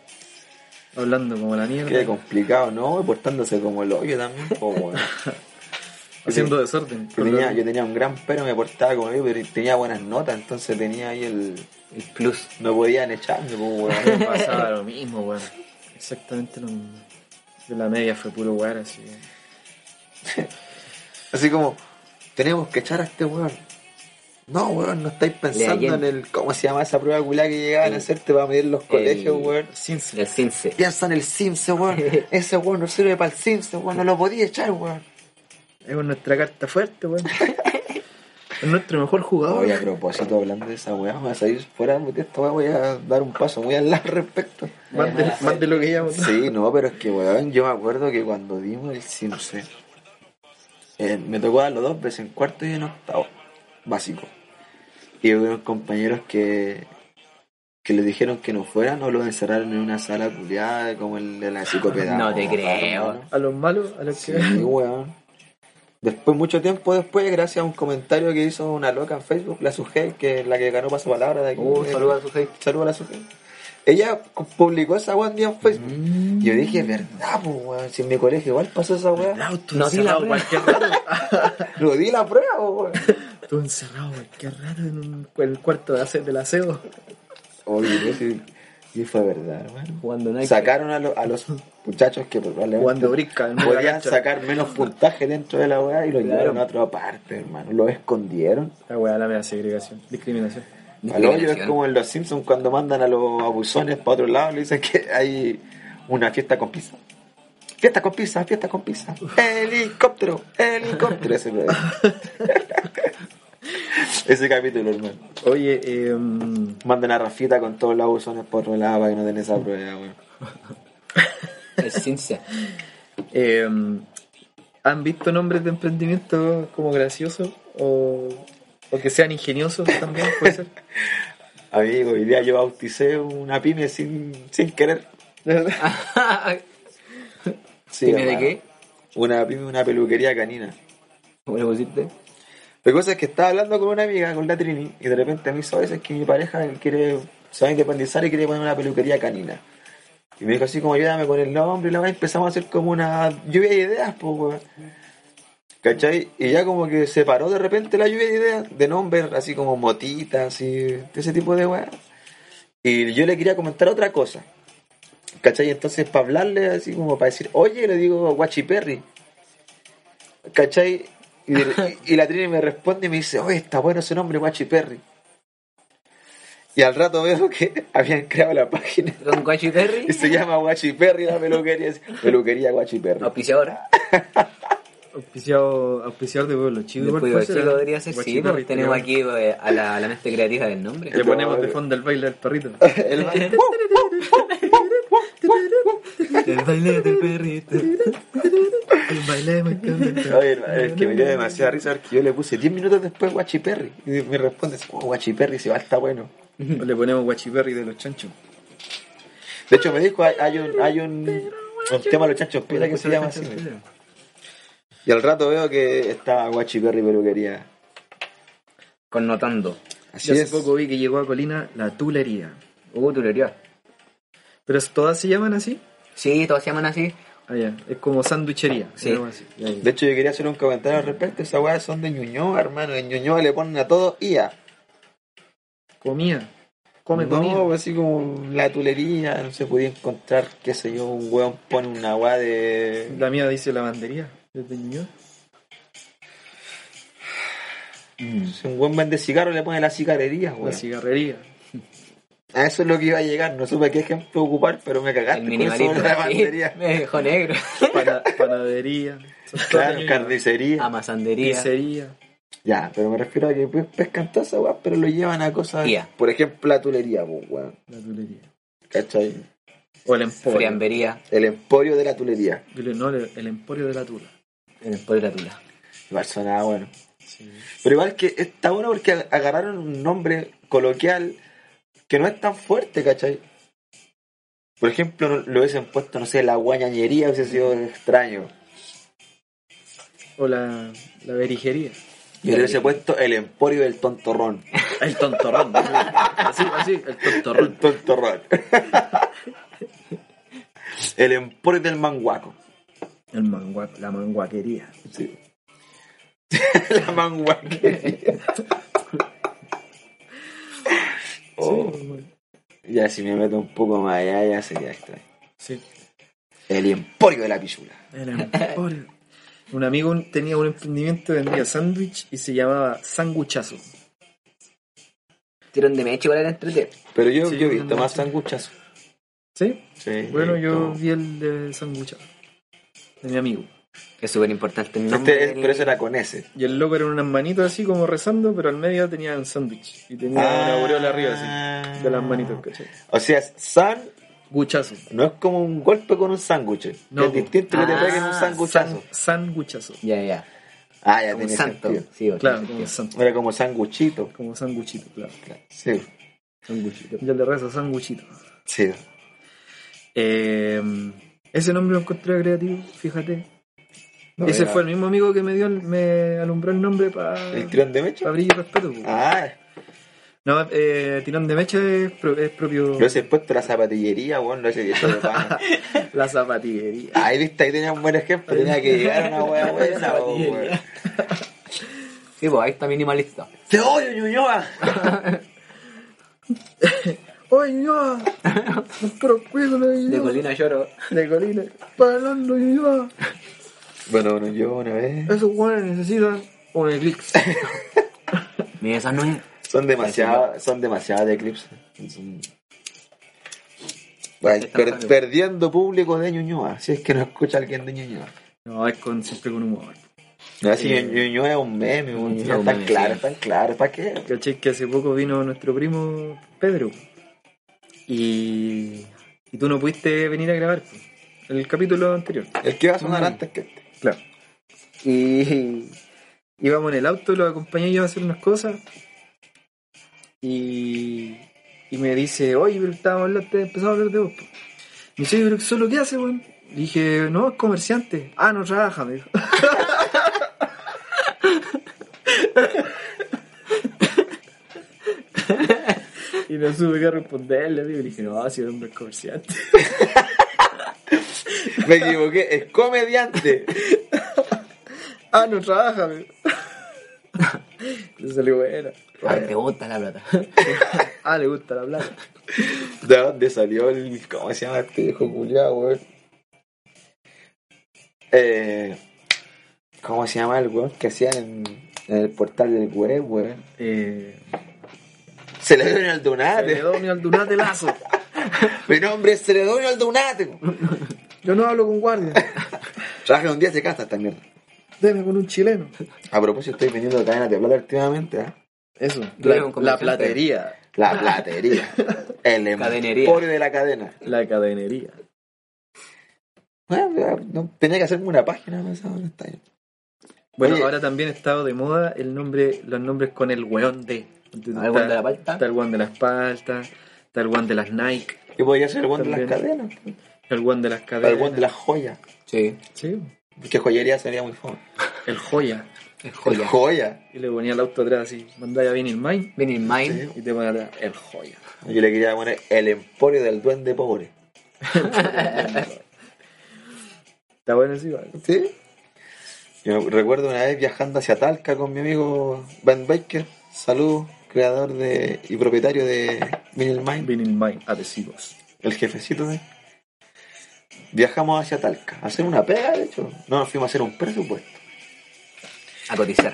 Speaker 2: Hablando como la mierda.
Speaker 6: Qué complicado, ¿no? Y portándose como el hoyo también. po, weón.
Speaker 2: haciendo desorden.
Speaker 6: Yo tenía, yo tenía un gran pero, me portaba como yo, pero tenía buenas notas, entonces tenía ahí el...
Speaker 3: El plus.
Speaker 6: No podían echarme, po, weón.
Speaker 2: Me pasaba lo mismo, weón. Exactamente lo mismo. De la media fue puro weón, así.
Speaker 6: Así como, tenemos que echar a este weón. No, weón, no estáis pensando en
Speaker 3: Allende.
Speaker 6: el... ¿Cómo se llama esa prueba culá que llegaban
Speaker 3: El-
Speaker 6: a hacerte para medir los colegios,
Speaker 3: el-
Speaker 6: weón?
Speaker 2: Sincer.
Speaker 3: El cince.
Speaker 6: Piensa en el Simse, weón. Ese weón no sirve para el Simse, weón. No lo podía echar, weón.
Speaker 2: Es nuestra carta fuerte, weón. es nuestro mejor jugador.
Speaker 6: Oye, a propósito, hablando de esa weá, voy a salir fuera de esta weá, voy a dar un paso muy al lado al respecto.
Speaker 2: más, de, más de lo que llamo.
Speaker 6: Sí, no, pero es que, weón, yo me acuerdo que cuando dimos el Simse, eh, me tocó darlo dos veces, en cuarto y en octavo, básico. Y hubo unos compañeros que, que les dijeron que no fueran o los encerraron en una sala culiada como el de la psicopedagoga.
Speaker 3: No te creo.
Speaker 6: hermano.
Speaker 2: A los malos, a los
Speaker 6: Sí,
Speaker 2: que.
Speaker 6: weón. Después, mucho tiempo después, gracias a un comentario que hizo una loca en Facebook, la Sujei, que es la que ganó pasapalabra de aquí.
Speaker 3: Uh,
Speaker 6: Eh,
Speaker 3: saludos a su gente.
Speaker 6: saludo a la Sujei. Ella publicó esa weá un día en Facebook. Yo dije, verdad, pues, weón, si en mi colegio igual pasó esa weá.
Speaker 2: auto
Speaker 3: No, di la
Speaker 2: encerrado
Speaker 3: weá.
Speaker 2: cualquier rato.
Speaker 6: Lo di la prueba, po, weón.
Speaker 2: Tú encerrado cualquier rato en un, el cuarto de hacer del aseo.
Speaker 6: Oye, yo sí- sí fue verdad, weón.
Speaker 3: Jugando Nike.
Speaker 6: Sacaron a, lo- a los muchachos que probablemente
Speaker 2: Jugando brisca en medio de la
Speaker 6: podían
Speaker 2: cancha.
Speaker 6: sacar menos puntaje dentro de la weá y los llevaron a otra parte, hermano. Los escondieron.
Speaker 2: La weá, la media segregación. Discriminación.
Speaker 6: Al hoyo es
Speaker 3: Discriminación.
Speaker 6: como en los Simpsons cuando mandan a los abusones para otro lado, le dicen que hay una fiesta con pizza. Fiesta con pizza, fiesta con pizza. Helicóptero, helicóptero. Ese, ese capítulo, hermano.
Speaker 2: Oye, em,
Speaker 6: Manden a Rafita con todos los buzones por relada para que no den esa prueba, weón.
Speaker 3: Es ciencia.
Speaker 2: em, ¿han visto nombres de emprendimiento como graciosos o, o que sean ingeniosos también? Puede ser.
Speaker 6: Amigo, hoy día yo bauticé una pyme sin, sin querer. Sí,
Speaker 3: ¿Tiene de
Speaker 6: hermano.
Speaker 3: qué?
Speaker 6: Una pyme, una peluquería canina.
Speaker 3: ¿Cómo le pusiste?
Speaker 6: La cosa es que estaba hablando con una amiga, con la Trini, y de repente me hizo a veces que mi pareja quiere, se va a independizar y quiere poner una peluquería canina. Y me dijo así como ayúdame con el nombre y la weá, y empezamos a hacer como una lluvia de ideas, pues weón. ¿Cachai? Y ya como que se paró de repente la lluvia de ideas, de nombres, así como motitas, y ese tipo de weá. Y yo le quería comentar otra cosa. ¿Cachai? Entonces para hablarle así como para decir, oye, le digo guachiperri. ¿Cachai? Y, de- y la Trini me responde y me dice, oye, está bueno ese nombre, guachiperri. Y al rato veo que habían creado la página.
Speaker 3: ¿Con Guachi Perry?
Speaker 6: Y se llama Guachiperri la peluquería. Es Peluquería Guachiperri.
Speaker 3: Auspiciadora.
Speaker 2: Auspiciado, auspiciador de pueblo chico.
Speaker 3: Después
Speaker 2: igual puede
Speaker 3: de Guachi
Speaker 2: ser, ¿eh?
Speaker 3: podría ser, sí,
Speaker 2: Guachiperri,
Speaker 3: pues, tenemos
Speaker 2: igual.
Speaker 3: aquí eh, a, la, a la mente creativa del nombre.
Speaker 2: Le ponemos de fondo el baile del perrito.
Speaker 6: El baile-
Speaker 2: El baile del perrito. El baile del perrito.
Speaker 6: Oye, es que me dio demasiada risa porque yo le puse 10 minutos después Guachiperri. Y me responde, oh, Guachiperri, se va, está bueno.
Speaker 2: O Le ponemos guachiperri de los chanchos.
Speaker 6: De hecho, me dijo, hay, hay un, hay un, un tema de los chanchos pila que se llama así. Y al rato veo que está Guachiperri peluquería.
Speaker 3: Connotando.
Speaker 6: Así
Speaker 2: Yo hace
Speaker 6: es.
Speaker 2: poco vi que llegó a Colina la tulería.
Speaker 3: Uh, tulería.
Speaker 2: ¿Pero todas se llaman así?
Speaker 3: Sí, todos se llaman así.
Speaker 2: Ah, ya. Es como sandwichería.
Speaker 3: Sí.
Speaker 2: se llama así. Ya, ya.
Speaker 6: De hecho, yo quería hacer un comentario al respecto. Esas weas son de Ñuñoa, hermano. En Ñuñoa le ponen a todo IA.
Speaker 2: Comida. Come
Speaker 6: no,
Speaker 2: comida.
Speaker 6: pues así como la tulería, no se podía encontrar, qué sé yo, un weón pone una weá de...
Speaker 2: La mía dice lavandería. Desde niño.
Speaker 6: Si un weón vende cigarro le pone la cigarrería,
Speaker 2: La
Speaker 6: weón.
Speaker 2: cigarrería.
Speaker 6: A eso es lo que iba a llegar, no supe qué ejemplo ocupar, pero me cagaste.
Speaker 3: El
Speaker 6: con eso de
Speaker 3: minimalismo.
Speaker 6: la
Speaker 3: sí,
Speaker 6: lavandería.
Speaker 3: me dejó negro.
Speaker 2: Pana- panadería. Son todas de
Speaker 6: Claro,
Speaker 2: Ñuñoa.
Speaker 6: carnicería.
Speaker 3: Ah. Amasandería.
Speaker 2: Pizzería.
Speaker 6: Ya, pero me refiero a que pues, pescan todas esas weas, pero lo llevan a cosas...
Speaker 3: IA.
Speaker 6: Por ejemplo, la tulería, pues, weón.
Speaker 2: La tulería.
Speaker 6: ¿Cachai?
Speaker 2: O el emporio.
Speaker 3: Friambería.
Speaker 6: El emporio de la tulería.
Speaker 2: Dile, No, el el emporio de la tula.
Speaker 3: En el pueblo de la tula.
Speaker 6: Igual sonaba bueno. Pero igual que está bueno porque ag- agarraron un nombre coloquial que no es tan fuerte, ¿cachai? Por ejemplo, no- lo hubiesen puesto, no sé, la guañañería hubiese sido extraño.
Speaker 2: O la, la berijería.
Speaker 6: Yo le hubiese puesto el emporio del tontorrón.
Speaker 2: El tontorrón. Así, así, el
Speaker 6: El
Speaker 2: tontorrón.
Speaker 6: tontorrón. el emporio del manguaco.
Speaker 2: El mangua- la manguaquería.
Speaker 6: Sí. la manguaquería. Oh. Ya si me meto un poco más allá, ya sería extraño.
Speaker 2: Sí.
Speaker 6: El emporio de la pichula.
Speaker 2: El emporio. Un amigo tenía un emprendimiento que vendía sándwich y se llamaba Sanguchazo.
Speaker 3: Tirón de mecha igual era entrete.
Speaker 6: Pero yo,
Speaker 2: Sí,
Speaker 6: yo
Speaker 2: yo
Speaker 6: he visto
Speaker 2: también,
Speaker 6: más
Speaker 2: sí.
Speaker 6: sanguchas.
Speaker 2: ¿Sí?
Speaker 6: Sí,
Speaker 2: Bueno,
Speaker 6: he
Speaker 2: yo
Speaker 6: visto.
Speaker 2: vi el de Sanguchazo. De mi amigo.
Speaker 3: Es súper importante el nombre.
Speaker 6: Este es-
Speaker 3: del-
Speaker 6: pero ese era con ese.
Speaker 2: Y el loco era unas manitos así como rezando, pero al medio tenía un sándwich. Y tenía una
Speaker 6: Ah.
Speaker 2: aureola arriba así. De las manitos, ¿cachai?
Speaker 6: O sea, san
Speaker 2: Guchazo.
Speaker 6: no es como un golpe con un sándwich.
Speaker 2: No,
Speaker 6: es distinto que te
Speaker 3: ah,
Speaker 6: peguen un sanguchazo.
Speaker 2: San- Sanguchazo.
Speaker 3: Ya, ya.
Speaker 6: Ah, ya
Speaker 3: Como
Speaker 6: tiene
Speaker 3: santo.
Speaker 6: sentido.
Speaker 3: Sí, o
Speaker 2: Claro,
Speaker 3: tiene
Speaker 2: como
Speaker 3: sentido.
Speaker 2: san-
Speaker 6: Era como sanguchito.
Speaker 2: como sanguchito, claro.
Speaker 6: Sí,
Speaker 3: Sanguchito.
Speaker 2: Yo le rezo sanguchito.
Speaker 6: sí.
Speaker 2: Eh, ese nombre lo encontré creativo, fíjate.
Speaker 6: No,
Speaker 2: ese
Speaker 6: era-
Speaker 2: fue el mismo amigo que me dio, el- me alumbró el nombre para
Speaker 6: ¿El tirón de mecha?
Speaker 2: brillo y respeto. po.
Speaker 6: Ah,
Speaker 2: No, eh, tirón de mecha es, pro- es propio
Speaker 6: lo he puesto la zapatillería, bueno, lo he hecho de pana.
Speaker 2: la zapatillería.
Speaker 6: Ahí viste, ahí tenía un buen ejemplo. Tenía que llegar a una wea buena, po,
Speaker 3: Zapatillería.
Speaker 6: weón.
Speaker 3: Sí, pues ahí está minimalista.
Speaker 6: ¡Te odio, Ñuñoa!
Speaker 2: ¡Oye, Ñuñoa! ¡Pero cuídalo,
Speaker 3: De
Speaker 2: Ñuñoa!
Speaker 3: Colina lloro.
Speaker 2: De Colina. ¡Parando, Ñuñoa!
Speaker 6: Bueno, bueno, yo una vez.
Speaker 2: Esos guanes necesitan un eclipse.
Speaker 3: Mira, esa no es.
Speaker 6: Son demasiadas, son demasiadas de eclipse. Son- Ay,
Speaker 3: Están
Speaker 6: per-
Speaker 3: saliendo.
Speaker 6: perdiendo público de Ñuñoa, si es que no escucha alguien de Ñuñoa.
Speaker 2: No, es con, siempre con humor.
Speaker 6: No, si yo, yo, yo es un meme, weón.
Speaker 3: Ñuñoa
Speaker 6: Si
Speaker 3: es
Speaker 6: no
Speaker 3: un
Speaker 6: es tan
Speaker 3: meme,
Speaker 6: claro,
Speaker 3: sí.
Speaker 6: tan claro. ¿Para qué?
Speaker 2: ¿Cachai? Que hace poco vino nuestro primo Pedro. Y, y tú no pudiste venir a grabar pues, el capítulo anterior.
Speaker 6: El que va a sonar antes que este.
Speaker 2: Claro. Y íbamos en el auto, lo acompañé yo a hacer unas cosas. Y, y me dice, oye, pero estábamos hablando, te empezamos a hablar de vos. po". Me dice, "Oye, pero ¿solo qué hace, weón? Le Dije, no, es comerciante. Ah, no trabaja, me dijo. y no supe qué responderle, amigo. Le dije, no, si era hombre es comerciante.
Speaker 6: Me equivoqué, es comediante.
Speaker 2: Ah, no trabaja, me dijo. Le salió buena.
Speaker 3: Ah, te gusta la plata.
Speaker 2: Ah, le gusta la plata.
Speaker 6: ¿De dónde salió el. ¿Cómo se llama este viejo culiado, weón? Eh, ¿Cómo se llama el weón que hacían en, en el portal del web, weón?
Speaker 2: Eh,
Speaker 6: Celedonio
Speaker 2: Ah,
Speaker 6: Aldunate.
Speaker 2: Celedonio Aldunate Lazo.
Speaker 6: Mi nombre es Celedonio Aldunate.
Speaker 2: Yo no hablo con guardia.
Speaker 6: Traje un día se casa esta mierda.
Speaker 2: Deme con un chileno.
Speaker 6: A propósito, estoy vendiendo cadenas de plata últimamente, ¿ah?
Speaker 2: Eso.
Speaker 3: Yo era
Speaker 2: La,
Speaker 3: un
Speaker 2: la
Speaker 3: comerciante.
Speaker 2: platería.
Speaker 6: La platería. El
Speaker 3: Cadenería.
Speaker 6: emporio de la cadena.
Speaker 2: La cadenería.
Speaker 6: Bueno, ya, no- tenía que hacerme una página pensaba en esta.
Speaker 2: Bueno,
Speaker 6: Oye.
Speaker 2: ahora también ha estado de moda el nombre, los nombres con el weón de.
Speaker 3: Ah, el weón de la palta.
Speaker 2: Está el weón de las paltas, está el weón de las Nike,
Speaker 6: Y podría ser el guante de las
Speaker 2: También.
Speaker 6: cadenas.
Speaker 2: el weón de las
Speaker 6: El
Speaker 2: cadenas.
Speaker 6: guante de las joyas.
Speaker 3: Sí,
Speaker 2: Sí,
Speaker 6: Que joyería sería muy fome.
Speaker 2: el joya.
Speaker 3: es
Speaker 6: El
Speaker 3: joya.
Speaker 6: joya.
Speaker 2: Y le ponía el auto atrás así, mandaba bien el main
Speaker 3: Vinny Mine.
Speaker 2: y te ponía atrás el joya.
Speaker 6: Yo le quería poner el emporio del duende pobre.
Speaker 2: Está bueno así, vale.
Speaker 6: ¿Sí? Yo recuerdo una vez viajando hacia Talca con mi amigo Ben Baker. Salud, creador de y propietario de Vinyl Mind.
Speaker 2: Vinil main, adhesivos.
Speaker 6: el jefecito de viajamos hacia Talca a hacer una pega de hecho no nos fuimos a hacer un presupuesto
Speaker 3: A cotizar.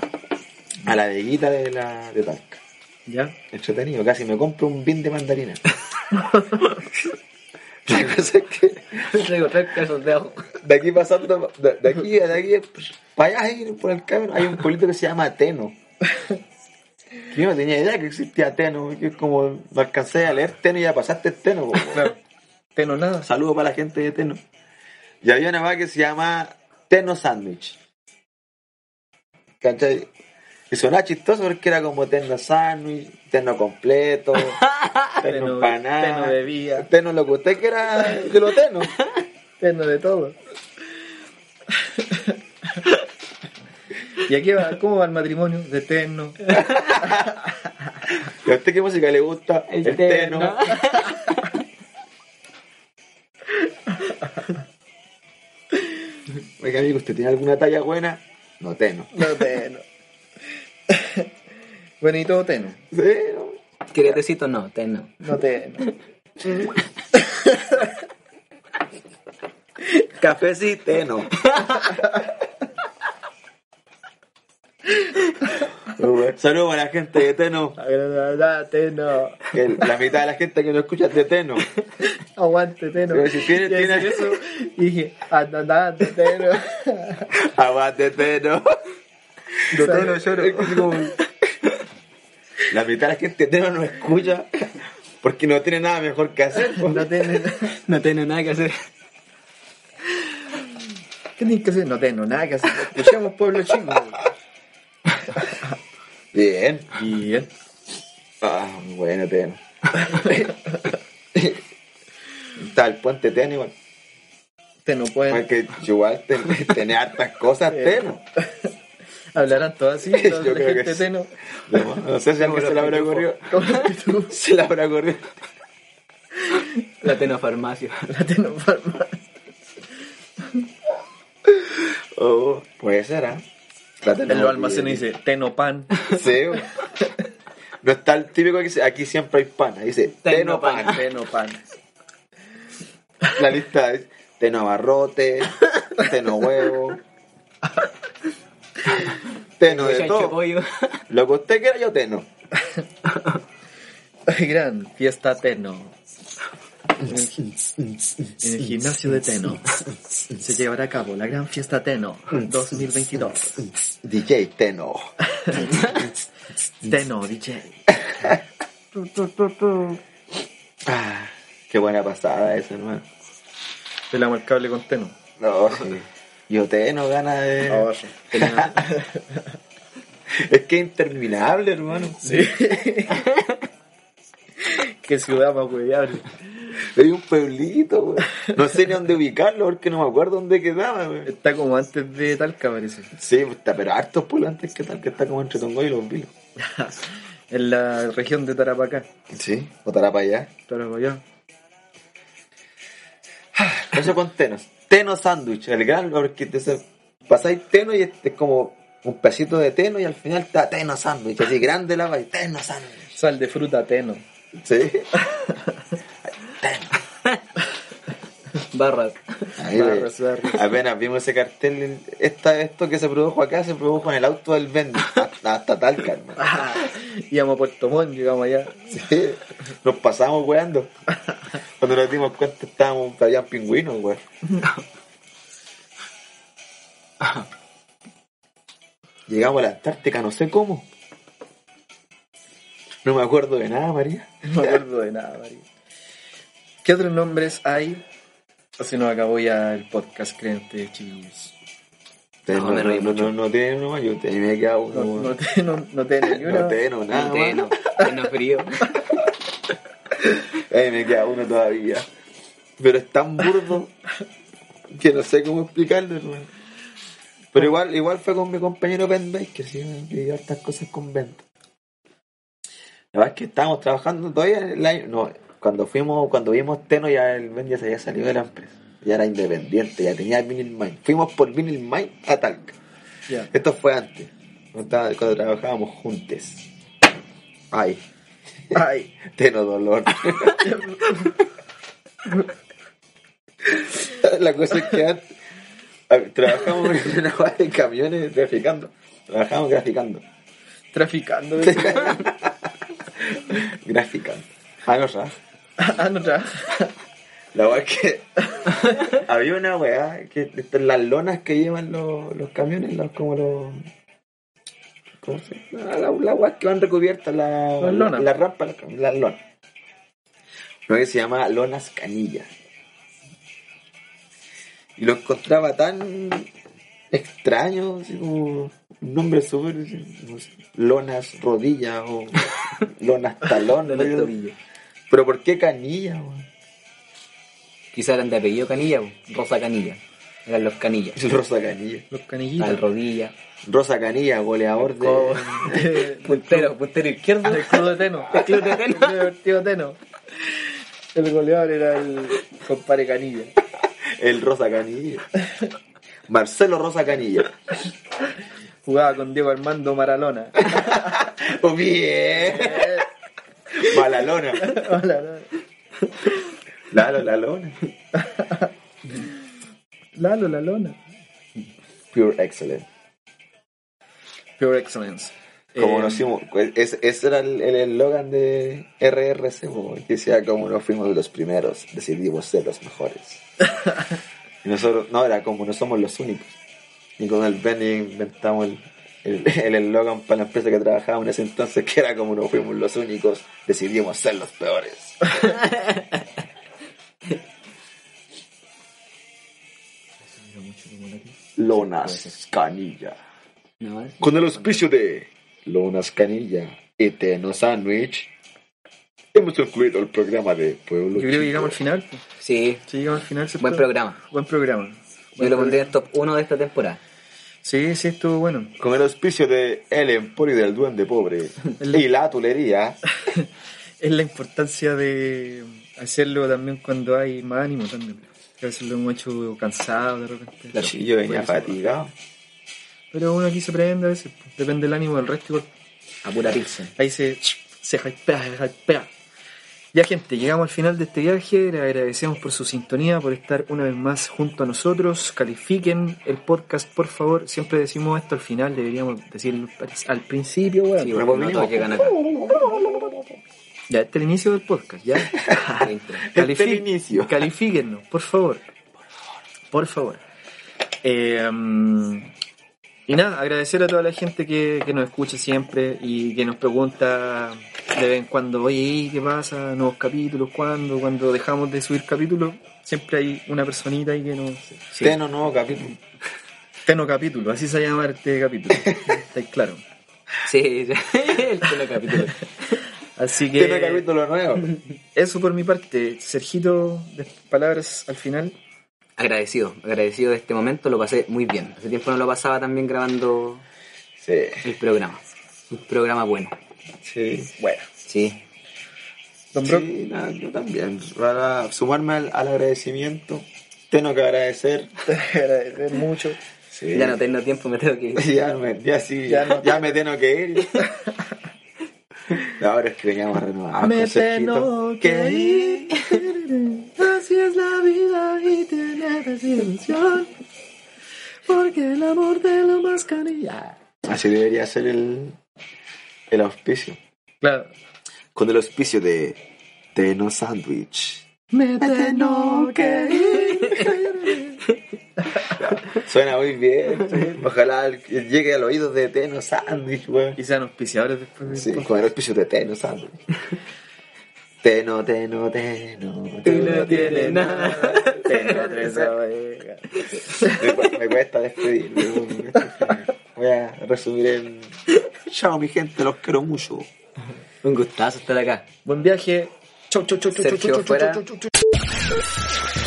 Speaker 6: a la veguita de la de Talca
Speaker 2: ¿Ya?
Speaker 6: entretenido casi me compro un bin de mandarina la cosa es que
Speaker 3: Traigo tres casos de ajo.
Speaker 6: de aquí pasando de, de aquí a de aquí pues, para allá ahí por el camino hay un pueblito que se llama Teno que yo no tenía idea que existía Teno que es como no alcancé a leer Teno y ya pasaste Teno po, po.
Speaker 2: Teno nada.
Speaker 6: Saludos para la gente de Teno. Y había una más que se llama Teno Sandwich. ¿Cachai? Y sonaba chistoso porque era como Teno Sandwich, Teno completo, Teno
Speaker 2: Teno,
Speaker 6: empanada.
Speaker 2: teno de vía,
Speaker 6: Teno lo que usted que era de lo Teno.
Speaker 2: teno de todo. ¿Y aquí va? ¿Cómo va el matrimonio? De teno.
Speaker 6: ¿Y a este usted qué música le gusta? El, Teno. Oiga, amigo, ¿usted tiene alguna talla buena? No, Teno.
Speaker 2: No, teno. Bueno, y todo teno.
Speaker 6: Sí, no.
Speaker 3: ¿Quieres tecito? No, ten no.
Speaker 2: No teno.
Speaker 6: Café sí, Teno. Saludos a la gente de Teno.
Speaker 2: La gran verdad, teno.
Speaker 6: El- la mitad de la gente que no escucha es de Teno.
Speaker 2: Aguante, teno.
Speaker 6: Pero si tiene-
Speaker 2: Y al
Speaker 6: tiene-
Speaker 2: decir eso. Dije, anda, anda, teno.
Speaker 6: Aguante Teno.
Speaker 2: Teno, lloro.
Speaker 6: Es como- La mitad de la gente de Teno no escucha porque no tiene nada mejor que hacer. po.
Speaker 2: No teno.
Speaker 3: No tengo nada que hacer.
Speaker 2: ¿Qué tienes que hacer? No teno, nada que hacer. Escuchemos pueblo chico.
Speaker 6: Bien.
Speaker 2: Bien.
Speaker 6: Ah, bueno Teno. Está el puente Teno igual.
Speaker 2: Teno, pueden.
Speaker 6: Porque igual ten- tenía hartas cosas Teno.
Speaker 2: Hablarán todas así.
Speaker 6: Yo
Speaker 2: toda la
Speaker 6: creo que
Speaker 2: gente
Speaker 6: sí.
Speaker 2: teno.
Speaker 6: No, no sé si a alguien se le habrá ocurrido.
Speaker 2: Como el pitufo.
Speaker 6: Se le habrá ocurrido.
Speaker 3: La tenofarmacia.
Speaker 2: La tenofarma.
Speaker 6: Oh, puede ser, ¿ah? Plata
Speaker 2: En
Speaker 6: no,
Speaker 2: los almacenes dice tenopan.
Speaker 6: Sí, güey. No está el típico que dice, aquí siempre hay pan. Ahí dice,
Speaker 3: Teno
Speaker 6: teno
Speaker 3: pan".
Speaker 6: pan.
Speaker 2: Tenopan.
Speaker 6: La lista es teno abarrote, teno huevo, teno de
Speaker 3: Chancho
Speaker 6: todo.
Speaker 3: pollo.
Speaker 6: Lo que usted quiera, yo teno.
Speaker 2: Gran fiesta teno. En el gimnasio de Teno se llevará a cabo la gran fiesta Teno 2022.
Speaker 6: DJ Teno.
Speaker 2: Teno, DJ.
Speaker 6: Ah, qué buena pasada esa, hermano.
Speaker 2: Pelamos el cable con Teno.
Speaker 6: No, sí. Yo Teno gana de...
Speaker 2: Ah, Tenía-
Speaker 6: Es que es interminable, hermano.
Speaker 2: Sí. Qué ciudad más hueviable.
Speaker 6: Hay un pueblito, güey. No sé ni dónde ubicarlo porque no me acuerdo dónde quedaba, güey.
Speaker 2: Está como antes de Talca, parece.
Speaker 6: Sí, pues, está, pero hartos pueblos antes que tal, que está como entre Tongoy y Los Vilos.
Speaker 2: en la región de Tarapacá.
Speaker 6: Sí, votará para allá.
Speaker 2: Tarapacá.
Speaker 6: Eso con Tenos. Teno sándwich, el gran, porque te se- pasáis Teno y este es como un pedacito de Teno y al final está Teno sándwich, así grande la valla, Teno sándwich.
Speaker 2: Sal de fruta Teno.
Speaker 6: Sí.
Speaker 3: Barras.
Speaker 6: Ahí,
Speaker 2: Barras,
Speaker 6: güey.
Speaker 2: barras.
Speaker 6: apenas vimos ese cartel, esta, esto que se produjo acá se produjo en el auto del Bendy, hasta, hasta Talca, hermano.
Speaker 2: Ah, íbamos a Puerto Montt, llegamos allá.
Speaker 6: Sí, nos pasamos weando. Cuando nos dimos cuenta estábamos, habían pingüinos, weón. Llegamos a la Antártica, no sé cómo. No me acuerdo de nada, María.
Speaker 2: No me acuerdo de nada, María. ¿Qué otros nombres hay? O si nos acabó ya el podcast, créanse, chiquillos.
Speaker 6: No,
Speaker 3: me reí
Speaker 6: no, no, no tiene nomás, yo te me he quedado
Speaker 2: No,
Speaker 6: weón.
Speaker 2: no te, no, no te ni una.
Speaker 6: No tengo nada.
Speaker 3: Teno.
Speaker 6: mano.
Speaker 3: Teno frío.
Speaker 6: Ahí me queda uno todavía. Pero es tan burdo que no sé cómo explicarlo, hermano. Pero igual, igual fue con mi compañero Ben Baker, sí, me escribió hartas cosas con Ben. La verdad es que estábamos trabajando todavía en el año. No, cuando fuimos, cuando vimos Teno ya el Ben ya se había salido de la empresa. Ya era independiente, ya tenía Vinyl Mine. Fuimos por Vinyl Mine a Talca.
Speaker 2: Ya.
Speaker 6: Esto fue antes, cuando, estaba- cuando trabajábamos juntos. Ay,
Speaker 2: Ay,
Speaker 6: Teno dolor. La cosa es que antes, a ver, trabajamos en una base de camiones traficando. Trabajamos graficando.
Speaker 2: traficando. de-
Speaker 6: Graficando. Ah, no, ¿sabes?
Speaker 2: ah, no tra-
Speaker 6: La weá es que había una weá que estas- las lonas que llevan los, los camiones, los como los. ¿Cómo se llama? La, la weá que van recubiertas, la,
Speaker 2: Las lonas.
Speaker 6: La, rampa, la- las lonas. Lo que se llama lonas canilla. Y lo encontraba tan extraño, así como un nombre súper. no sé, lonas rodillas o lonas talón.
Speaker 3: Lonas
Speaker 6: ¿no?
Speaker 3: tobillo.
Speaker 6: Pero ¿por qué canilla, weón?
Speaker 3: Quizá eran de apellido Canilla, po. Rosa Canilla. Eran los Canillas.
Speaker 6: Rosa Canilla.
Speaker 2: Los
Speaker 3: Al
Speaker 2: canillitos.
Speaker 3: rodilla.
Speaker 6: Rosa Canilla, goleador
Speaker 2: Co-
Speaker 6: de.
Speaker 3: Puntero, puntero izquierdo.
Speaker 2: Eh, El club de Teno. El club de Teno. El Deportivo Teno. El goleador era el compadre Canilla.
Speaker 6: El Rosa Canilla. Marcelo Rosa Canilla.
Speaker 2: Jugaba con Diego Armando Maralona.
Speaker 6: ¡Oh, bien! Malalona.
Speaker 2: Hola, hola.
Speaker 6: Lalo, Lalona.
Speaker 2: Lalo, la lona.
Speaker 6: Pure excellent.
Speaker 2: Pure Excellence.
Speaker 6: Como
Speaker 2: Eh,
Speaker 6: nos fuimos. pues, es- ese era el el eslogan de RRC, bo, que decía: Como nos fuimos los primeros, decidimos ser los mejores. Y nosotros, no, era como no somos los únicos. Y con el Benny inventamos el el- el eslogan para la empresa que trabajábamos en ese entonces, que era como no fuimos los únicos, decidimos ser los peores. Lonas Canilla.
Speaker 3: No, es-
Speaker 6: Con el auspicio de Lonas Canilla, Eteno Sandwich, hemos concluido el programa de Pueblo
Speaker 2: Yo creo
Speaker 6: Chico.
Speaker 2: que llegamos al final. pues.
Speaker 3: Sí,
Speaker 2: Sí, llegamos al final. ¿cierto?
Speaker 3: buen programa.
Speaker 2: Buen programa.
Speaker 3: Yo
Speaker 2: Buen
Speaker 3: lo pondría
Speaker 2: programa.
Speaker 3: en top 1 de esta temporada.
Speaker 2: Sí, sí, estuvo bueno.
Speaker 6: Con el auspicio de El Emporio del Duende Pobre y La Tulería.
Speaker 2: Es la importancia de hacerlo también cuando hay más ánimo también. Que a veces lo hemos hecho cansado de repente.
Speaker 6: Sí, yo venía fatigado.
Speaker 2: Pero uno aquí se prende a veces. pues. Depende del ánimo del resto. igual.
Speaker 3: A pura pizza.
Speaker 2: Ahí se, se hypea, se hypea. Ya gente, llegamos al final de este viaje, les agradecemos por su sintonía, por estar una vez más junto a nosotros, califiquen el podcast por favor, siempre decimos esto al final, deberíamos decirlo al principio, weón.
Speaker 3: Uh. Sí, porque no todos llegan acá.
Speaker 2: Ya, este es el inicio del podcast, ya.
Speaker 3: Ah,
Speaker 6: Este es el inicio.
Speaker 2: Califíquennos, por favor. Por favor. Eh, mm, y nada, agradecer a toda la gente que, que nos escucha siempre y que nos pregunta de vez en cuando, oye, ¿qué pasa? ¿Nuevos capítulos? ¿Cuándo? Cuando dejamos de subir capítulos, siempre hay una personita ahí que nos... Sí.
Speaker 4: Ten un nuevo capítulo.
Speaker 2: Teno capítulo, así se llama este capítulo. Estáis claro.
Speaker 3: Sí, el primer capítulo.
Speaker 2: Así que...
Speaker 6: Tiene capítulo nuevo.
Speaker 2: Eso por mi parte. Sergito, de- palabras al final.
Speaker 3: Agradecido, agradecido de este momento, lo pasé muy bien. Hace tiempo no lo pasaba también grabando
Speaker 6: Sí,
Speaker 3: el programa. Un programa bueno,
Speaker 6: sí. Bueno.
Speaker 3: sí.
Speaker 2: Don Brock,
Speaker 6: Sí, nada, yo también. Para sumarme al, al agradecimiento, tengo que agradecer.
Speaker 2: agradecer mucho.
Speaker 6: Sí.
Speaker 3: Ya no tengo tiempo, me tengo que ir.
Speaker 6: Ya, me, ya sí,
Speaker 2: Ya
Speaker 6: ya,
Speaker 2: no-
Speaker 6: me tengo que ir. Ahora es que veníamos renovados.
Speaker 2: Me
Speaker 6: con Sergito.
Speaker 2: tengo que ir. Así es la vida y tiene resignación. Porque el amor de lo más canilla.
Speaker 6: Así debería ser el, el auspicio.
Speaker 2: Claro.
Speaker 6: Con el auspicio de Teno Sandwich.
Speaker 2: Me tengo que ir.
Speaker 6: Suena muy bien. sí. Ojalá llegue a los oídos de Teno Sandwich, weón.
Speaker 2: Y sean auspiciadores después. del
Speaker 6: Sí,
Speaker 2: podcast.
Speaker 6: con el auspicio de Teno Sandwich. Teno, Teno, Teno.
Speaker 2: Tú no tienes nada.
Speaker 6: Teno, Teno. Me, cu- me cuesta despedirme. weón. Voy a resumir en. Chao, mi gente, los quiero mucho.
Speaker 3: Un gustazo estar acá.
Speaker 2: Buen viaje. Chau, chau, chau, chau, chau,
Speaker 3: Sergio
Speaker 2: chau, chau,
Speaker 3: fuera.
Speaker 2: chau, chau, chau.